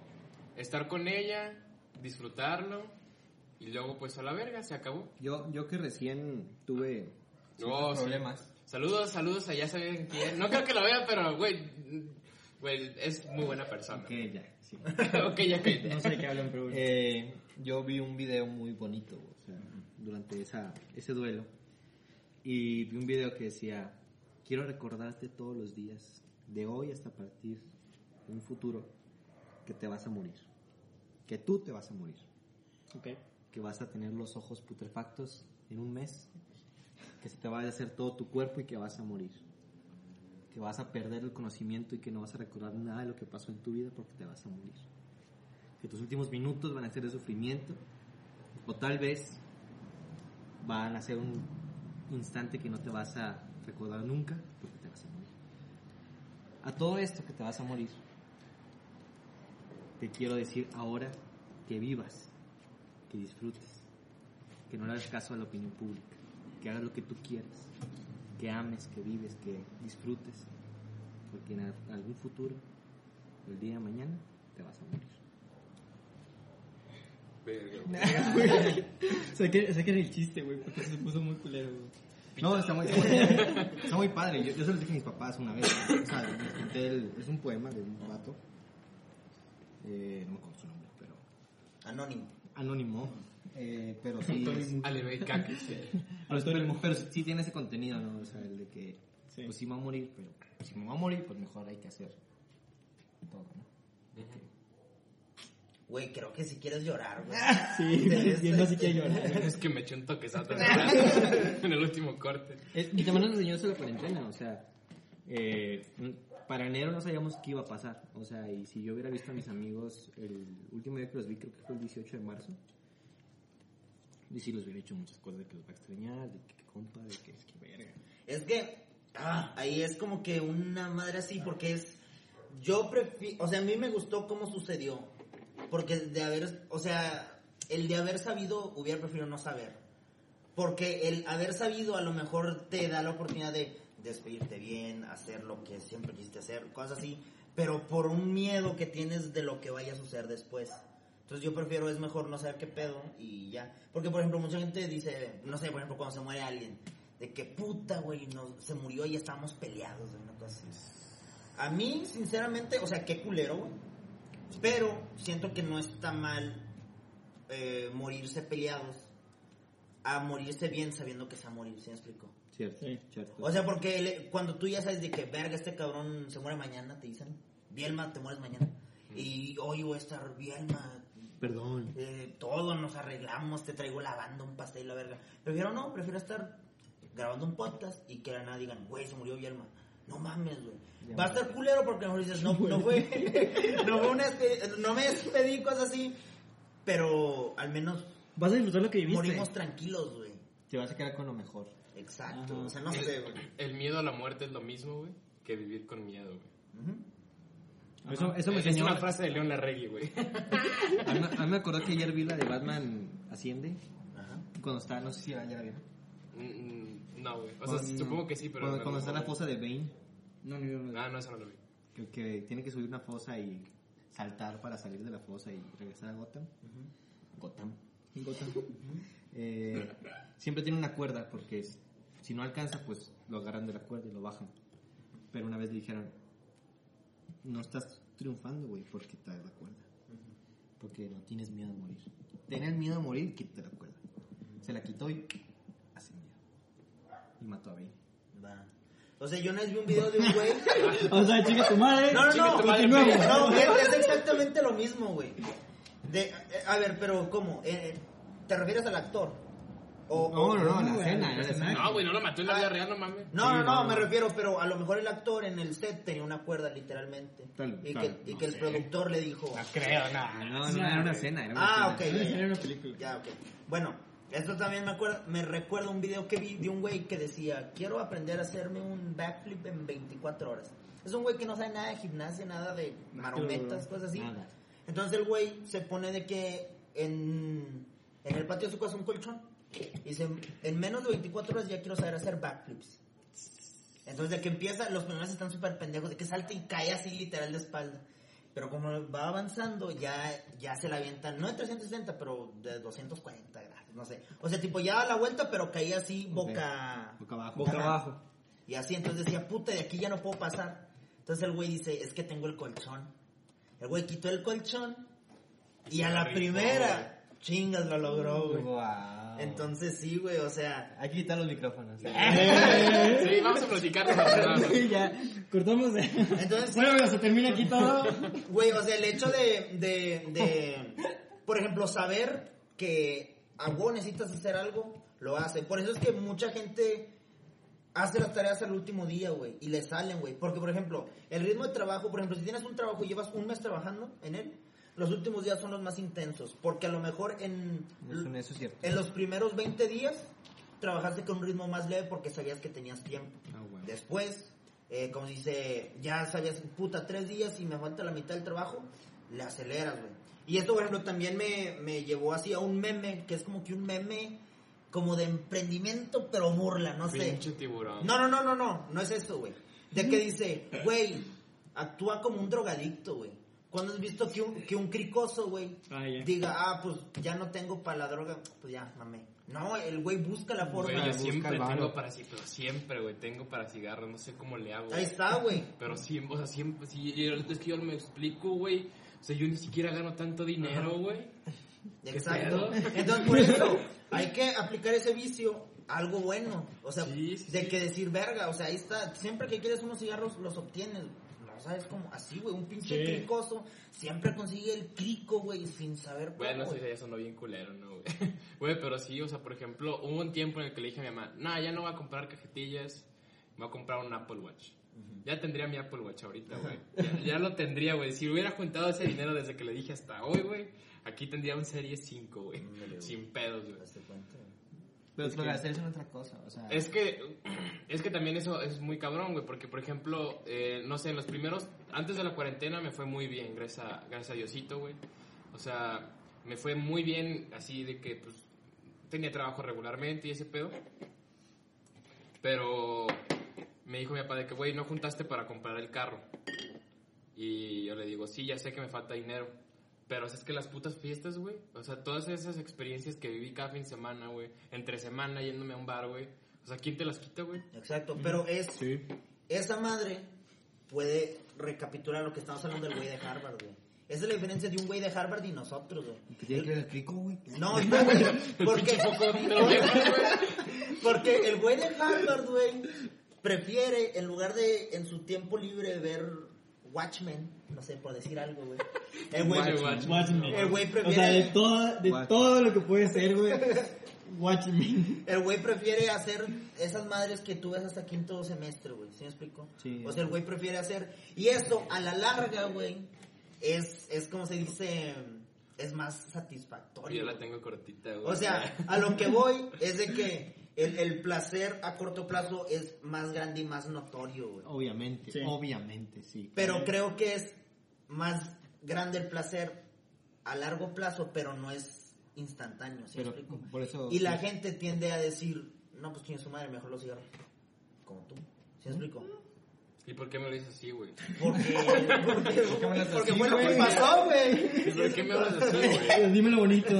D: estar con ella, disfrutarlo y luego pues a la verga, se acabó?
C: Yo, yo que recién tuve
D: No, sí.
C: problemas.
D: Saludos, saludos a ya saben quién. No creo que lo vean, pero, güey, güey, es muy buena persona.
C: Que ya, sí.
D: (laughs) ok, ya que...
B: No sé de qué hablan, pero bueno.
C: Eh, yo vi un video muy bonito o sea, durante esa, ese duelo. Y vi un video que decía, quiero recordarte todos los días, de hoy hasta partir de un futuro, que te vas a morir. Que tú te vas a morir.
B: Ok.
C: Que vas a tener los ojos putrefactos en un mes. Que se te va a hacer todo tu cuerpo y que vas a morir. Que vas a perder el conocimiento y que no vas a recordar nada de lo que pasó en tu vida porque te vas a morir que tus últimos minutos van a ser de sufrimiento o tal vez van a ser un instante que no te vas a recordar nunca porque te vas a morir. A todo esto que te vas a morir, te quiero decir ahora que vivas, que disfrutes, que no le hagas caso a la opinión pública, que hagas lo que tú quieras, que ames, que vives, que disfrutes, porque en al- algún futuro, el día de mañana, te vas a morir.
D: Verga, güey.
B: Saquen saquen el chiste, güey, porque se puso muy culero, güey.
C: No, está muy, está muy padre. Yo, yo se lo dije a mis papás una vez. O sea, les conté el- es un poema de un vato. Eh, no me acuerdo su nombre, pero.
A: Anónimo.
C: Anónimo. Eh, pero sí. es-
D: Ale, güey, caque, sí.
C: pero, pero- pero sí tiene ese contenido, ¿no? O sea, el de que.
B: Sí.
C: Pues sí me va a morir, pero si me va a morir, pues mejor hay que hacer todo, ¿no?
A: Güey, creo que si quieres llorar, güey.
B: Sí, yo no sé qué llorar. güey.
D: (laughs) Es que me eché un toquezato en el- en el último corte.
C: Eh, y también nos enseñó eso la cuarentena, o sea, eh, mm, para enero no sabíamos qué iba a pasar, o sea, y si yo hubiera visto a mis amigos el último día que los vi, creo que fue el 18 de marzo, y sí los hubiera hecho muchas cosas de que los va a extrañar, de que, compa, de que es que verga.
A: Es que ah, ahí es como que una madre así, porque es. Yo prefiero. O sea, a mí me gustó cómo sucedió. Porque de haber. O sea, el de haber sabido, hubiera preferido no saber. Porque el haber sabido a lo mejor te da la oportunidad de despedirte bien, hacer lo que siempre quisiste hacer, cosas así. Pero por un miedo que tienes de lo que vaya a suceder después. Entonces yo prefiero es mejor no saber qué pedo y ya. Porque por ejemplo mucha gente dice, no sé, por ejemplo cuando se muere alguien, de que puta, güey, no, se murió y estábamos peleados, güey, una cosa así. A mí, sinceramente, o sea, qué culero, güey. Pero siento que no está mal eh, morirse peleados a morirse bien sabiendo que se va a morir, ¿sí me explico?
C: Cierto,
B: Sí.
C: cierto.
A: O sea, porque le- cuando tú ya sabes de que, verga, este cabrón se muere mañana, te dicen, Bielma, te mueres mañana. Y hoy voy a estar Bielma,
C: Perdón.
A: eh, todo nos arreglamos, te traigo lavando un pastel, la verga. Prefiero no, prefiero estar grabando un podcast y que a nada digan, güey, se murió Bielma. No mames, güey. Va a estar culero porque a lo mejor dices, no, no fue, no fue (laughs) una despe- no me despedí, cosas así. Pero al menos
B: Vas a disfrutar lo que viviste.
A: morimos tranquilos, güey.
C: Te vas a quedar con lo mejor.
A: Exacto.
B: Ajá.
A: O sea, no sé, güey.
D: El miedo a la muerte es lo mismo, güey, que vivir con miedo, güey.
A: Ujú.
B: Eso, eso me
D: es
B: enseñó.
D: una frase de León
A: (laughs)
D: Larregui, güey.
C: Eh, (laughs) A mí, me- a mí me acordó que ayer vi la de Batman Asciende.
A: Ajá.
C: Cuando está, no sé si ya la vieron.
D: Mm, No, güey. O sea,
C: Cuando-
D: supongo que sí, pero...
C: Cuando,
D: no,
C: cuando
D: no,
C: está la
D: no.
C: fosa de Bane. No, no, no.
D: Ah, no, eso no lo vi.
C: Que, que tiene que subir una fosa y saltar para salir de la fosa y regresar a Gotham. Gotham. Gotham. Eh, siempre tiene una cuerda porque es- si no alcanza, pues lo agarran de la cuerda y lo bajan. Pero una vez le dijeron, no estás triunfando, güey, porque traes la cuerda. Porque no tienes miedo a morir. Tener miedo a morir, quítate la cuerda. Se la quitó y así Y mató a Bane.
A: Va. O sea, yo no vi un video de un güey.
B: O sea, chica tu madre.
A: No, no, no.
D: Chiquito, madre,
B: Continuamos.
A: No, es, es exactamente lo mismo, güey. De- eh, A ver, pero ¿cómo? Eh, eh, ¿Te refieres al actor? O,
C: No,
A: o-
C: no, no, la
B: güey,
C: escena,
B: el
C: era la
B: personaje.
C: escena.
D: No, güey, no lo mató en la vida real, no mames.
A: No,
C: Sí,
A: no, no,
C: no.
A: me refiero, pero a lo mejor el actor en el set tenía una cuerda literalmente.
C: Tal-
A: y
C: tal,
A: que, y
C: no
A: que el productor le dijo...
D: creo, nada.
C: Ah, No, no, era una escena. Era una
A: Ah,
C: escena.
A: ok.
B: Era una película.
A: Ya, ok. Bueno, esto también me, acuerdo, me recuerda un video que vi de un güey que decía, quiero aprender a hacerme un backflip en 24 horas. Es un güey que no sabe nada de gimnasia, nada de marometas, cosas así.
C: Nada.
A: Entonces el güey se pone de que en, en el patio de su casa un colchón. Y dice, en menos de 24 horas ya quiero saber hacer backflips. Entonces de que empieza, los primeros están súper pendejos, de que salta y cae así literal de espalda. Pero como va avanzando, ya, ya se la avientan, no de 360, pero de 240 grados, no sé. O sea, tipo, ya da la vuelta, pero caía así boca...
C: Boca abajo.
A: Boca
C: Ajá.
A: abajo. Y así, entonces decía, puta, de aquí ya no puedo pasar. Entonces el güey dice, es que tengo el colchón. El güey quitó el colchón y a la
D: Rico,
A: primera, chingas, lo logró, güey.
C: Wow.
A: Entonces sí, güey, o sea...
C: Hay que quitar los micrófonos. ¿eh?
D: Sí, vamos a platicar de
A: (laughs)
D: la verdad, güey.
B: Sí, ya. Cortamos.
A: Entonces sí,
B: Bueno, amigos, se termina aquí todo.
A: Güey, o sea, el hecho de, de, de, por ejemplo, saber que a huevo necesitas hacer algo, lo hace. Por eso es que mucha gente hace las tareas al último día, güey, y le salen, güey. Porque, por ejemplo, el ritmo de trabajo, por ejemplo, si tienes un trabajo y llevas un mes trabajando en él, los últimos días son los más intensos. Porque a lo mejor en,
C: Eso, eso es cierto.
A: en los primeros 20 días trabajaste con un ritmo más leve porque sabías que tenías tiempo.
C: Ah, bueno.
A: Después, eh, como dice, ya sabías, puta, tres días y me falta la mitad del trabajo, le aceleras, güey. Y esto, por ejemplo, también me, me llevó así a un meme, que es como que un meme como de emprendimiento, pero burla, no sé.
D: Pinche tiburón.
A: No, no, no, no, no, no es eso, güey. De que dice, güey, actúa como un drogadicto, güey. Cuando has visto que un, que un cricoso, güey,
B: Ah, ya.
A: diga, ah, pues ya no tengo para la droga, pues ya, mamé. No, el güey busca la forma.
D: Güey, yo
C: busca
D: siempre
C: el varo.
D: tengo para sí, pero siempre, güey, tengo para cigarros, no sé cómo le hago.
A: Ahí
D: güey.
A: está, güey.
D: Pero siempre, o sea, siempre, sí, y ahorita es que yo no me explico, güey. O sea, yo ni siquiera gano tanto dinero, güey.
A: Exacto.
D: ¿Qué pedo?
A: Entonces,
D: (laughs)
A: por eso, hay que aplicar ese vicio a algo bueno. O sea,
D: Sí, sí,
A: de
D: sí.
A: que decir verga. O sea, ahí está. Siempre que quieres unos cigarros, los obtienes. No sabes cómo. Así, güey. Un pinche
B: Sí.
A: cricoso siempre consigue el crico, güey, sin saber cómo.
D: Bueno, eso
A: güey.
D: ya sonó bien culero, ¿no, güey? (laughs) Güey, pero sí, o sea, por ejemplo, hubo un tiempo en el que le dije a mi mamá, no, ya no voy a comprar cajetillas, voy a comprar un Apple Watch. Ya tendría mi Apple Watch ahorita, güey. Ya, ya lo tendría, güey. Si hubiera juntado ese dinero desde que le dije hasta hoy, güey, aquí tendría un Serie 5, güey.
A: Ándale, güey.
D: Sin pedos, güey.
A: Hazte cuenta.
C: Pero
B: Es
C: lo
B: que-
C: de hacer es una otra cosa. O sea,
D: Es que, es que también eso es muy cabrón, güey, porque por ejemplo, eh, no sé, en los primeros, antes de la cuarentena me fue muy bien, gracias a, gracias a Diosito, güey. O sea, me fue muy bien así de que pues, tenía trabajo regularmente y ese pedo. Pero me dijo mi papá de que, güey, no juntaste para comprar el carro. Y yo le digo, sí, ya sé que me falta dinero, Pero o sea, es que las putas fiestas, güey. O sea, todas esas experiencias que viví cada fin de semana, güey. Entre semana yéndome a un bar, güey. O sea, ¿quién te las quita, güey?
A: Exacto, pero es
C: Sí.
A: esa madre puede recapitular lo que estamos hablando del güey de Harvard, güey. Esa es la diferencia de un güey de Harvard y nosotros, güey.
C: Que tiene que ver rico, güey.
D: (laughs)
A: No, no, güey. Porque, (laughs) porque el güey de Harvard, güey, prefiere, en lugar de en su tiempo libre, ver Watchmen, no sé, por decir algo, güey. El güey,
D: Watchmen.
B: Watchmen.
A: El güey prefiere-
B: O sea, de, toda- de
C: Watch-
B: todo lo que puede ser, güey. Watchmen.
A: el güey prefiere hacer esas madres que tú ves hasta quinto semestre, güey. ¿Sí me explico?
C: Sí.
A: O sea, el güey prefiere hacer. Y esto, a la larga, güey, es, es como se dice, es más satisfactorio.
D: Yo la
A: güey.
D: tengo cortita, güey.
A: O sea, a lo que voy es de que el, el placer a corto plazo es más grande y más notorio, güey.
C: Obviamente,
B: Sí.
C: obviamente, sí.
A: Pero creo que es más grande el placer a largo plazo, pero no es instantáneo, ¿sí me
C: Pero
A: explico?
C: por eso.
A: Y la gente tiende a decir, no, pues tiene su madre, mejor los cigarros. Como tú. ¿Sí me explico?
D: ¿Y por qué me lo dices así, güey?
A: (laughs) Porque, porque,
C: qué me las
A: porque
C: así,
A: fue lo que
C: güey?
A: pasó,
D: ¿Y
A: güey.
D: por qué me hablas
A: (laughs)
D: así, güey?
B: Pues Dímelo bonito.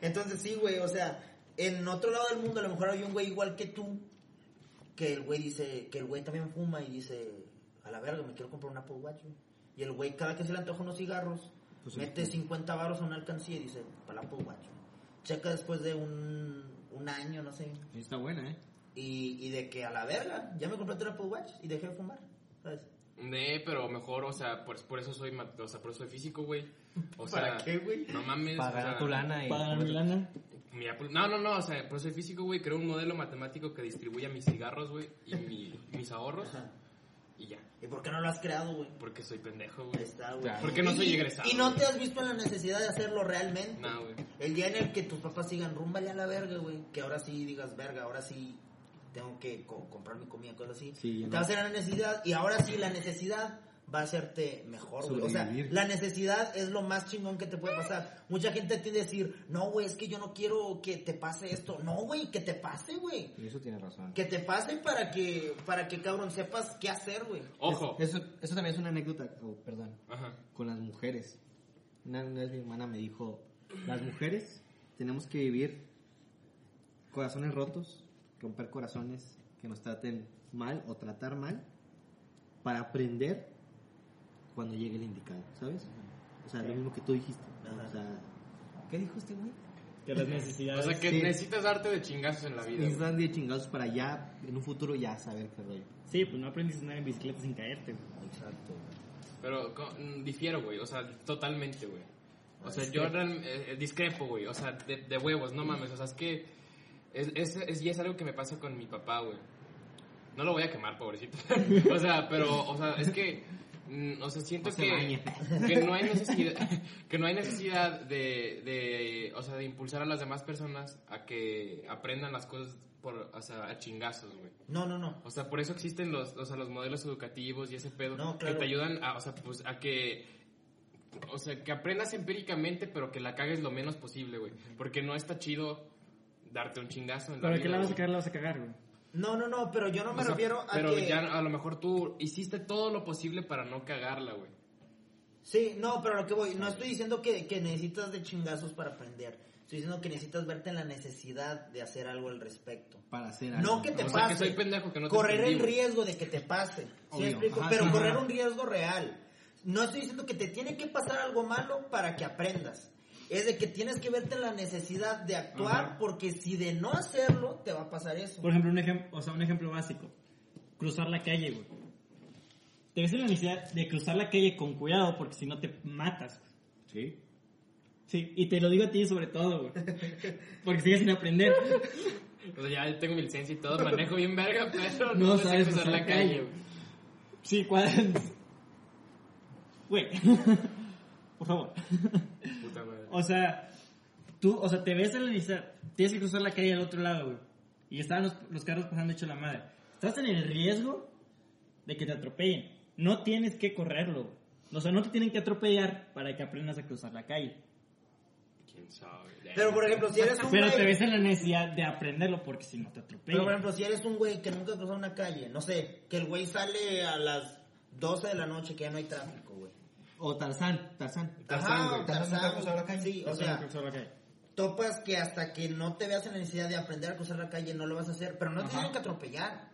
A: Entonces sí, güey, o sea, en otro lado del mundo a lo mejor hay un güey igual que tú, que el güey dice, que el güey también fuma y dice, a la verga, me quiero comprar un Apple Watch, güey. Y el güey cada que se le antoja unos cigarros,
C: Pues sí.
A: mete 50 baros a una alcancía y dice, para el Apple Watch. güey". Checa después de un, un año, no sé,
C: Está buena, ¿eh?
A: y, y de que a la verga, ya me compré otro Apple Watch y dejé de fumar, ¿sabes?
D: Nee, pero mejor, o sea, por, por eso soy, ma- o sea, por eso soy físico, güey. O sea,
A: ¿Para qué, güey?
D: No mames. o
C: Pagar
D: sea,
C: tu lana y.
B: Para mi lana.
D: mi Apple- pues, No, no, no, o sea, por eso soy físico, güey. Creo un modelo matemático que distribuya mis cigarros, güey, y
C: (laughs)
D: mi- mis ahorros,
A: Ajá.
D: y ya.
A: ¿Y por qué no lo has creado, güey?
D: Porque soy pendejo,
A: Ahí
D: güey.
A: está, güey.
C: Claro.
D: ¿Por qué no
A: Y-
D: soy
A: y-
D: egresado?
A: Y no te has visto en la necesidad de hacerlo realmente.
D: No, güey.
A: El día en el que tus papás digan, rúmbale a la verga, güey, que ahora sí digas, verga, ahora sí tengo que co- comprar mi comida, cosas así.
C: Sí,
A: te
C: no.
A: va a hacer la necesidad y ahora sí la necesidad va a hacerte mejor, güey. O sea,
C: Sobrevivir.
A: la necesidad es lo más chingón que te puede pasar. Mucha gente tiende a decir, no, güey, es que yo no quiero que te pase esto. No, güey, que te pase, güey.
C: Y eso tiene razón.
A: Que te pase para que, para que, cabrón, sepas qué hacer, güey.
D: Ojo.
C: Es- Eso, eso también es una anécdota, oh, perdón,
D: Ajá.
C: con las mujeres. Una vez mi hermana me dijo: Las mujeres tenemos que vivir corazones rotos, romper corazones que nos traten mal o tratar mal, para aprender cuando llegue el indicado, ¿sabes? O sea, lo mismo que tú dijiste. ¿no? O sea, ¿qué dijo este güey?
B: Que las necesidades.
D: O sea, que
C: Sí.
D: necesitas darte de chingazos en la vida. güey.
C: Necesitan de chingados para ya, en un futuro ya saber qué rollo.
B: Sí, pues no aprendes a andar en bicicleta sin caerte, güey.
A: Exacto,
D: Pero co- mm, difiero, güey. O sea, totalmente, güey. O sea, yo real- eh, eh, discrepo, güey. O sea, de, de huevos, no mames. O sea, es que. Es, es, es- y es algo que me pasa con mi papá, güey. No lo voy a quemar, pobrecito. (laughs) o sea, pero, o sea, es que. mm, O sea, siento
C: No se
D: que,
C: baña.
D: que no hay necesidad, que no hay necesidad de, de, o sea, de impulsar a las demás personas a que aprendan las cosas por, o sea, a chingazos, güey.
A: No, no, no.
D: O sea, por eso existen los, o sea, los modelos educativos y ese pedo
A: No, claro.
D: que te ayudan a, o sea, pues, a que o sea, que aprendas empíricamente, pero que la cagues lo menos posible, güey, porque no está chido darte un chingazo en la
B: ¿Para
D: vida,
B: qué la vas a
D: güey.
B: cagar? La vas a cagar, güey.
A: No, no, no, pero yo no
D: O
A: me
D: sea,
A: refiero a
D: pero
A: que...
D: ya a lo mejor tú hiciste todo lo posible para no cagarla, güey.
A: Sí, no, pero lo que voy, no estoy diciendo que, que necesitas de chingazos para aprender. Estoy diciendo que necesitas verte en la necesidad de hacer algo al respecto.
C: Para hacer algo.
A: No que te
D: O sea,
A: pase.
D: que soy pendejo, que no te
A: correr el
D: entendí, güey.
A: riesgo de que te pase. ¿Sí me
C: Obvio.
A: explico?
C: Ajá,
A: pero
C: sí,
A: correr
C: ajá.
A: un riesgo real. No estoy diciendo que te tiene que pasar algo malo para que aprendas. Es de que tienes que verte en la necesidad de actuar porque si de no hacerlo te va a pasar eso.
B: Por ejemplo, un, ejem- o sea, un ejemplo básico. Cruzar la calle, güey. Te ves en la necesidad de cruzar la calle con cuidado porque si no te matas. güey.
C: Sí.
B: Sí, y te lo digo a ti sobre todo, güey. Porque sigues sin aprender.
D: O sea, ya tengo mi licencia y todo, manejo bien verga, (laughs) pero
B: No
D: no, sé
B: sabes
D: cruzar
B: cruzar
D: la
B: calle.
D: calle, güey.
B: Sí, cuadran. Güey. (laughs) Por favor.
D: Puta madre.
B: O sea, tú, o sea, te ves en la necesidad. Tienes que cruzar la calle al otro lado, güey. Y estaban los, los carros pasando hecho la madre. Estás en el riesgo de que te atropellen. No tienes que correrlo, güey. O sea, no te tienen que atropellar para que aprendas a cruzar la calle.
D: ¿Quién sabe?
A: Pero por ejemplo, si eres un
B: Pero
A: güey-
B: te ves en la necesidad de aprenderlo porque si no te
A: Pero por
B: atropellan.
A: ejemplo, si eres un güey que nunca cruzó una calle, no sé, que el güey sale a las 12 de la noche que ya no hay tráfico, güey.
C: O Tarzán, Tarzán.
D: Tarzán, güey.
C: Tarzán, Tarzán, cruzar la calle.
A: Sí, o
C: Tarzán,
A: sea,
C: cruzar la calle.
A: topas que hasta que no te veas en la necesidad de aprender a cruzar la calle no lo vas a hacer, pero no te
C: Ajá.
A: tienen que atropellar.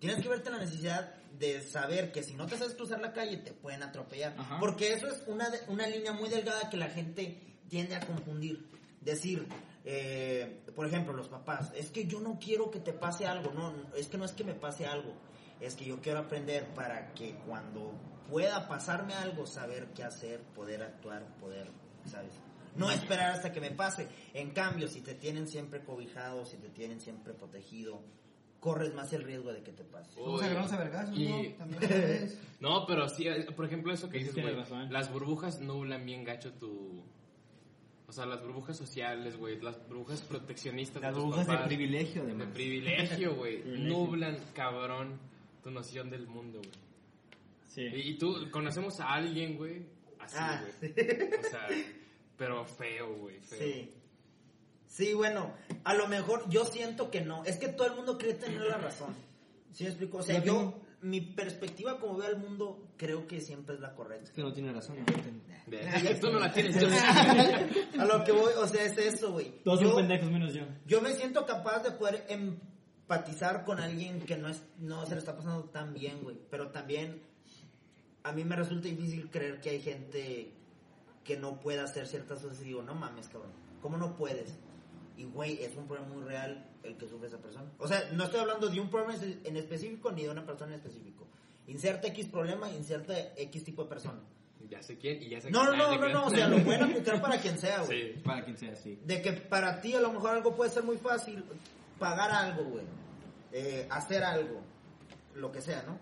A: Tienes que verte en la necesidad de saber que si no te sabes cruzar la calle te pueden atropellar.
C: Ajá.
A: Porque eso es una, de- una línea muy delgada que la gente tiende a confundir. Decir, eh, por ejemplo, los papás, es que yo no quiero que te pase algo, no, no, es que no es que me pase algo, es que yo quiero aprender para que cuando pueda pasarme algo, saber qué hacer, poder actuar, poder, ¿sabes? No esperar hasta que me pase. En cambio, si te tienen siempre cobijado, si te tienen siempre protegido, corres más el riesgo de que te pase.
D: Uy.
E: Vamos a agarrarnos a vergazos,
D: Y-
E: ¿no?
D: (laughs)
E: También. ¿sabes?
D: No, pero sí, eh, por ejemplo, eso que
B: Sí,
D: dices,
B: tienes
D: güey.
B: razón.
D: Las burbujas nublan bien gacho tu. O sea, las burbujas sociales, güey. Las burbujas proteccionistas.
C: Las
D: tus
C: burbujas de
D: papás,
C: privilegio,
D: De
C: además.
B: (laughs)
D: privilegio, güey.
B: Privilegio.
D: Nublan, cabrón, tu noción del mundo, güey.
B: Sí.
D: Y, y tú, conocemos a alguien, güey. Así,
A: Ah,
D: güey. O sea, pero feo, güey. Feo.
A: Sí. Sí, bueno, a lo mejor yo siento que no. Es que todo el mundo cree tener la razón. ¿Sí me explico? O sea,
C: Yo
A: yo,
C: tengo-
A: mi perspectiva como veo al mundo, creo que siempre es la correcta.
C: Es que no tiene razón. no tiene-
D: De- de- tú no la tienes,
A: (laughs)
D: yo sí.
A: A lo que voy, o sea, es eso, güey.
B: Todos son
A: Yo-
B: pendejos menos yo.
A: Yo me siento capaz de poder empatizar con alguien que no, es, no se le está pasando tan bien, güey. Pero también a mí me resulta difícil creer que hay gente que no puede hacer ciertas cosas y digo, no mames, cabrón, ¿cómo no puedes? Y, güey, es un problema muy real el que sufre esa persona. O sea, no estoy hablando de un problema en específico ni de una persona en específico. Inserta X problema, inserta X tipo de persona.
D: Ya sé quién y ya sé
A: No, no,
D: quién.
A: no, no, no, o sea, lo pueden aplicar para quien sea, güey.
D: (laughs) Sí.
C: Para quien sea, sí.
A: De que para ti a lo mejor algo puede ser muy fácil, pagar algo, güey. eh, hacer algo, lo que sea, ¿no?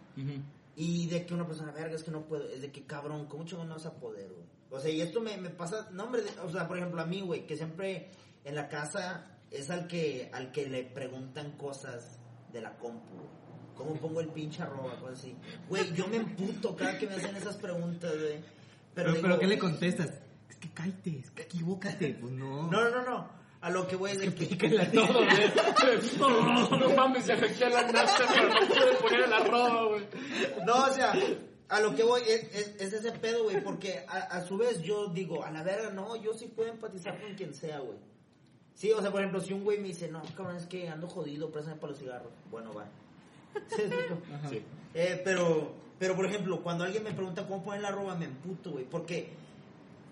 A: Y de que una persona, verga, es que no puedo, es de que cabrón, ¿cómo chingón no vas a poder, güey? O sea, y esto me, me pasa, no hombre, de- o sea, por ejemplo a mí, güey, que siempre en la casa es al que, al que le preguntan cosas de la compu, güey. ¿Cómo pongo el pinche arroba? Cosas así. Güey, yo me emputo cada que me hacen esas preguntas, güey.
C: Pero,
A: digo,
C: pero ¿qué le contestas? Es que cállate, es que equivócate. Pues no.
A: No, no, no. A lo que voy es de que...
D: Todo,
A: (laughs)
D: güey. No mames, se afectó a la NASA, pero no pude poner el arroba, güey.
A: No, o sea, a lo que voy es, es- es ese pedo, güey, porque a, a su vez yo digo, a la verga, no, yo sí puedo empatizar con quien sea, güey. Sí, o sea, por ejemplo, si un güey me dice, no, cabrón, es que ando jodido, préstame para los cigarros. Bueno, va. (laughs) Sí, digo,
D: Sí.
A: eh, pero, pero por ejemplo, cuando alguien me pregunta cómo poner la arroba, me emputo, güey, porque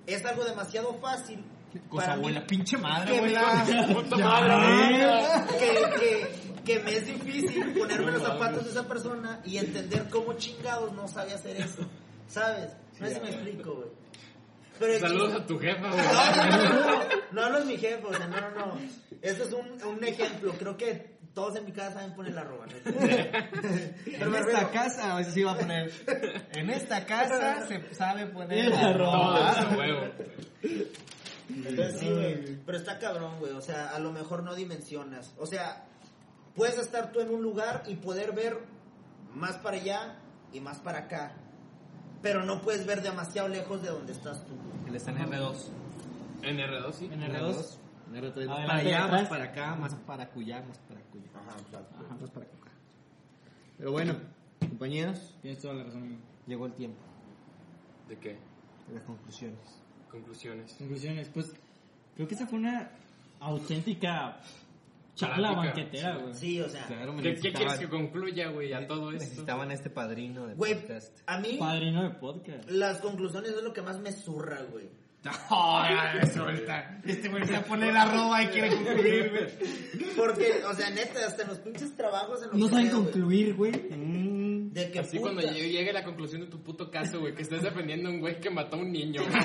A: es algo demasiado fácil.
C: Cosa
A: para mí
C: abuela, pinche madre,
A: que me
C: abuela.
A: da-
D: Puta madre, güey.
A: que, que, que me es difícil ponerme los zapatos de esa persona y entender cómo chingados no sabe hacer eso. ¿Sabes? No sé si me explico, güey. Pero el
D: Saludos
A: chiste-
D: a tu jefa,
A: No,
D: güey.
A: no, no, no, no es mi jefe, o sea, no, no, no. Esto es un, un ejemplo. Creo que todos en mi casa saben poner la
C: (laughs)
A: roba.
C: En
A: (laughs) me
C: esta
A: refiero-
C: casa, a ver si iba a poner. En esta casa se sabe
B: (laughs)
C: poner
B: El
C: la
B: arroz.
C: ropa.
D: Todo, huevo.
A: Entonces sí, güey. Pero está cabrón, güey. O sea, a lo mejor no dimensionas. O sea, puedes estar tú en un lugar y poder ver más para allá y más para acá. Pero no puedes ver demasiado lejos de donde estás tú.
C: Él está en R2.
D: En R2, sí.
B: En R2.
C: En R3.
B: Adelante,
C: Para allá,
B: atrás.
C: más para acá, más para cuya, más para cuya.
A: Ajá, exacto.
C: Ajá, más para acá. Pero bueno, compañeros,
B: Tienes toda la razón, amigo.
C: llegó el tiempo
D: ¿De qué?
C: de las conclusiones.
D: Conclusiones.
B: Conclusiones, pues creo que esa fue una auténtica charla
D: Plática,
B: banquetera, güey.
A: Sí, o sea,
C: Claro, me
D: ¿Qué, qué quieres
C: necesitaban-
D: que concluya, güey, a todo esto?
C: Necesitaban este padrino de
A: güey,
C: (laughs) podcast.
A: a mí
B: Padrino de podcast.
A: las conclusiones es lo que más me zurra, güey.
C: suelta. Este güey se pone la roba y quiere concluir,
A: Porque, o sea, neta, hasta en los pinches trabajos en los
B: No
A: que
B: saben
A: sea, güey.
B: concluir, güey. Mm.
A: De que
D: Así
A: puta.
D: cuando llegue, llegue la conclusión de tu puto caso, güey, que estás defendiendo a un güey que mató a un niño. güey.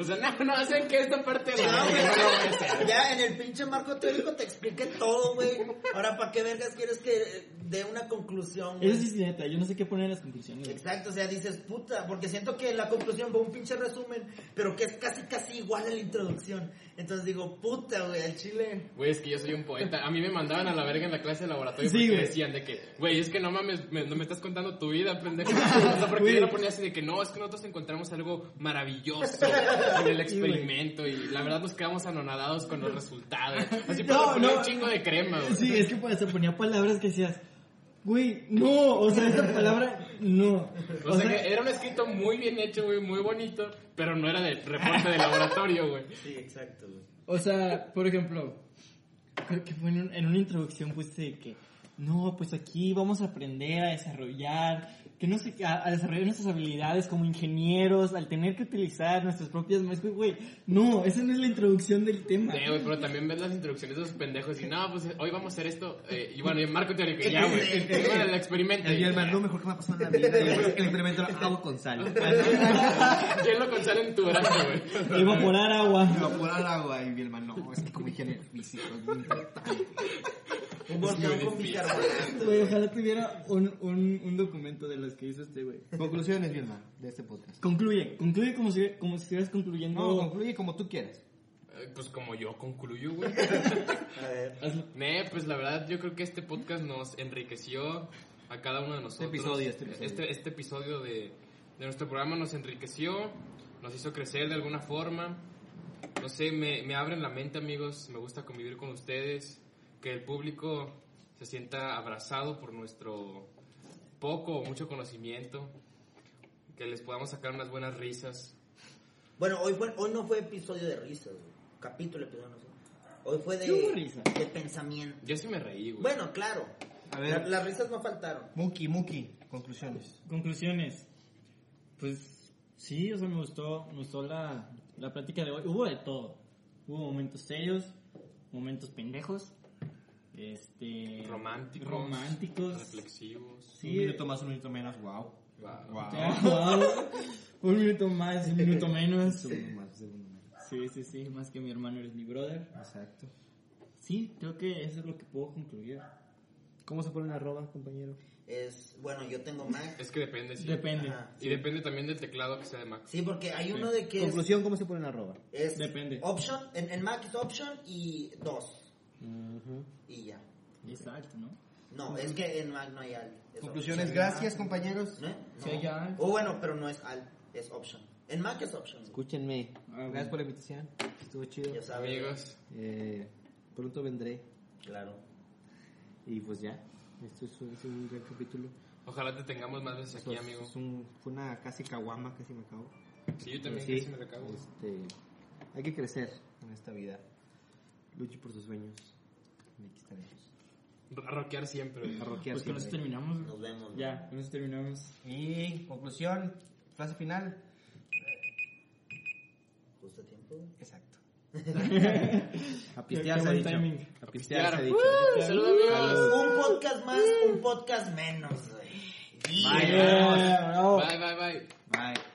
D: O sea, no, (laughs) no, hacen que esta parte de
A: No,
D: la...
A: güey, ya en el pinche marco teórico te expliqué todo, güey. Ahora, ¿para qué vergas quieres que eh, dé una conclusión, güey?
B: Eso sí es neta, yo no sé qué poner en las conclusiones. güey.
A: Exacto, o sea, dices, puta, porque siento que la conclusión fue un pinche resumen, pero que es casi, casi igual a la introducción. Entonces digo, puta, güey, al chile.
D: Güey, es que yo soy un poeta. A mí me mandaban a la verga en la clase de laboratorio
B: Sí,
D: porque
B: güey.
D: decían de que, güey, es que no mames, me, no me estás contando tu vida, pendejo. O sea, porque yo lo ponía así de que no, es que nosotros encontramos algo maravilloso en el experimento y la verdad nos quedamos anonadados con los resultados. Así
B: No,
D: para poner
B: no.
D: un chingo de crema, güey.
B: Sí, es que pues, se ponía palabras que decías, güey, no, o sea, esa palabra No.
D: O sea que era un escrito muy bien hecho, güey, muy bonito, pero no era de reporte de laboratorio, güey.
A: Sí, exacto, güey.
B: O sea, por ejemplo, creo que fue en, un- en una introducción puse de que, no, pues aquí vamos a aprender a desarrollar, que no sé, qué, a, a desarrollar nuestras habilidades como ingenieros, al tener que utilizar nuestras propias manos, Güey, güey, no, esa no es la introducción del tema.
D: Sí, güey, pero también ves las instrucciones de esos pendejos y no, pues hoy vamos a hacer esto. eh, y bueno, y Marco te dice, ya, güey, bueno, el experimento.
C: El Germán, lo mejor que me ha pasado en la vida. y El el experimento lo hago con sal.
D: ¿Quién lo consale en tu brazo, güey?
B: Evaporar agua.
C: Evaporar agua. Y mi hermano, no, es que como ingeniero físico. es muy importante.
A: Un volcán con bicarbonato.
B: Güey, ojalá tuviera un, un, un documento de los que hizo este güey.
C: Conclusiones, mi hermano, de este podcast.
B: Concluye, concluye como si, como si estuvieras concluyendo.
C: No, concluye como tú quieras.
D: Eh, Pues como yo concluyo, güey.
A: A ver,
B: Hazlo.
D: Ne, pues la verdad yo creo que este podcast nos enriqueció a cada uno de nosotros.
C: episodio, este episodio.
D: Este, este episodio de, de nuestro programa nos enriqueció, nos hizo crecer de alguna forma. No sé, me, me abren la mente, amigos. Me gusta convivir con ustedes. Que el público se sienta abrazado por nuestro poco o mucho conocimiento. Que les podamos sacar unas buenas risas.
A: Bueno, hoy, fue, hoy no fue episodio de risas, güey. Capítulo, episodio, no sé. Hoy fue de,
B: Sí hubo risa.
A: de pensamiento.
D: Yo sí me reí, güey.
A: Bueno, claro.
C: A ver.
A: La- las risas no faltaron.
C: Muki, Muki, conclusiones.
B: Conclusiones. Pues sí, o sea, me gustó, me gustó la, la plática de hoy. Hubo de todo. Hubo momentos serios, momentos pendejos, este
D: románticos.
B: románticos. (laughs)
D: Reflexivos.
B: Sí.
C: un minuto más, un minuto menos, wow.
D: Wow.
B: Un minuto más, un minuto menos.
C: Segundo más, segundo menos.
B: Sí, sí, sí, más que mi hermano eres mi brother.
C: Exacto.
B: Sí, creo que eso es lo que puedo concluir.
C: ¿Cómo se pone una arroba, compañero?
A: Es, bueno, yo tengo Mac.
D: Es que depende, sí.
B: Depende.
A: Ajá.
D: Y depende también del teclado que sea de Max.
A: Sí, porque hay uno de que es,
C: Conclusión, ¿cómo se pone una arroba?
A: es
B: Depende.
A: option, en, en Mac es option y dos. Y ya.
B: Exacto, ¿no?
A: No, es que en Mac no hay alt. es
C: Conclusiones,
A: option.
C: gracias, compañeros.
A: ¿No?
B: Sí hay alt.
A: O bueno, pero no es alt, es option. En Mac es option. güey.
C: Escúchenme.
B: bueno.
C: Gracias por la invitación. Estuvo chido.
A: Ya sabes.
D: Amigos.
C: Eh, pronto vendré.
A: Claro.
C: Y pues ya. Esto es, un- es un gran capítulo.
D: Ojalá te tengamos más veces aquí,
C: Esto es-
D: amigo.
C: es un- fue una casi caguama, casi me acabo.
D: Sí, yo
C: Pero
D: también
C: sí,
D: casi me recago.
C: este, hay que crecer en esta vida. Luche por sus sueños. Y aquí estaremos.
D: A roquear siempre. güey.
C: A rockear
B: Pues con eso
C: siempre.
B: terminamos.
A: Nos vemos.
B: Ya, con eso terminamos.
C: Y conclusión, frase final.
A: Justo a tiempo. güey.
C: Exacto. a
B: Qué- qué
C: pistear se ha
B: buen
C: dicho.
B: timing.
C: A pistear se ha
D: Pistear.
C: dicho.
D: Uh, Salud, amigos.
A: Un podcast más, un podcast menos. güey.
C: Bye.
B: Yeah, bravo.
D: Bye, bye, bye.
C: Bye.